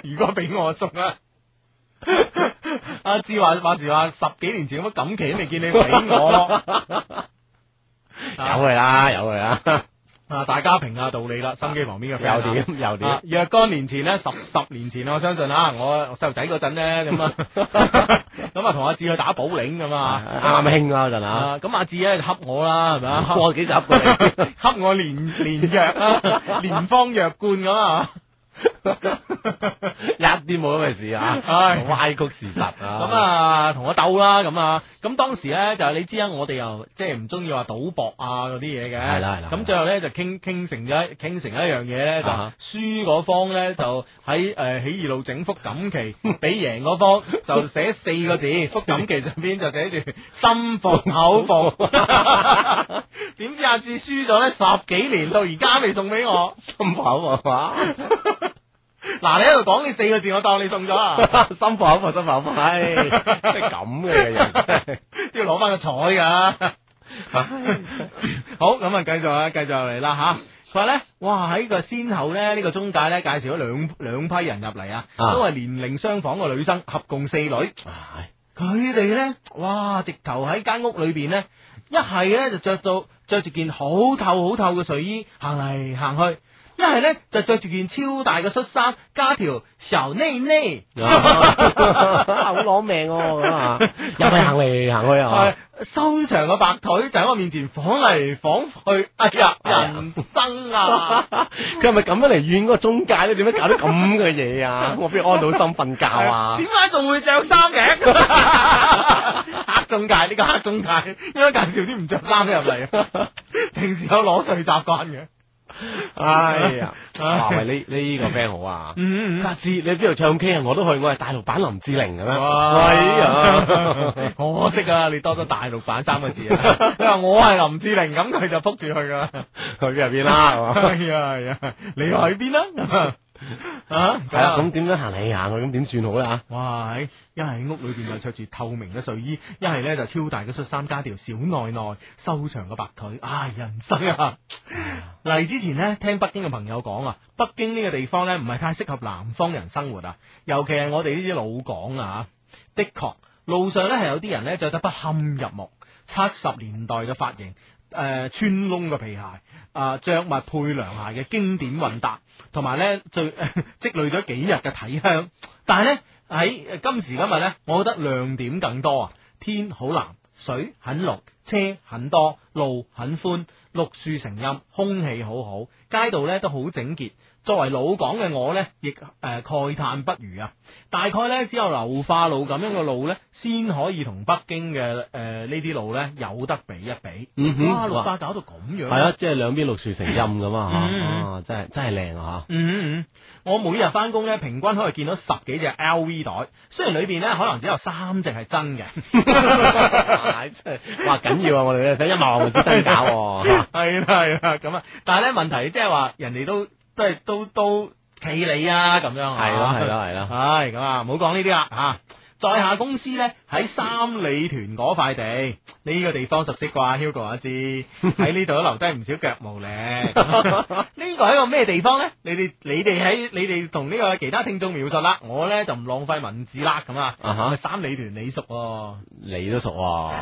Speaker 1: 如果俾我送啊， 阿志話話時話十幾年前嗰幅錦 啊旗都未見你俾我，
Speaker 3: 有佢啦，有佢啦，
Speaker 1: 啊，大家評下道理啦，心機旁邊嘅 friend 啊
Speaker 3: 又點又點
Speaker 1: 啊若干年前咧，十十年前我相信啊，我細路仔嗰陣咧 咁啊，咁啊同阿志去打保齡咁啊，
Speaker 3: 啱啱興啦嗰陣啊，
Speaker 1: 啊咁阿志咧恰我啦，係咪啊？
Speaker 3: 過幾集過嚟，
Speaker 1: 恰我連連藥啊，連方藥罐咁 啊！
Speaker 3: 一啲冇咁嘅事啊，
Speaker 1: 唉
Speaker 3: 歪曲事實啊，
Speaker 1: 咁
Speaker 3: 咁
Speaker 1: 啊，同我鬥啦，咁啊，咁當時咧就係你知啦，啊我哋又即係唔中意話賭博啊嗰啲嘢嘅，
Speaker 3: 係啦係啦
Speaker 1: 咁最後咧就傾傾成咗傾成一樣嘢咧，就
Speaker 3: 啊
Speaker 1: 輸嗰方咧就喺誒起義路整幅錦 旗，俾贏嗰方就寫四個字，幅錦旗上邊就寫住心服口 服。點知阿志輸咗咧十幾年，到而家未送俾我。
Speaker 3: 心口啊嘛，
Speaker 1: 嗱，你喺度講呢四個字，我當你送咗啊！
Speaker 3: 心口啊心口，唉，真係咁嘅人真係，
Speaker 1: 都要攞翻個彩㗎。 好，咁啊，繼續啊，繼續嚟啦吓。佢話咧，哇喺個先後咧，呢、個中介咧介紹咗兩兩批人入嚟啊，
Speaker 3: 啊
Speaker 1: 都係年齡相仿嘅女生，合共四女。
Speaker 3: 唉
Speaker 1: 佢哋咧，哇，直頭喺間屋裏邊咧，一係咧就着到着住件好透好透嘅睡衣行嚟行去，一係咧就着住件超大嘅恤衫，加條小內內。
Speaker 3: 啊 好攞命哦咁啊，入去行嚟行 去啊
Speaker 1: 係。修長嘅白腿就喺我面前晃嚟晃去，哎呀，人生啊！
Speaker 3: 佢係咪咁樣嚟怨嗰個中介咧？點解搞啲咁嘅嘢啊？我邊安到心瞓覺啊
Speaker 1: 點？解仲會着衫嘅？黑中介呢個黑中介，應該介紹啲唔着衫嘅入嚟。平時有裸睡習慣嘅。
Speaker 3: 哎 呀，哇喂，呢呢個 friend 好啊！
Speaker 1: 嗯
Speaker 3: 阿志，你邊度唱 K 啊？我都去，我係大陸版林志玲嘅咩？
Speaker 1: 哇
Speaker 3: 哎呀，
Speaker 1: 可惜啊！你多咗大陸版三個字啊！你話我係林志玲，咁佢就撲住去噶啦。
Speaker 3: 去邊入邊啦，係嘛？
Speaker 1: 哎呀哎呀，你去邊啦？啊，
Speaker 3: 係啦，咁點樣行嚟行去？咁點算好啊啦？
Speaker 1: 哇！喺一係喺屋裏邊就着住透明嘅睡衣，一係咧就超大嘅恤衫加條小內內，修長嘅白腿，唉，人生啊！嚟之前呢，聽北京嘅朋友講啊，北京呢個地方呢，唔係太適合南方人生活啊，尤其係我哋呢啲老港啊，的確路上呢係有啲人呢着得不堪入目，七十年代嘅髮型。誒、穿窿嘅皮鞋，啊、着襪配涼鞋嘅經典混搭，同埋呢最 積累咗幾日嘅體香，但係呢，喺呃今時今日呢，我覺得亮點更多啊！天好藍，水很綠，車很多，路很寬，綠樹成蔭，空氣好好，街道呢都好整潔。作為老港嘅我呢，亦誒、呃、慨嘆不如啊！大概呢，只有流花路咁樣嘅路呢，先可以同北京嘅誒呢啲路呢有得比一比。
Speaker 3: 嗯哼
Speaker 1: 哇！綠化搞到咁樣，
Speaker 3: 係啊，即係兩邊綠樹成蔭咁啊！
Speaker 1: 嗯
Speaker 3: 嚇啊，真係真係靚啊！
Speaker 1: 嗯嗯，我每日翻工咧，平均可以見到十幾隻 LV 袋，雖然裏邊咧可能只有三隻係真 嘅。
Speaker 3: 嚇真係哇，緊要啊！我哋睇一望就知真假喎。 嚇
Speaker 1: 係啦係啦，咁啊，但係咧問題即係話人哋都都係都都企你啊咁樣啊
Speaker 3: 係咯係咯係咯
Speaker 1: 唉，咁啊，唔好講呢啲啦吓。在下公司呢，喺三里屯嗰塊地，呢、個地方熟悉啩，Hugo 阿 志喺呢度都留低唔少腳毛咧。呢個係一個咩地方呢？你哋你哋喺你哋同呢個其他聽眾描述啦，我呢就唔浪費文字啦咁啊。
Speaker 3: 啊哈
Speaker 1: 喂三里屯你熟 喎、
Speaker 3: 你都熟喎，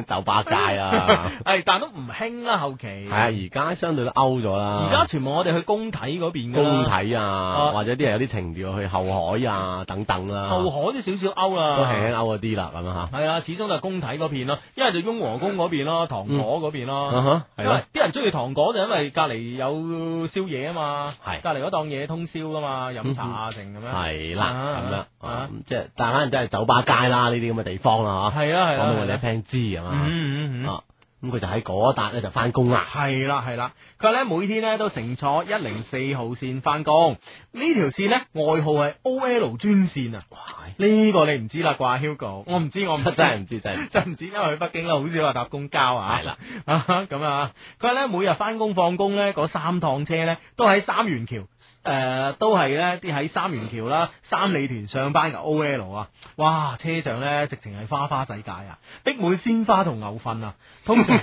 Speaker 3: 酒吧界啊！
Speaker 1: 係但都唔興啦後期。
Speaker 3: 係啊，而家相對都勾咗啦。
Speaker 1: 而家全部我哋去工體嗰邊㗎
Speaker 3: 工
Speaker 1: 啦，
Speaker 3: 體啊
Speaker 1: 啊，
Speaker 3: 或者啲人有啲情調去後海啊等等啦，
Speaker 1: 後海都少少勾
Speaker 3: 都啊
Speaker 1: 啦，
Speaker 3: 輕輕勾嗰啲啦咁樣
Speaker 1: 係啊，始終就係工體嗰邊咯，一係就雍和宮嗰邊咯，糖果嗰邊
Speaker 3: 嚇，啊
Speaker 1: 咯。
Speaker 3: 嗯哈，係
Speaker 1: 因
Speaker 3: 咯
Speaker 1: 為，啲人中意糖果就因為隔離有宵夜啊嘛，
Speaker 3: 係嗯
Speaker 1: 隔離嗰檔嘢通宵噶嘛，飲茶啊成咁樣。
Speaker 3: 係啦，咁樣
Speaker 1: 啊
Speaker 3: 啊
Speaker 1: 啊，
Speaker 3: 即係但係反正真係酒吧街啦呢啲咁嘅地方啦嚇，
Speaker 1: 係啦係
Speaker 3: 講
Speaker 1: 啦，
Speaker 3: 到
Speaker 1: 係
Speaker 3: 我哋啲
Speaker 1: 啦
Speaker 3: friend 知啊嘛，
Speaker 1: 嗯嗯嗯。
Speaker 3: 啊，咁佢就喺嗰一笪咧就翻工啦，
Speaker 1: 係啦係啦，佢話咧每天咧都乘坐一零四號線翻工，呢條線咧外號係 O L 專線啊，
Speaker 3: 哇
Speaker 1: 呢個你唔知啦啩，Hugo，我唔知我唔
Speaker 3: 真
Speaker 1: 知
Speaker 3: 真係 唔知真 係唔知，
Speaker 1: 真唔知，因為去北京啦，好少話搭公交啊。
Speaker 3: 係啦，
Speaker 1: 啊咁啊，佢話咧每日翻工放工咧，嗰三趟車咧都喺三元橋，誒、都係咧啲喺三元橋啦、三里屯上班嘅 O L 啊，哇，車上咧直情係花花世界啊，逼滿鮮花同牛糞啊，通 常 唔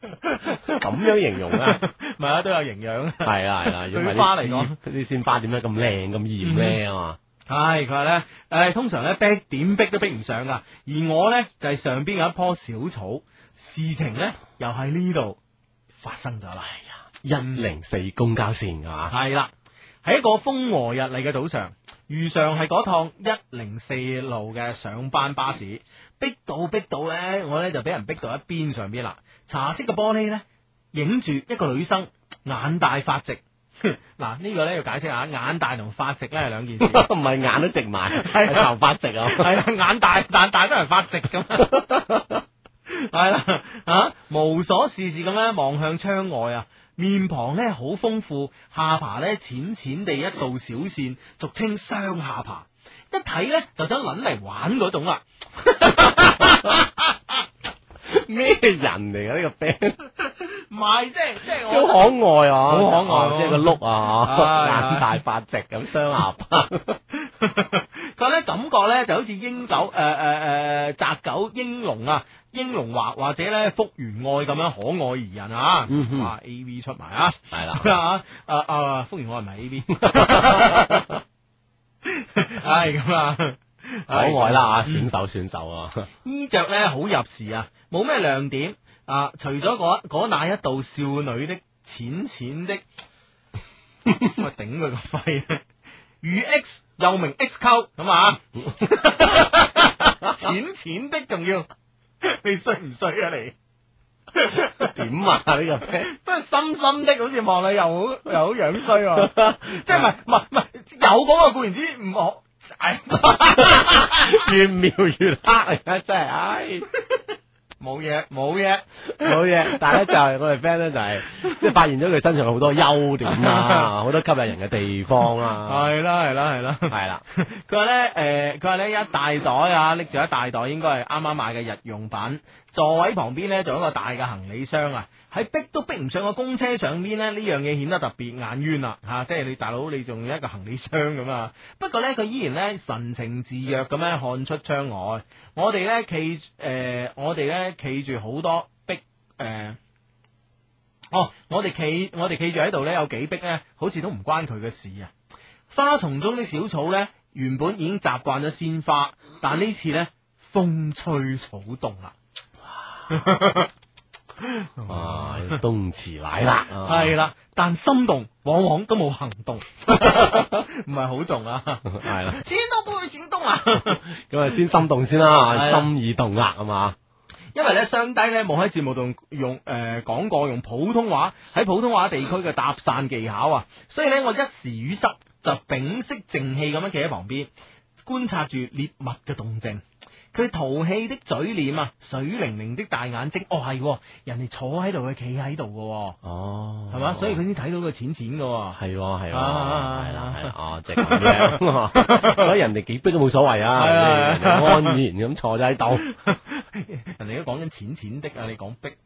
Speaker 3: 咁樣形 容啊，
Speaker 1: 係啊都有營養。
Speaker 3: 係啦係啦，如果唔係
Speaker 1: 對
Speaker 3: 啲
Speaker 1: 花嚟
Speaker 3: 鮮
Speaker 1: 講
Speaker 3: 啲鮮花點解咁靚咁豔咧啊嘛，
Speaker 1: 唉，佢話咧，诶，通常咧逼點逼都逼唔上噶，而我咧就係上邊有一棵小草，事情咧又喺呢度發生咗啦。
Speaker 3: 一零四公交線啊，
Speaker 1: 系啦，喺一個風和日麗嘅早上，遇上係嗰趟一零四路嘅上班巴士，逼到逼到咧，我咧就俾人逼到一邊上邊啦。茶色嘅玻璃咧，影住一個女生眼大發直。 嗱，呢個咧要解釋下，眼大同發直咧係兩件事。
Speaker 3: 唔係眼都直埋，係頭髮直 啊，
Speaker 1: 系啦，眼大但大得人發直咁。系啦，啊，无所事事咁樣望向窗外啊，面龐咧好豐富，下巴咧淺淺地一道小線，俗稱雙下巴。一睇咧就想撚嚟玩嗰種啊啦，
Speaker 3: 咩人嚟嘅呢個 friend？
Speaker 1: 唔係即係即係
Speaker 3: 真好可愛啊，
Speaker 1: 好可愛啊
Speaker 3: 即係個碌 啊，
Speaker 1: 唉
Speaker 3: 眼大發直咁雙下巴，
Speaker 1: 佢咧感覺咧就好似英狗呃诶诶诶宅狗英龍啊，英龍或或者咧福原愛咁樣可愛宜人啊，
Speaker 3: 嗯哼
Speaker 1: 哇 A V 出埋啊，系
Speaker 3: 係啦
Speaker 1: 啊啊啊福原愛唔係 A V，係咁啊，
Speaker 3: 可愛啦啊，選手選手啊，
Speaker 1: 衣着咧好入時啊，冇咩亮點啊，除咗嗰嗰那一道少女的淺淺 的，我頂佢個肺啊！與 X 又名 X 溝咁 啊，淺淺的仲要，你衰唔衰啊你？
Speaker 3: 點啊呢個 friend？
Speaker 1: 不過深深的好似望你又好 又好樣衰喎， 即係唔係唔係唔係有嗰個固然之唔好， 唉
Speaker 3: 越描越黑啊！真係，唉，
Speaker 1: 冇嘢冇嘢。
Speaker 3: 冇嘢。但係咧就係我哋 friend 咧就 係即係發現咗佢身上有好多優點啊，好多吸引人嘅地方啊，
Speaker 1: 係啦係啦係啦，
Speaker 3: 係啦，
Speaker 1: 佢話咧，诶、佢話咧一大袋啊，拎住一大袋，應該係啱啱買嘅日用品。座位旁邊咧，仲有一個大嘅行李箱啊，喺逼都逼唔上個公車上邊咧，呢樣嘢顯得特別眼冤啦，吓、即係你大佬，你仲有一個行李箱咁啊。 不過咧，佢依然咧神情自若咁樣看出窗外。我哋咧企，诶、我哋咧企住好多逼，诶、哦，我哋企我哋企住喺度咧，有幾逼咧，好似都唔關佢嘅事啊。花丛中的小草呢，原本已經習慣咗鮮花，但呢次呢，風吹草動啦。
Speaker 3: 啊，冬遲奶啦，啊
Speaker 1: 係啦，但心動往往都冇行動，唔係好重啊。
Speaker 3: 係啦。
Speaker 1: 錢都不會錢動啊！
Speaker 3: 咁啊，先心動先啦，
Speaker 1: 係啊
Speaker 3: 心已動啦，啊係嘛？
Speaker 1: 因為咧，雙低咧冇喺節目度用誒講、過用普通話喺普通話地區嘅搭訕技巧啊，所以咧我一時語塞，就屏息靜氣咁樣企喺旁邊觀察住獵物嘅動靜。佢淘氣的嘴臉啊，水靈靈的大眼睛，哦係喎，人哋坐喺度，佢企喺度嘅
Speaker 3: 哦
Speaker 1: 喎，係嘛？所以佢先睇到佢淺淺嘅 喎。
Speaker 3: 系喎，系喎，系
Speaker 1: 啊啊
Speaker 3: 啦，系啦，哦，即係咁樣， 所以人哋幾逼都冇所謂啊，
Speaker 1: 係啊
Speaker 3: 人哋安然咁坐咗喺度，
Speaker 1: 人哋都講緊淺淺的啊，你講逼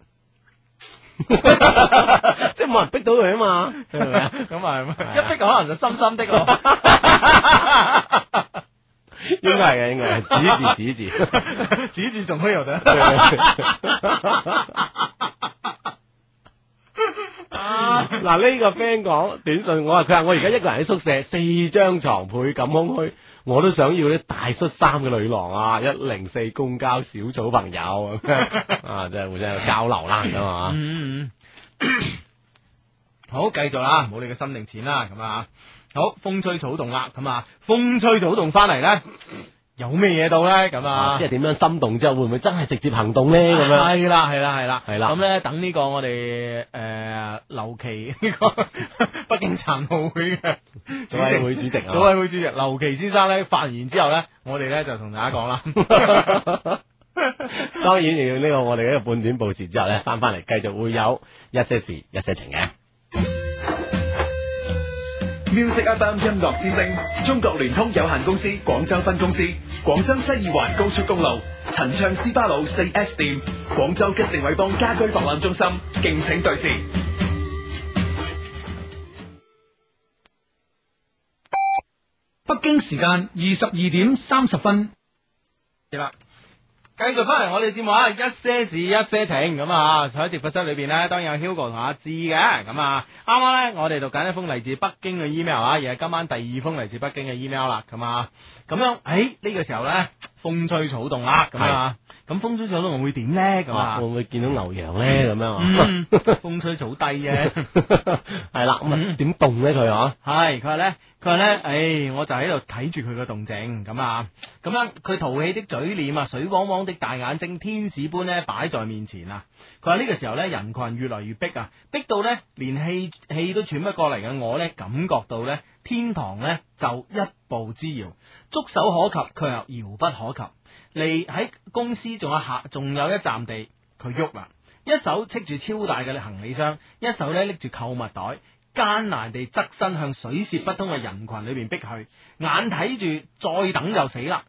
Speaker 3: 即係冇人逼到佢啊嘛，係咪啊？
Speaker 1: 咁啊，一逼可能就深深的咯。
Speaker 3: 應該係嘅，應該係指字指 字，
Speaker 1: 指住仲可以有得。
Speaker 3: 嗱呢個 friend 講短信我話佢話我而家一個人喺宿舍，四張床倍咁空虛，我都想要啲大恤衫嘅女郎啊，一零四公交小組朋友 咁樣啊，即係互相有交流啦，咁啊。
Speaker 1: 嗯，嗯嗯好，繼續啦，唔好理佢心定錢啦，咁啊，好，風吹草動啦，咁啊，風吹草動翻嚟咧，有咩嘢到咧？咁啊，
Speaker 3: 啊即係點樣心動之後，會唔會真係直接行動咧？咁 樣
Speaker 1: 係啦，係啦，係啦，
Speaker 3: 係啦
Speaker 1: 咁咧，等呢個我哋诶刘琦呢個 北京殘奧會嘅主
Speaker 3: 組委
Speaker 1: 席。
Speaker 3: 會主席啊，
Speaker 1: 組委會主席劉琦先生咧發完言之後咧，我哋咧就同大家講啦。
Speaker 3: 當然要呢個我哋呢個半點報時之後咧，翻翻嚟繼續會有一些事一些情嘅。
Speaker 4: Music FM 音樂之聲，中國聯通有限公司廣州分公司，廣州西二環高速公路陳唱斯巴魯四 S 店，廣州吉盛偉邦家居博覽中心，敬請對視。
Speaker 6: 北京時間二十二點三十分。
Speaker 1: 啦，继续翻嚟我哋节目啊，一些事一些情咁啊，喺直播室里边呢，當然有 Hugo 同阿志嘅咁啊。啱啱呢，我哋讀緊一封嚟自北京嘅 email 啊，而係今晚第二封嚟自北京嘅 email 啦，咁啊，咁樣喺呢個時候呢，風吹草動啦，咁啊，咁風吹草動會點呢？咁
Speaker 3: 啊
Speaker 1: 啊
Speaker 3: 會，唔會見到牛羊咧咁樣啊？
Speaker 1: 嗯，風吹草低啫。
Speaker 3: 係啦，咁
Speaker 1: 嗯
Speaker 3: 啊點動咧佢啊？
Speaker 1: 係，佢話咧，佢話咧，唉，我就喺度睇住佢嘅動靜咁啊，咁樣佢淘氣的嘴臉啊，水汪汪的大眼睛，天使般咧擺在面前啊。佢話呢個時候咧，人群越嚟越逼啊，逼到咧連氣氣都喘不過嚟嘅我咧，感覺到咧天堂咧就一步之遙，觸手可及，卻又遙不可及。嚟喺公司仲有下，仲有一站地，佢喐啦。一手拎住超大嘅行李箱，一手咧拎住購物袋，艱難地側身向水泄不通嘅人群裏邊逼去，眼睇住再等就死啦。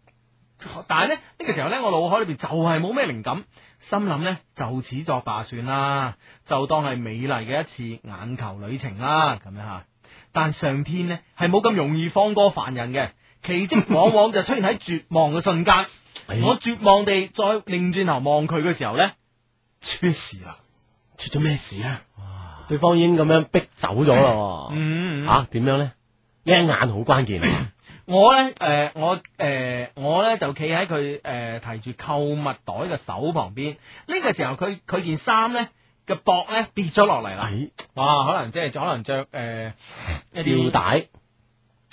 Speaker 1: 但係咧呢、呢個時候咧，我腦海裏邊就係冇咩靈感，心諗咧就此作罷算啦，就當係美麗嘅一次眼球旅程啦，咁樣吓。但上天呢，係冇咁容易放過凡人嘅，奇 蹟往往就出現喺絕望嘅瞬間。
Speaker 3: 哎
Speaker 1: 我絕望地再擰轉頭望佢嘅時候咧。出事啦！
Speaker 3: 出咗咩事啊？對方已經咁樣逼走咗咯喎，
Speaker 1: 嗯，
Speaker 3: 吓啊點樣咧？呢一眼好關鍵啊！
Speaker 1: 我咧，诶、我诶、我咧就企喺佢诶提住購物袋嘅手旁邊。呢、個時候佢佢件衫咧嘅膊咧跌咗落嚟啦。
Speaker 3: 哎
Speaker 1: 哇，可能即係可能着诶、一
Speaker 3: 吊
Speaker 1: 啲
Speaker 3: 帶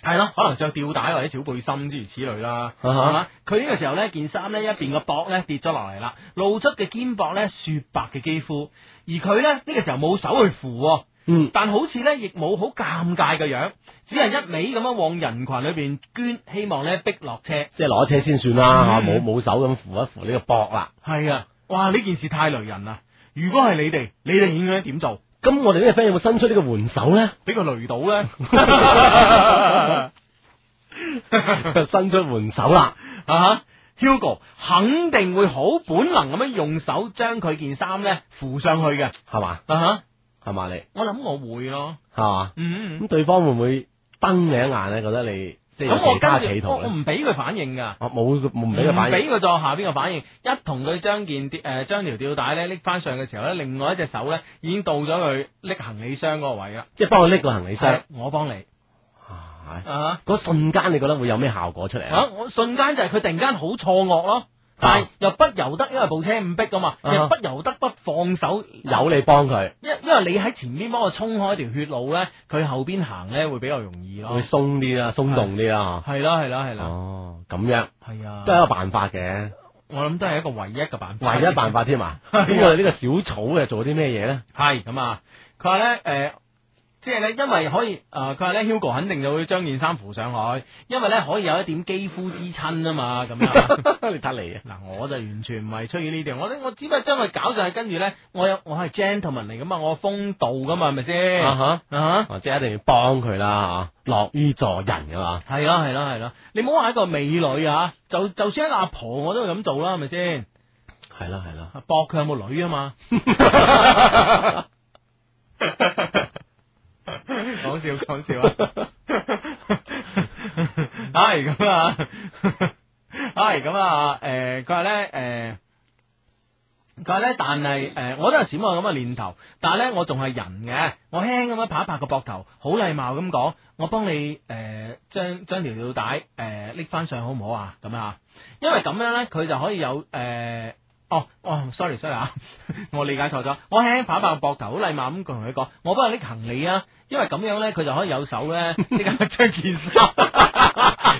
Speaker 1: 係咯，可能着吊帶或者小背心之如此類啦，
Speaker 3: 啊哈
Speaker 1: 係嘛？佢呢個時候咧，件衫咧一邊個膊咧跌咗落嚟啦，露出嘅肩膊咧雪白嘅肌膚，而佢咧呢、呢個時候冇手去扶喎。
Speaker 3: 嗯
Speaker 1: 但好似咧亦冇好尷尬嘅樣，只係一味咁樣往人群裏邊捐，希望咧逼落車。
Speaker 3: 即係攞車先算啦，
Speaker 1: 嗯
Speaker 3: 吓冇冇手咁扶一扶呢個膊啦。
Speaker 1: 係啊，哇！呢件事太雷人啦！如果係你哋，你哋應該點做？
Speaker 3: 咁我哋呢個 friend 有冇伸出呢個援手咧？
Speaker 1: 俾佢雷到咧？
Speaker 3: 伸出援手啦，
Speaker 1: 啊！Hugo 肯定會好本能咁樣用手將佢件衫咧扶上去嘅。
Speaker 3: 係嘛？
Speaker 1: 啊哈！
Speaker 3: 係嘛你
Speaker 1: 我諗我會咯。
Speaker 3: 係嘛？
Speaker 1: 嗯。
Speaker 3: 咁對方會唔會瞪你一眼咧？覺得你即係
Speaker 1: 咁
Speaker 3: 有
Speaker 1: 我
Speaker 3: 其他企
Speaker 1: 跟
Speaker 3: 圖
Speaker 1: 住我我
Speaker 3: 咧？
Speaker 1: 唔俾佢反應㗎。
Speaker 3: 我冇冇唔俾佢
Speaker 1: 唔
Speaker 3: 反應。
Speaker 1: 俾佢作下邊個反應，一同佢將件誒將條吊帶咧拎翻上嘅時候咧，另外一隻手咧已經到咗佢拎行李箱嗰個位啦。
Speaker 3: 即係幫佢拎個行李箱
Speaker 1: 係。我幫你
Speaker 3: 啊
Speaker 1: 啊
Speaker 3: 嗰瞬間你覺得會有咩效果出嚟
Speaker 1: 啊
Speaker 3: 啊？！
Speaker 1: 我瞬間就係佢突然間好錯愕咯，但係又不由得，因為部車唔逼噶嘛，
Speaker 3: 啊
Speaker 1: 又不由得不放手。
Speaker 3: 有你幫佢，
Speaker 1: 因因為你喺前邊幫我衝開條血路咧，佢後邊行咧會比較容易咯
Speaker 3: 會。鬆啲啦，鬆動啲啦，
Speaker 1: 係啦係啦係
Speaker 3: 嗬。
Speaker 1: 啦，
Speaker 3: 哦，咁樣
Speaker 1: 係啊
Speaker 3: 都，係一個辦法嘅，
Speaker 1: 我諗都係一個唯一嘅辦法。
Speaker 3: 唯一辦法添啊！咁我哋 呢個小草又做啲咩嘢咧？
Speaker 1: 系咁啊，佢話咧誒。即係咧，因為可以誒，呃佢話咧，Hugo 肯定就會將件衫扶上海，因為咧可以有一點肌膚之親啊嘛，咁 樣。
Speaker 3: 你睇你啊！
Speaker 1: 嗱，我就完全唔係出於呢啲，我咧我只不過將佢搞就係跟住咧，我有我係 gentleman 嚟噶嘛，我有風度噶嘛，係咪先？
Speaker 3: 啊
Speaker 1: 啊
Speaker 3: 哈！
Speaker 1: 哈
Speaker 3: 哦，即係一定要幫佢啦，吓，樂於助人噶嘛。
Speaker 1: 係啦係啦係啦，你唔好話一個美女啊，就就算一個阿婆我都會咁做啦，係咪先？
Speaker 3: 係啦，係啦。
Speaker 1: 搏佢有冇女啊嘛？ 講笑講笑 啊！係咁啊，係咁啊，誒佢話咧誒。佢話咧，但係誒、我都有閃過咁嘅念頭，但係咧，我仲係人嘅，我輕咁樣拍一拍個膊頭，好禮貌咁講，我幫你誒、將將條吊帶誒拎翻上好唔好啊？咁啊，因為咁樣咧，佢就可以有誒。哦，哦，sorry sorry 啊， 我理解錯咗。我輕輕拍一拍個膊頭，好禮貌咁同佢講，我幫你拎行李啊，因為咁樣咧，佢就可以有手 咧，即刻將件衫。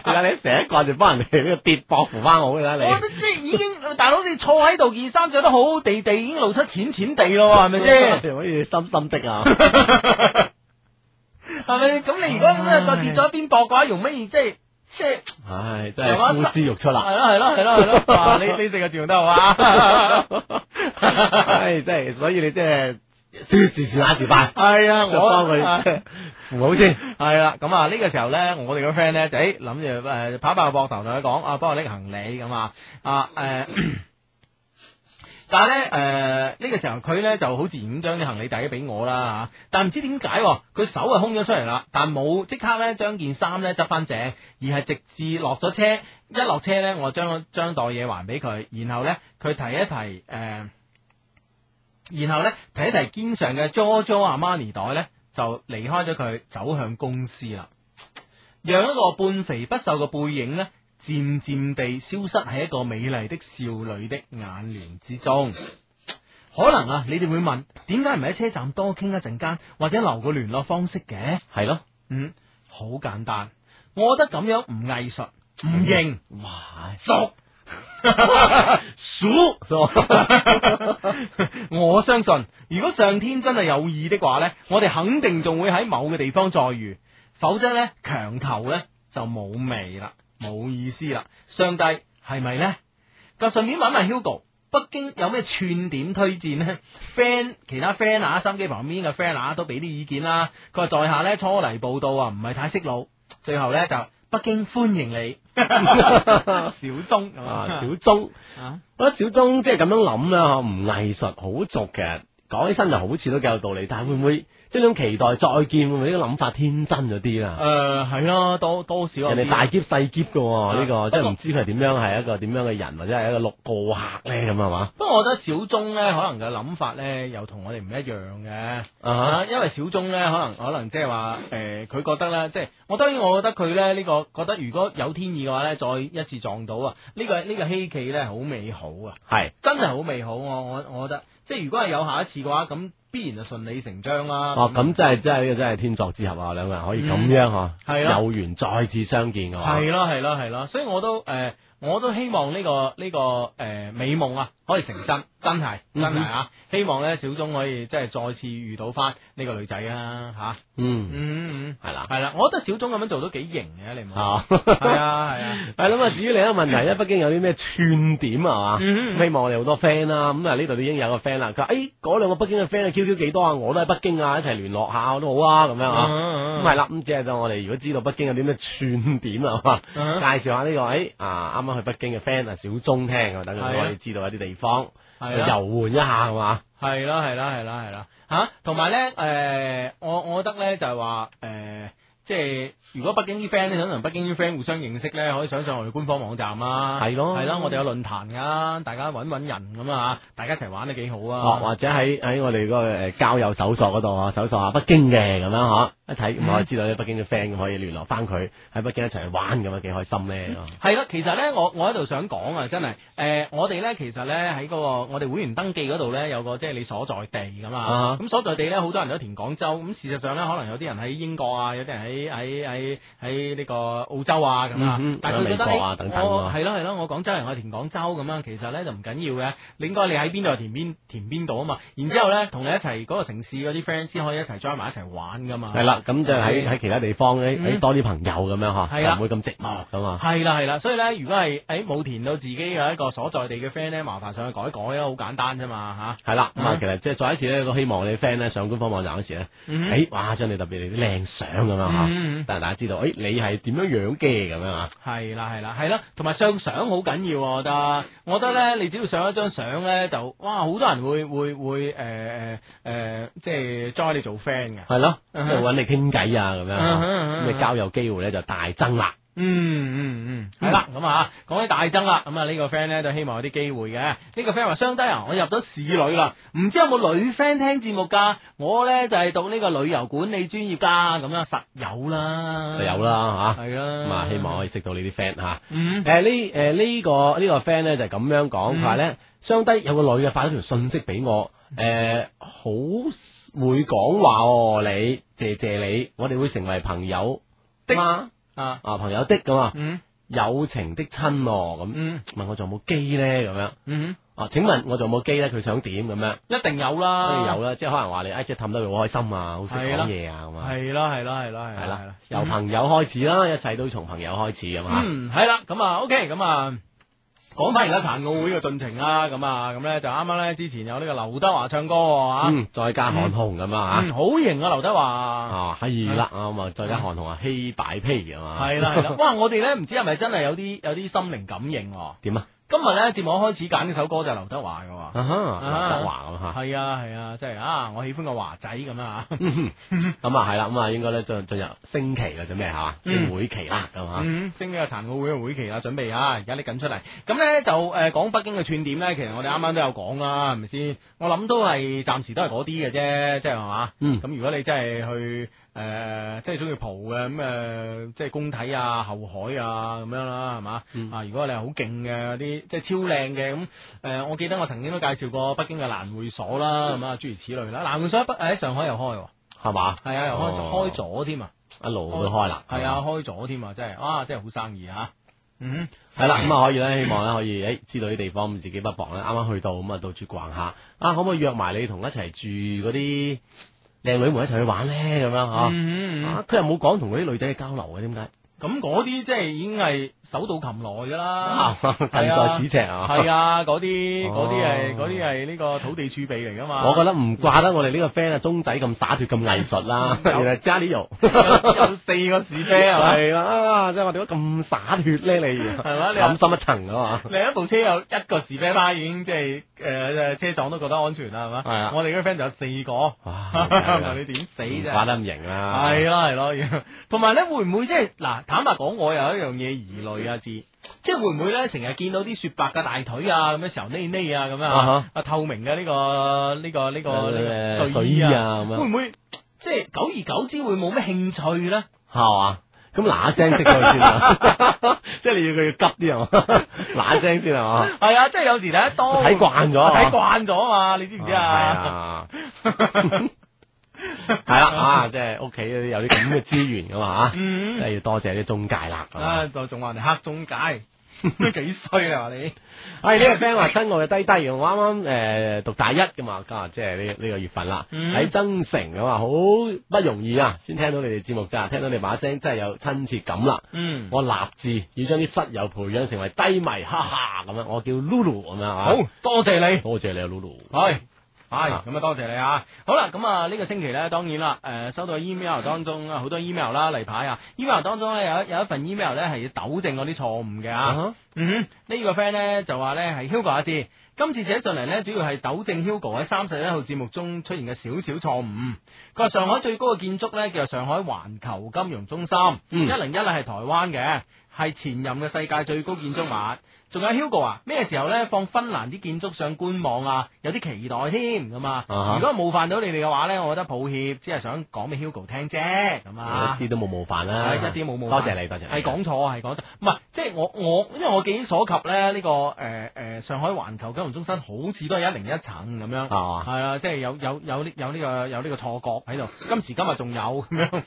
Speaker 3: 你睇你成日掛住幫人哋呢個跌膊扶翻好嘅啦，你
Speaker 1: 我覺得即係已經，大佬你坐喺度，件衫着得好好地地，已經露出淺淺地咯， 係咪啊先？
Speaker 3: 可以深深的啊！
Speaker 1: 係咪？咁你如果咁樣再跌咗一邊膊嘅話，用乜嘢即係即係？
Speaker 3: 唉，真係呼之欲出啦！
Speaker 1: 係咯係咯係咯 係咯！哇你你四個字用得好啊！
Speaker 3: 唉，真係，所以你即係說時遲那時快，
Speaker 1: 係啊，
Speaker 3: 就幫佢即係 扶好先。
Speaker 1: 系啦，咁啊呢個時候咧，我哋個 friend 咧就诶諗住呃诶拍拍個膊頭同佢講啊，幫我拎行李咁啊啊诶。呃 但係咧诶呢個時候佢咧就好自然咁將啲行李遞咗俾我啦吓，但唔知點解喎佢手係空咗出嚟啦，但冇即刻咧將件衫咧執翻正，而係直至落咗車，一落車咧我將將袋嘢還俾佢，然後咧佢提一提诶。呃然後咧提一提肩上嘅 Giorgio Armani 袋咧，就離開咗佢，走向公司啦。讓一個半肥不瘦嘅背影咧，漸漸地消失喺一個美麗的少女的眼簾之中。可能啊，你哋會問，點解唔喺車站多傾一陣間，或者留個聯絡方式嘅？
Speaker 3: 系咯，
Speaker 1: 嗯，好簡單，我覺得咁樣唔藝術，唔認，
Speaker 3: 哇，
Speaker 1: 俗。鼠。
Speaker 3: 所以
Speaker 1: 我相信，如果上天真係有意的話呢，我哋肯定仲會喺某個地方再遇，否則呢，強求呢就冇味啦，冇意思啦。上帝係咪呢？咁順便問問 Hugo。北京有咩串點推薦呢 f r i e n d 其他 friend 啊，心機旁邊嘅 friend 啊，都俾啲意見啦。佢話在下呢，初嚟報道啊，唔係太識路。最後呢，就北京歡迎 你，小鐘
Speaker 3: 啊，小鐘，
Speaker 1: 啊
Speaker 3: 我覺得小鐘即係咁樣諗啦，嗬唔藝術好俗嘅，講起身就好似都幾有道理，但係會唔會即係呢種期待再見，會唔會呢個諗法天真咗啲啦？
Speaker 1: 誒呃係咯，多多少有
Speaker 3: 人哋
Speaker 1: 啲
Speaker 3: 大劫細劫嘅喎，呢個
Speaker 1: 啊
Speaker 3: 即
Speaker 1: 不
Speaker 3: 係
Speaker 1: 過
Speaker 3: 唔知佢係點樣係一個點樣嘅人，或者係一個六過客咧咁係嘛？
Speaker 1: 不過我覺得小鐘咧，可能嘅諗法咧，又同我哋唔一樣嘅。
Speaker 3: 啊
Speaker 1: 啊，因為小鐘咧，可能可能即係話，誒、佢覺得咧，即係我當然我覺得佢咧呢、個覺得如果有天意嘅話咧，再一次撞到啊，呢、個呢、個希冀咧好美好啊，
Speaker 3: 係
Speaker 1: 真係好美好。我我我覺得，即係如果係有下一次嘅話，咁必然就順理成章啦。
Speaker 3: 哦，咁真係真係呢個真係天作之合啊！兩個人可以咁樣嗬，
Speaker 1: 係啦
Speaker 3: 有緣再次相見嘅話
Speaker 1: 嗯係咯係咯係咯，所以我都誒、我都希望呢、個呢、個誒、美夢啊，可以成真，真係
Speaker 3: 嗯
Speaker 1: 真係啊！希望咧小鐘可以即係再次遇到翻呢個女仔啊嚇，
Speaker 3: 嗯，
Speaker 1: 嗯嗯
Speaker 3: 係啦
Speaker 1: 嗯，。係啦，我覺得小鐘咁樣做都幾型嘅，你唔好
Speaker 3: 啊，
Speaker 1: 係啊係啊，
Speaker 3: 系啦咁啊！至於另一個問 題咧，北京有啲咩串點啊嘛？
Speaker 1: 嗯
Speaker 3: 希望我哋好多 friend 啦。咁啊，呢度已經有個 friend 啦。佢話：，誒，嗰兩個北京嘅 friend 嘅 QQ 幾多啊？我都喺北京啊，一齊聯絡下都好啊，咁樣啊。咁
Speaker 1: 嗯
Speaker 3: 係啦，咁即係當我哋如果知道北京有啲咩串點啊嘛，
Speaker 1: 嗯
Speaker 3: 介紹下呢個誒啊，啱啱去北京嘅 friend 啊，小鐘聽啊，等
Speaker 1: 係啊
Speaker 3: 佢可以知道一啲地方，去
Speaker 1: 啊係
Speaker 3: 遊
Speaker 1: 啦。
Speaker 3: 玩一下係嘛？
Speaker 1: 係啦，係啦，係啦，係啦，吓，同埋咧，诶、我我覺得咧就係話，诶、即係如果北京啲 friend 咧想同北京啲 friend 互相認識咧，可以上上我哋官方網站啦，
Speaker 3: 係咯
Speaker 1: 係啦，我哋有論壇噶，大家揾揾人咁啊，大家一齊玩都幾好
Speaker 3: 哦，
Speaker 1: 啊，
Speaker 3: 或者喺喺我哋嗰個誒交友搜索嗰度啊，搜索下北京嘅咁樣嗬，一睇咁可以知道啲北京嘅 friend 咁可以聯絡翻佢喺北京一齊去玩咁啊樣幾開心咧。
Speaker 1: 係啦，其實咧，我我喺度想講啊，真係，诶、我哋咧其實咧喺嗰個我哋會員登記嗰度咧有個即係你所在地噶
Speaker 3: 啊
Speaker 1: 嘛，咁、所在地咧好多人都填廣州，咁事實上咧可能有啲人喺英國啊，有啲人喺喺喺喺呢個澳洲啊咁啊，
Speaker 3: 嗯哼
Speaker 1: 但係佢覺得
Speaker 3: 美國啊等等啊
Speaker 1: 我係咯係咯，我廣州人我填廣州咁樣，其實咧就唔緊要嘅，你應該你喺邊度就填邊填邊度啊嘛，然之後咧同你一齊嗰個城市嗰啲 friend 先可以一齊 join 埋一齊玩噶嘛，
Speaker 3: 係啦，咁就喺
Speaker 1: 啊係
Speaker 3: 喺其他地方咧，誒
Speaker 1: 嗯
Speaker 3: 多啲朋友咁樣嗬，
Speaker 1: 係
Speaker 3: 就
Speaker 1: 啦
Speaker 3: 唔會咁寂寞咁啊嘛。
Speaker 1: 系啦系啦，所以咧，如果係诶冇填到自己嘅一個所在地嘅 friend 咧，麻煩上去改一改啦，好簡單啫嘛
Speaker 3: 係啦，咁啊
Speaker 1: 嗯，
Speaker 3: 其實即係再一次咧，都希望你 friend 咧上官方網站嗰時咧，
Speaker 1: 嗯
Speaker 3: 誒，哇，將你特別你啲靚相咁樣
Speaker 1: 吓。
Speaker 3: 吓，
Speaker 1: 嗯，
Speaker 3: 但係大家知道，誒，你係點樣樣嘅咁樣啊？
Speaker 1: 係啦係啦係啦，同埋上相好緊要，我覺得，我覺得咧，你只要上一張相咧，就哇，好多人會會會诶诶诶，即係 join 你做 friend 嘅。
Speaker 3: 係咯，即
Speaker 1: 嗯
Speaker 3: 係揾你傾偈啊，咁樣
Speaker 1: 嗯
Speaker 3: 啊，
Speaker 1: 哼嗯哼
Speaker 3: 咁你交友機會咧就大增啦。
Speaker 1: 嗯嗯嗯，系啦，咁啊，講起大增啦，咁啊呢個 friend 咧都希望有啲機會嘅。呢、個 friend 話：相低啊，我入咗市女啦，唔知有冇女 friend 聽節目㗎？我咧就係、讀呢個旅遊管理專業㗎，咁樣實有啦，
Speaker 3: 就有，啦吓，
Speaker 1: 係啦，
Speaker 3: 咁啊希望可以識到你啲 friend 吓。
Speaker 1: 嗯
Speaker 3: 誒呢誒呢個呢個 friend 咧就係咁樣講，佢話
Speaker 1: 嗯
Speaker 3: 咧相低有個女嘅發咗條信息俾我，誒好會講話哦，你謝謝你，我哋會成為朋友的啊
Speaker 1: 啊
Speaker 3: 朋友的咁啊，
Speaker 1: 嗯
Speaker 3: 友情的親哦咁，
Speaker 1: 嗯
Speaker 3: 問我仲有冇機咧咁樣
Speaker 1: 嗯，
Speaker 3: 啊？請問我仲有冇機咧？佢想點咁樣？
Speaker 1: 一定有
Speaker 3: 跟
Speaker 1: 啦，
Speaker 3: 住有啦，即係可能話你誒即係氹得佢好開心啊，好識
Speaker 1: 係
Speaker 3: 講
Speaker 1: 啦
Speaker 3: 嘢啊咁啊，
Speaker 1: 係啦，係啦，係啦，係啦，
Speaker 3: 係啦，由朋友開始啦，一切都從朋友開始咁啊。
Speaker 1: 嗯，系啦，咁啊，OK，咁啊。講翻而家殘奧會嘅進程啦，咁啊，咁咧就啱啱咧之前有呢個劉德華唱歌喎嚇，
Speaker 3: 嗯，再加韓紅咁啊嚇
Speaker 1: 啊嗯，好型啊劉德華，
Speaker 3: 啊，係啦，啱啊，再加韓紅啊，稀擺屁啊嘛，
Speaker 1: 係啦係啦，哇！我哋咧唔知係咪真係有啲有啲心靈感應喎，
Speaker 3: 點啊？
Speaker 1: 今日咧節目一開始揀呢首歌就係劉德華嘅喎。
Speaker 3: 啊哈，
Speaker 1: 啊
Speaker 3: 劉德華咁吓。
Speaker 1: 系啊系啊，即系啊，我喜歡個華仔咁啊，
Speaker 3: 咁啊係嗯啦，咁啊應該咧進進入升期啦，準備係嘛，即係會期啦，咁啊，
Speaker 1: 嗯，升呢個殘奧會嘅會期啦，準備啊，而家拎緊出嚟。咁咧就诶讲北京嘅串點咧，其實我哋啱啱都有講啦，係咪先？我諗都係暫時都係嗰啲嘅啫，即係係嘛。
Speaker 3: 嗯
Speaker 1: 咁如果你真係去诶，即係中意蒲嘅咁诶，即係工體啊、後海啊咁樣啦，係嘛？
Speaker 3: 嗯
Speaker 1: 啊，如果你係好勁嘅嗰啲，即係超靚嘅咁诶，我記得我曾經都介紹過北京嘅蘭會所啦，咁啊諸如此類啦。蘭會所喺北喺上海又開喎。
Speaker 3: 係嘛，
Speaker 1: 系啊，又開咗
Speaker 3: 哦
Speaker 1: 開咗添啊，
Speaker 3: 一路都開啦，
Speaker 1: 係啊，開咗添啊，真係，哇，真係好生意啊，嗯，
Speaker 3: 係啦，咁啊可以咧，希望咧可以誒知道啲地方，自己不妨咧啱啱去到咁啊，到處逛下啊，可唔可以約埋你同一齊住嗰啲靚女們一齊去玩咧？咁樣嗬，
Speaker 1: 嗯嗯
Speaker 3: 啊佢又冇講同嗰啲女仔嘅交流嘅，點解？
Speaker 1: 咁嗰啲即係已經係手到擒來噶啦
Speaker 3: 啊， 近在咫尺啊！
Speaker 1: 係啊，嗰啲嗰啲係
Speaker 3: 哦
Speaker 1: 嗰啲係呢個土地儲備嚟噶嘛，
Speaker 3: 我覺得唔怪得我哋呢個 friend 啊，鐘仔咁灑脱咁藝術 啦，原來 j a l
Speaker 1: 有有四個士啤啊係咪？
Speaker 3: 係啊啦，即係我哋都咁灑脱咧，你
Speaker 1: 係嘛你
Speaker 3: 諗深一層啊 嘛。
Speaker 1: 另一部車有一個士啤吧已經即係誒車廠都覺得安全啦，係嘛？
Speaker 3: 係啊
Speaker 1: 我哋嗰啲 friend 就有四個，
Speaker 3: 哇
Speaker 1: 問你點死
Speaker 3: 唔
Speaker 1: 啫？
Speaker 3: 玩得咁型啦，
Speaker 1: 系啦系咯，要同埋咧會唔會即係嗱？坦白講，我有一樣嘢疑慮啊，志，即係會唔會咧成日見到啲雪白嘅大腿啊，咁樣時候呢呢啊咁樣
Speaker 3: 啊
Speaker 1: 啊
Speaker 3: 哈，
Speaker 1: 啊透明嘅呢個呢個呢個呢個
Speaker 3: 誒
Speaker 1: 睡
Speaker 3: 睡
Speaker 1: 衣
Speaker 3: 衣
Speaker 1: 啊，
Speaker 3: 啊咁
Speaker 1: 會
Speaker 3: 樣
Speaker 1: 唔會即係久而久之會冇咩興趣咧？
Speaker 3: 係嘛？咁嗱一聲識佢 先啦，即係你要佢要急啲啊嘛，嗱一聲先啊嘛，
Speaker 1: 係啊，即係有時睇得多
Speaker 3: 睇慣咗啊
Speaker 1: 睇慣咗啊嘛，你知唔知啊？
Speaker 3: 啊？係啊，係啦啊，即係屋企有啲咁嘅資源噶嘛嚇，
Speaker 1: 嗯
Speaker 3: 即係要多謝啲中介啦。係嘛
Speaker 1: 啊，就仲話人黑中 介，幾衰啊話你！
Speaker 3: 係哎呢個 friend 話親愛嘅低低，我啱啱誒讀大一噶嘛，啊即係呢呢個月份啦，
Speaker 1: 嗯
Speaker 3: 喺增城咁啊，好不容易啊，先聽到你哋節目咋，聽到你把聲真係有親切感啦。
Speaker 1: 嗯，
Speaker 3: 我立志要將啲室友培養成為低迷，哈哈咁樣，我叫 Lulu 咁樣啊。
Speaker 1: 好，多謝你。
Speaker 3: 多謝你啊，Lulu。
Speaker 1: 系。系咁啊，多謝你啊！好啦，咁啊呢個星期咧，當然啦，誒、收到 email 當中啊，好多 email 啦，例牌啊，email 當中咧有一有一份 email 咧係要糾正我啲錯誤嘅啊。
Speaker 3: 哈
Speaker 1: 嗯哼，呢、個 friend 咧就話咧係 Hugo 阿志，今次寫上嚟咧主要係糾正 Hugo 喺三十一號節目中出現嘅少少錯誤。佢話上海最高嘅建築咧叫做上海環球金融中心，一零一咧係台灣嘅，係前任嘅世界最高建築物。仲有 Hugo 啊，咩時候咧放芬蘭啲建築上官網啊？有啲期待添咁啊！
Speaker 3: 啊哈
Speaker 1: 如果冒犯到你哋嘅話咧，我覺得抱歉，只係想講俾 Hugo 聽啫咁啊
Speaker 3: 一。啲都冇冒犯啦，
Speaker 1: 係一啲冇冒
Speaker 3: 多
Speaker 1: 犯
Speaker 3: 謝你，多謝你。
Speaker 1: 係講錯，係講錯，唔係即係我我，因為我記憶所及咧，呢、個誒誒、呃上海環球金融中心好似都係一零一層咁樣，
Speaker 3: 啊
Speaker 1: 係啊，即係有有有呢有呢、個有呢個錯覺喺度，今時今日仲有咁樣，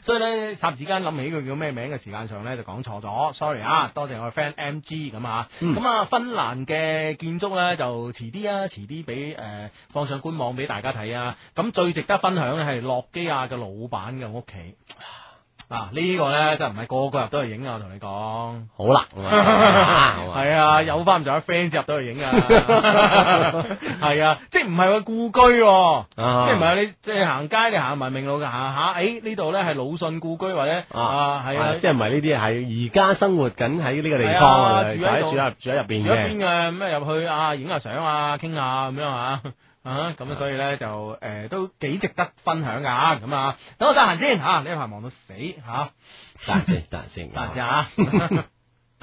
Speaker 1: 所以咧霎時間諗起佢叫咩名嘅時間上咧就講錯咗，sorry 啊，多謝我嘅 friend M G 咁啊，咁、啊芬蘭嘅建築咧就遲啲啊，遲啲俾誒放上官網俾大家睇啊，咁最值得分享咧係諾基亞嘅老闆嘅屋企。啊！呢個咧真係唔係個個入到去影啊！我同你講，
Speaker 3: 好啦，咁啊好啊
Speaker 1: 係啊，有翻唔上 friend 先入到去影啊！係啊，即係唔係話故居喎，即
Speaker 3: 啊
Speaker 1: 係唔係你即係行街你行文明路行下，誒呢度咧係魯迅故居或者啊係啊，
Speaker 3: 即係唔係呢啲係而家生活緊喺呢個地
Speaker 1: 係啊
Speaker 3: 方啊，
Speaker 1: 住
Speaker 3: 就
Speaker 1: 喺
Speaker 3: 喺
Speaker 1: 度
Speaker 3: 住喺住喺入邊
Speaker 1: 住一邊
Speaker 3: 嘅。
Speaker 1: 嘅咁啊入去啊影下相啊傾下咁樣啊。啊，咁所以咧就誒、都幾值得分享噶咁啊！等我得閒先嚇，呢、排忙到死嚇，
Speaker 3: 等陣先，等陣先，
Speaker 1: 得閒先嚇。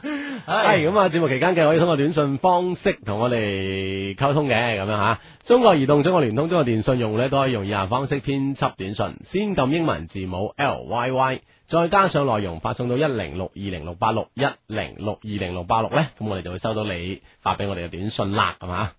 Speaker 1: 係
Speaker 3: 系咁啊！節目期間嘅可以通過短信方式同我哋溝通嘅咁樣吓。中國移動、中國聯通、中國電信用户咧都可以用以下方式編輯短信：先撳英文字母 L Y Y，再加上內容發送到一零六二零六八六一零六二零六八六咧，咁我哋就會收到你發俾我哋嘅短信啦，啊係嘛？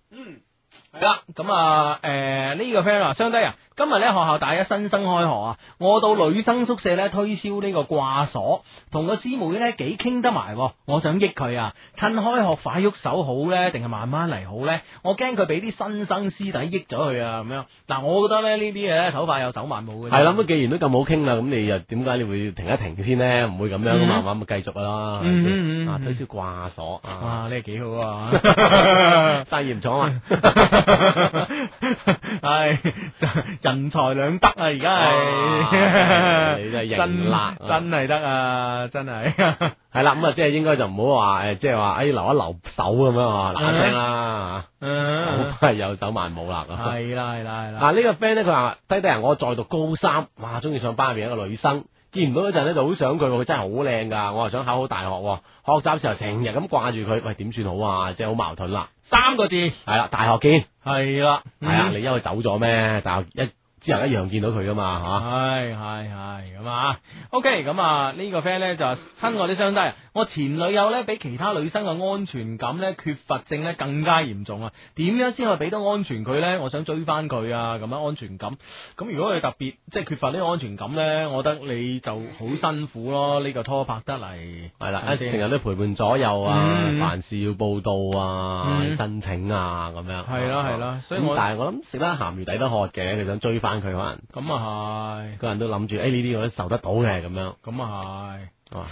Speaker 1: 系啦，咁啊，诶、呢、個 friend 話，相低啊，今日咧學校大一新生開學啊，我到女生宿舍咧推銷呢個掛鎖，同個師妹咧幾傾得埋喎，我想益佢啊，趁開學快喐手好咧，定係慢慢嚟好咧？我驚佢俾啲新生師弟益咗佢啊，咁樣。嗱，我覺得咧呢啲嘢咧手快有手慢冇嘅。
Speaker 3: 係啦，咁既然都咁好傾啦，咁你又點解你會停一停先呢？唔會咁樣噶嘛，嗯咁啊咪繼續啦，係咪
Speaker 1: 嗯嗯嗯
Speaker 3: 先？
Speaker 1: 嗯
Speaker 3: 啊，推銷掛鎖啊，
Speaker 1: 哇，呢個幾好啊！
Speaker 3: 生意唔錯啊嘛。
Speaker 1: 唉，就人才兩得啊！而家
Speaker 3: 哇
Speaker 1: 係
Speaker 3: 你真係
Speaker 1: 真
Speaker 3: 型辣啊
Speaker 1: 真係得啊！真 係
Speaker 3: 系啦，咁啊，即系应该就唔好话诶，誒即系话诶留一留手咁样啊，嗱声啦，手
Speaker 1: 嗯
Speaker 3: 快有手慢冇啦。咁
Speaker 1: 係啦係啦係啦，
Speaker 3: 嗱呢個 friend 咧，佢話低低人，我再讀高三，哇，中意上班入边一個女生，見唔到嗰陣咧就好想佢喎，佢真係好靚噶，我又想考好大學喎，學習時候成日咁掛住佢，喂點算好啊？即係好矛盾啦。
Speaker 1: 三個字
Speaker 3: 係啦，大學見，
Speaker 1: 係啦，
Speaker 3: 係啊，
Speaker 1: 嗯
Speaker 3: 你因為走咗咩？大學一之後一樣見到佢噶嘛，吓。
Speaker 1: 系系系咁啊，OK，咁啊呢個 friend 咧就親我啲相低啊，我前女友咧比其他女生嘅安全感咧缺乏症咧更加嚴重啊，點樣先可以俾到安全佢咧？我想追翻佢啊，咁樣安全感，咁如果佢特別即係缺乏呢個安全感咧，我覺得你就好辛苦咯，呢、個拖拍得嚟
Speaker 3: 係
Speaker 1: 係
Speaker 3: 啦，
Speaker 1: 咪
Speaker 3: 一
Speaker 1: 先
Speaker 3: 成日都陪伴左右啊，
Speaker 1: 嗯
Speaker 3: 凡事要報到啊，
Speaker 1: 嗯
Speaker 3: 申請啊，咁樣。
Speaker 1: 係啦係啦所以
Speaker 3: 咁
Speaker 1: 我
Speaker 3: 但係我諗食得鹹魚抵得渴嘅，佢想追翻佢，可能
Speaker 1: 咁啊係，
Speaker 3: 個人都諗住，誒哎呢啲我都受得到嘅咁樣。
Speaker 1: 咁啊係。
Speaker 3: 啊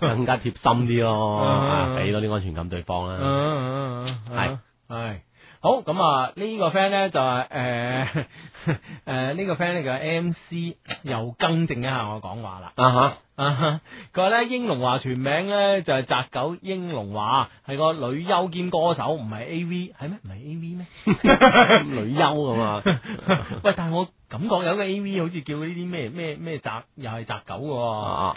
Speaker 3: 更加貼心啲咯，
Speaker 1: 嗯
Speaker 3: 啊俾多啲安全感對方啊啦。
Speaker 1: 嗯
Speaker 3: 係
Speaker 1: 嗯系。好咁啊！呢個 friend 咧就係誒 誒呢個 friend 咧叫 MC，又更正一下我講話啦。
Speaker 3: 啊哈，
Speaker 1: 啊哈佢話咧英龍華全名咧就係澤九英龍華，係個女優兼歌手，唔係 A V 係咩？唔係 A V 咩？
Speaker 3: 女優咁啊，
Speaker 1: 喂，但係我感覺有個 A V 好似叫呢啲咩咩咩澤，又係澤九嘅喎。
Speaker 3: 啊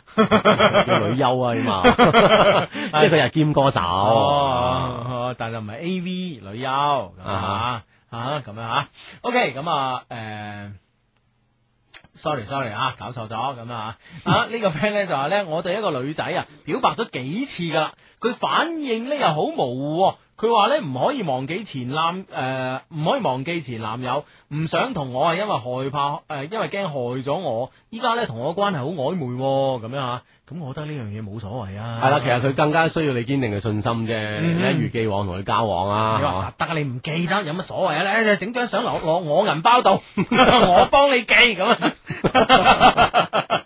Speaker 3: 叫女優啊嘛， 即係佢又兼歌手。
Speaker 1: 哦
Speaker 3: 啊
Speaker 1: 哦，但就唔係 A V 女優咁啊
Speaker 3: 啊
Speaker 1: 啊咁樣啊，OK 咁啊誒。sorry sorry 啊，搞錯咗咁啊！啊呢個 friend 咧就話咧，我對一個女仔啊表白咗幾次噶啦，佢反應咧又好模糊、喎。佢話咧唔可以忘記前男誒，呃唔、可以忘記前男友，唔想同我啊係因為害怕誒、呃因為驚害咗我。依家咧同我關係好曖昧喎咁、樣啊，咁我覺得呢樣嘢冇所謂啊。
Speaker 3: 係啦，其實佢更加需要你堅定嘅信心啫，
Speaker 1: 嗯
Speaker 3: 你一如既往同佢交往啊。
Speaker 1: 你
Speaker 3: 係嘛
Speaker 1: 話實得，你唔記得有乜所謂啊？咧整張相落落我銀包 度，我幫你記咁啊！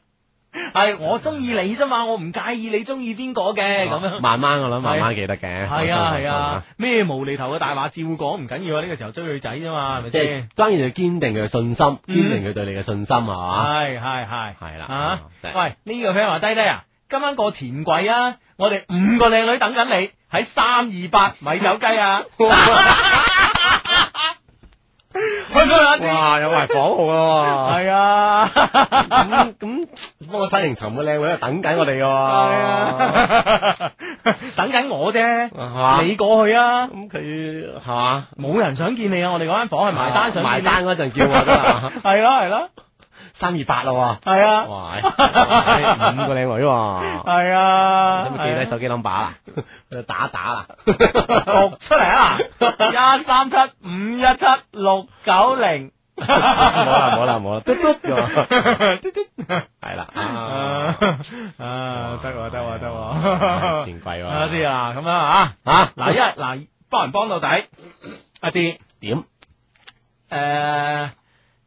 Speaker 1: 係我中意你啫嘛，我唔介意你中意邊個嘅
Speaker 3: 啊
Speaker 1: 咁 樣。
Speaker 3: 慢慢我諗，慢慢記得嘅。
Speaker 1: 係啊係啊，，咩無厘頭嘅大話照講唔緊要啊！呢個時候追女仔啫嘛，係咪
Speaker 3: 即係
Speaker 1: 先？
Speaker 3: 當然就堅定佢嘅信心，堅
Speaker 1: 嗯
Speaker 3: 定佢對你嘅信心係嘛。
Speaker 1: 係係係
Speaker 3: 啊係啦
Speaker 1: 啊
Speaker 3: 真！係
Speaker 1: 喂，呢個 friend 話低低啊，今晚過前季啊，我哋五個靚女等緊你喺三二八米酒雞 啊！ 喂，各位阿芝。
Speaker 3: 哇，有埋房號啊！
Speaker 1: 系啊，
Speaker 3: 咁咁，不過七情尋嘅靚女喺度等緊我哋㗎喎。
Speaker 1: 等緊我啫，
Speaker 3: 啊
Speaker 1: 你過去啊，
Speaker 3: 咁佢係嘛？
Speaker 1: 冇人想見你啊，我哋嗰間房係埋單想見
Speaker 3: 埋
Speaker 1: 你，
Speaker 3: 單嗰陣叫我得啦，
Speaker 1: 係咯係咯，
Speaker 3: 三二八啦
Speaker 1: 係
Speaker 3: 喎，
Speaker 1: 啊
Speaker 3: 哇，五個靚女喎，
Speaker 1: 係啊，
Speaker 3: 使唔使記低手機 number 啦？打一打啦，
Speaker 1: 讀出嚟啊，一三七五一七六九零，
Speaker 3: 冇啦 冇啦冇啦，嘟嘟㗎，係啦，啊
Speaker 1: 啊得喎得喎得
Speaker 3: 唉
Speaker 1: 喎，
Speaker 3: 錢貴
Speaker 1: 阿
Speaker 3: 喎，
Speaker 1: 志啊咁樣啊，
Speaker 3: 啊
Speaker 1: 嗱一嗱幫人幫到底，阿志。
Speaker 3: 點？
Speaker 1: 诶，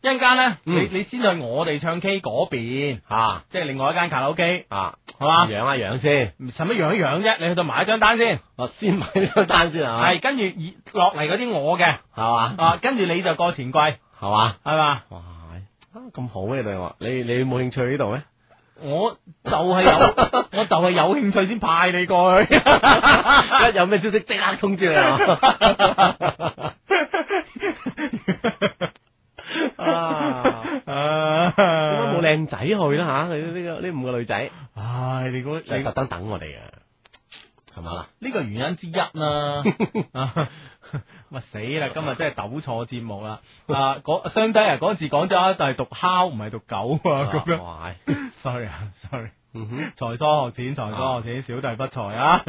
Speaker 1: 一陣間咧，
Speaker 3: 嗯
Speaker 1: 你你先去我哋唱 K 嗰邊，
Speaker 3: 啊
Speaker 1: 即係另外一間卡拉 OK，
Speaker 3: 啊，
Speaker 1: 係嘛？
Speaker 3: 養一養先，
Speaker 1: 使乜養一養啫？你去到買一張單先，
Speaker 3: 我先買張單先啊，
Speaker 1: 係跟住以落嚟嗰啲我嘅，
Speaker 3: 係嘛
Speaker 1: 啊，跟住你就過錢櫃，
Speaker 3: 係嘛，
Speaker 1: 係嘛？
Speaker 3: 哇！啊咁好嘅對我，你你冇興趣呢度咩？
Speaker 1: 我就係 有，我就係有興趣先派你過去，
Speaker 3: 一有咩消息即刻通知你啊！啊點解冇
Speaker 1: 冇
Speaker 3: 靚仔去啦吓？佢呢個呢五個女仔，
Speaker 1: 唉，你估
Speaker 3: 就
Speaker 1: 你
Speaker 3: 特登等我哋嘅，係咪啦？
Speaker 1: 呢個原因之一 啦。啊咪死啦！今日真係抖錯節目啦。啊，嗰相低啊，嗰次講咗，但係讀烤唔係讀狗啊，咁樣。
Speaker 3: 哇！
Speaker 1: sorry 啊，sorry，
Speaker 3: 嗯哼，
Speaker 1: 才疏學淺，才疏學淺，小弟不才 啊。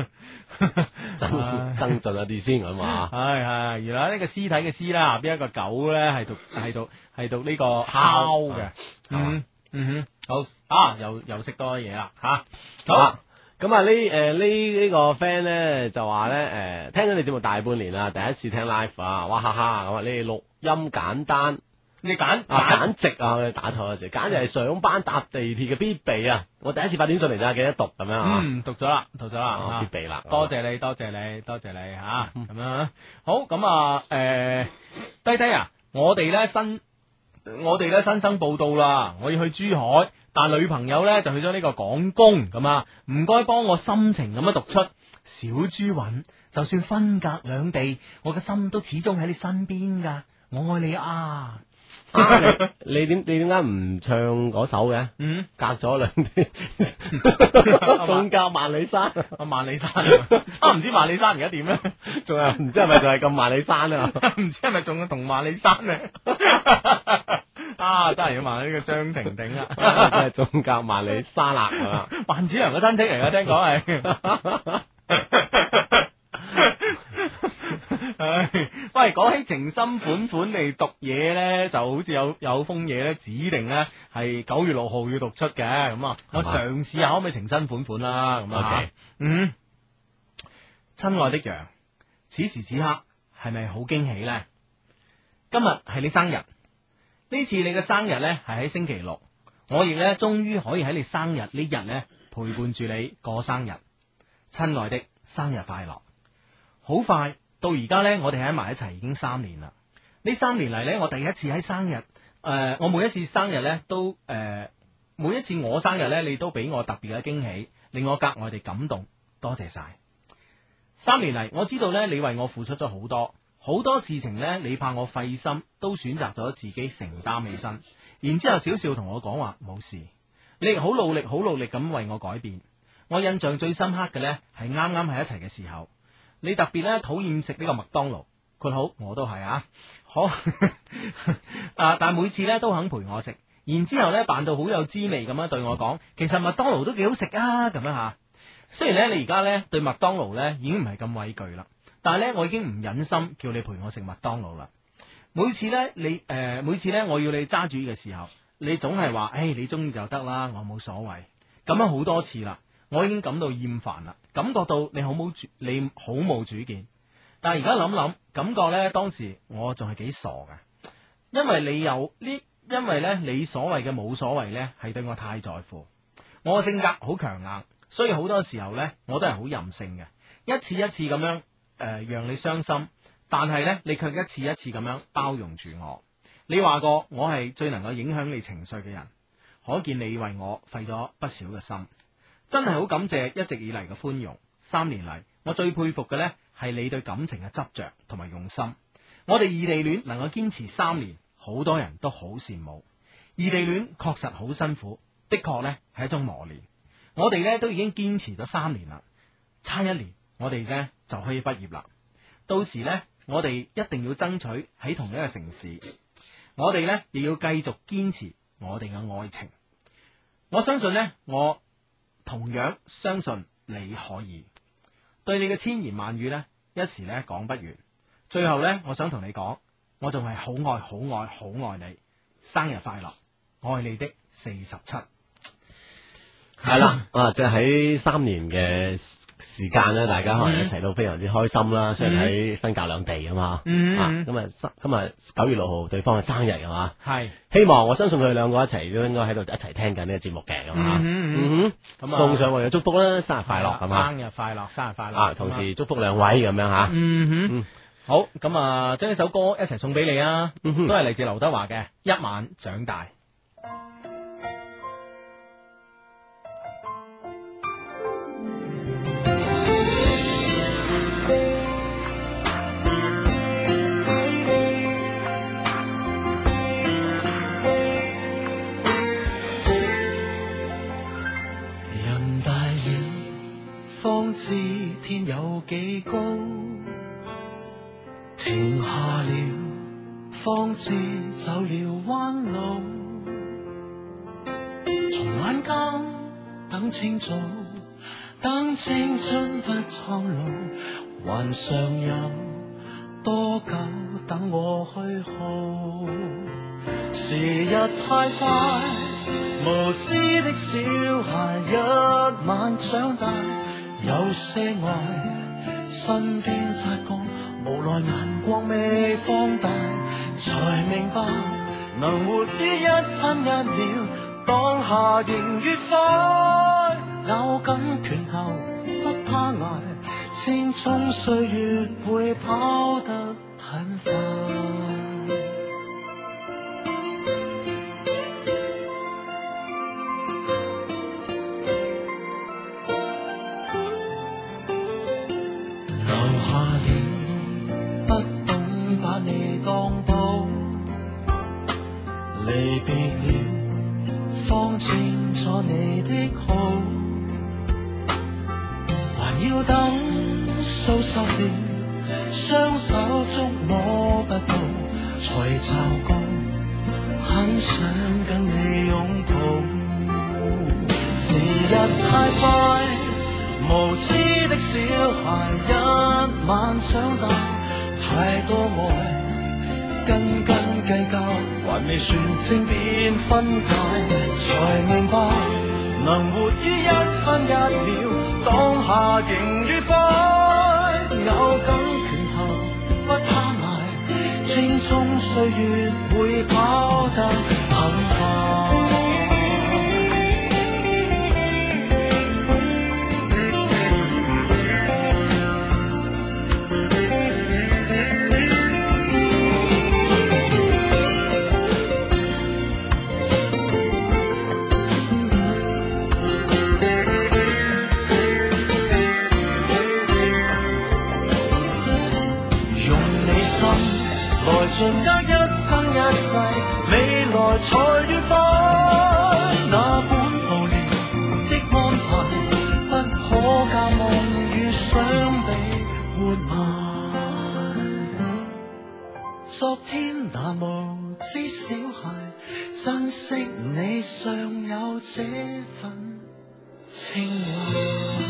Speaker 3: 增增進一啲先咁啊！
Speaker 1: 係係，原來呢個屍體嘅屍啦，下邊一個狗咧係讀係讀係讀呢個烤嘅
Speaker 3: 啊。
Speaker 1: 嗯嗯哼，好啊，又又識多嘢啦吓。
Speaker 3: 好
Speaker 1: 好
Speaker 3: 啦，咁啊呢誒呢呢個 friend 咧就話咧誒聽咗你節目大半年啦，第一次聽 live 啊，哇哈哈咁啊！你哋錄音簡單
Speaker 1: 你揀
Speaker 3: 啊，簡直啊！佢打錯咗字，簡直係上班搭地鐵嘅必備啊！我第一次發短信嚟咋，記得讀咁樣啊，
Speaker 1: 嗯，讀咗啦，讀咗啦
Speaker 3: 啊
Speaker 1: 啊
Speaker 3: 必備啦，
Speaker 1: 多謝你，多謝你，多謝你吓，咁、樣好咁啊，诶、低低啊，我哋咧新我哋咧新生報到啦，我要去珠海，但女朋友咧就去咗呢個廣工咁啊，唔該幫我心情咁樣讀出小朱允，就算分隔兩地，我嘅心都始終喺你身邊噶，我愛你啊！
Speaker 3: 你點你點解唔唱嗰首嘅？
Speaker 1: 嗯，
Speaker 3: 隔咗兩天， 仲隔萬里山，
Speaker 1: 阿萬 里山，啊唔知萬里山而家點咧？
Speaker 3: 仲有唔知係咪仲係咁萬里山 啊？
Speaker 1: 唔知係咪仲同萬里山咧？啊， 得閒要問下呢個張婷婷啊！
Speaker 3: 真係仲隔萬里山啦，啊係嘛？
Speaker 1: 万子良嘅親戚嚟噶，聽講係。 唉，喂，講起情深款款嚟讀嘢咧，就好似有有封嘢咧，指定咧係九月六號要讀出嘅，咁啊，我嘗試下可唔可以情深款款啦，咁啊
Speaker 3: OK
Speaker 1: 嗯，親愛的羊，此時此刻係咪好驚喜呢？今日係你生日，呢次你嘅生日呢係喺星期六，我亦呢終於可以喺你生日呢日呢陪伴住你過生日。親愛的，生日快樂！好快到而家呢，我哋喺埋一齊已經三年啦。呢三年嚟呢，我第一次喺生日，誒、呃我每一次生日呢都誒、每一次我生日呢，你都俾我特別嘅驚喜，令我格外地感動，多謝晒。三年嚟，我知道呢，你為我付出咗好多，好多事情呢，你怕我費心，都選擇咗自己承擔起身。然之後，小笑同我講話冇事，你亦好努力，好努力咁為我改變。我印象最深刻嘅呢，係啱啱喺一齊嘅時候，你特別呢討厭食呢個麥當勞。佢好，我都係啊，可啊，但每次呢都肯陪我食，然之後咧扮到好有滋味咁樣對我講，其實麥當勞都幾好食啊，咁樣吓。雖然咧你而家咧對麥當勞咧已經唔係咁畏懼啦，但係咧我已經唔忍心叫你陪我食麥當勞啦。每次咧你誒、呃每次咧我要你揸主意嘅時候，你總係話：，誒、你中意就得啦，我冇所謂。咁樣好多次啦，我已經感到厭煩啦，感覺到你好冇主，你好冇主見。但係而家諗諗，感覺咧當時我仲係幾傻嘅，因為你有呢，因為咧你所謂嘅冇所謂咧，係對我太在乎。我性格好強硬，所以好多時候呢，我都係好任性嘅，一次一次咁樣誒、呃，讓你傷心。但係呢，你卻一次一次咁樣包容住我。你話過我係最能夠影響你情緒嘅人，可見你為我費咗不少嘅心，真係好感謝一直以嚟嘅寬容。三年嚟，我最佩服嘅呢，係你對感情嘅執着同埋用心。我哋異地戀能夠堅持三年，好多人都好羨慕。異地戀確實好辛苦，的確呢係一種磨練。我哋呢都已經堅持咗三年啦，差一年我哋呢就可以畢業啦。到時呢，我哋一定要爭取喺同一個城市，我哋呢亦要繼續堅持我哋嘅愛情。我相信呢，我同樣相信你可以。對你嘅千言萬語呢，一時呢講不完。最後呢，我想同你講，我仲係好愛、好愛、好愛你。生日快樂，愛你的四十七。
Speaker 3: 係啦，啊，即係喺三年嘅時間咧，大家可能一齊都非常之開心啦。雖然喺分隔兩地啊嘛，
Speaker 1: 嗯
Speaker 3: 啊，咁啊生，今日九月六號對方嘅生日係嘛，
Speaker 1: 係，
Speaker 3: 希望我相信佢哋兩個一齊都應該喺度一齊聽緊呢個節目嘅，咁啊，
Speaker 1: 嗯
Speaker 3: 嗯哼，
Speaker 1: 咁啊
Speaker 3: 送上我哋嘅祝福啦，生日快樂，咁啊，
Speaker 1: 生日快樂，生日快樂。
Speaker 3: 啊，同時祝福兩位咁樣吓，
Speaker 1: 嗯哼
Speaker 3: 嗯，
Speaker 1: 好，咁啊，將呢首歌一齊送俾你啊，都
Speaker 3: 嗯哼
Speaker 1: 係嚟自劉德華嘅《一晚長大》。
Speaker 2: 人大了，方知天有幾高；停下了，方知走了彎路。從晚間等清早，等青春不蒼老，還尚有多久等我去耗？時日太快，無知的小孩一晚長大，有些愛身邊擦過，無奈眼光未放大，才明白能活於一分一秒，當下仍愉快，咬緊拳頭不怕捱，青蔥歲月會跑得很快。离别了，方清楚你的好，还要等数十秒，双手捉摸不到，才驟高，很想跟你擁抱。時日太快，無知的小孩一晚長大，太多愛。斤斤計較，還未算清便分解，才明白能活於一分一秒，當下仍愉快。咬緊拳頭，不怕埋，青葱歲月會跑得很快。用你心來盡得一生一世，未來才愉快。那本無聊的安排，不可教夢與想比活埋。昨天那無知小孩，珍惜你尚有這份情懷。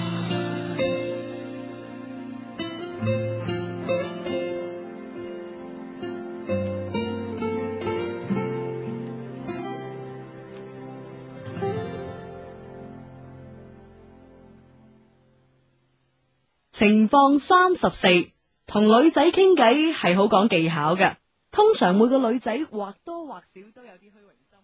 Speaker 9: 情況三十四，同女仔傾偈係好講技巧嘅，通常每個女仔或多或少都有啲虛榮心。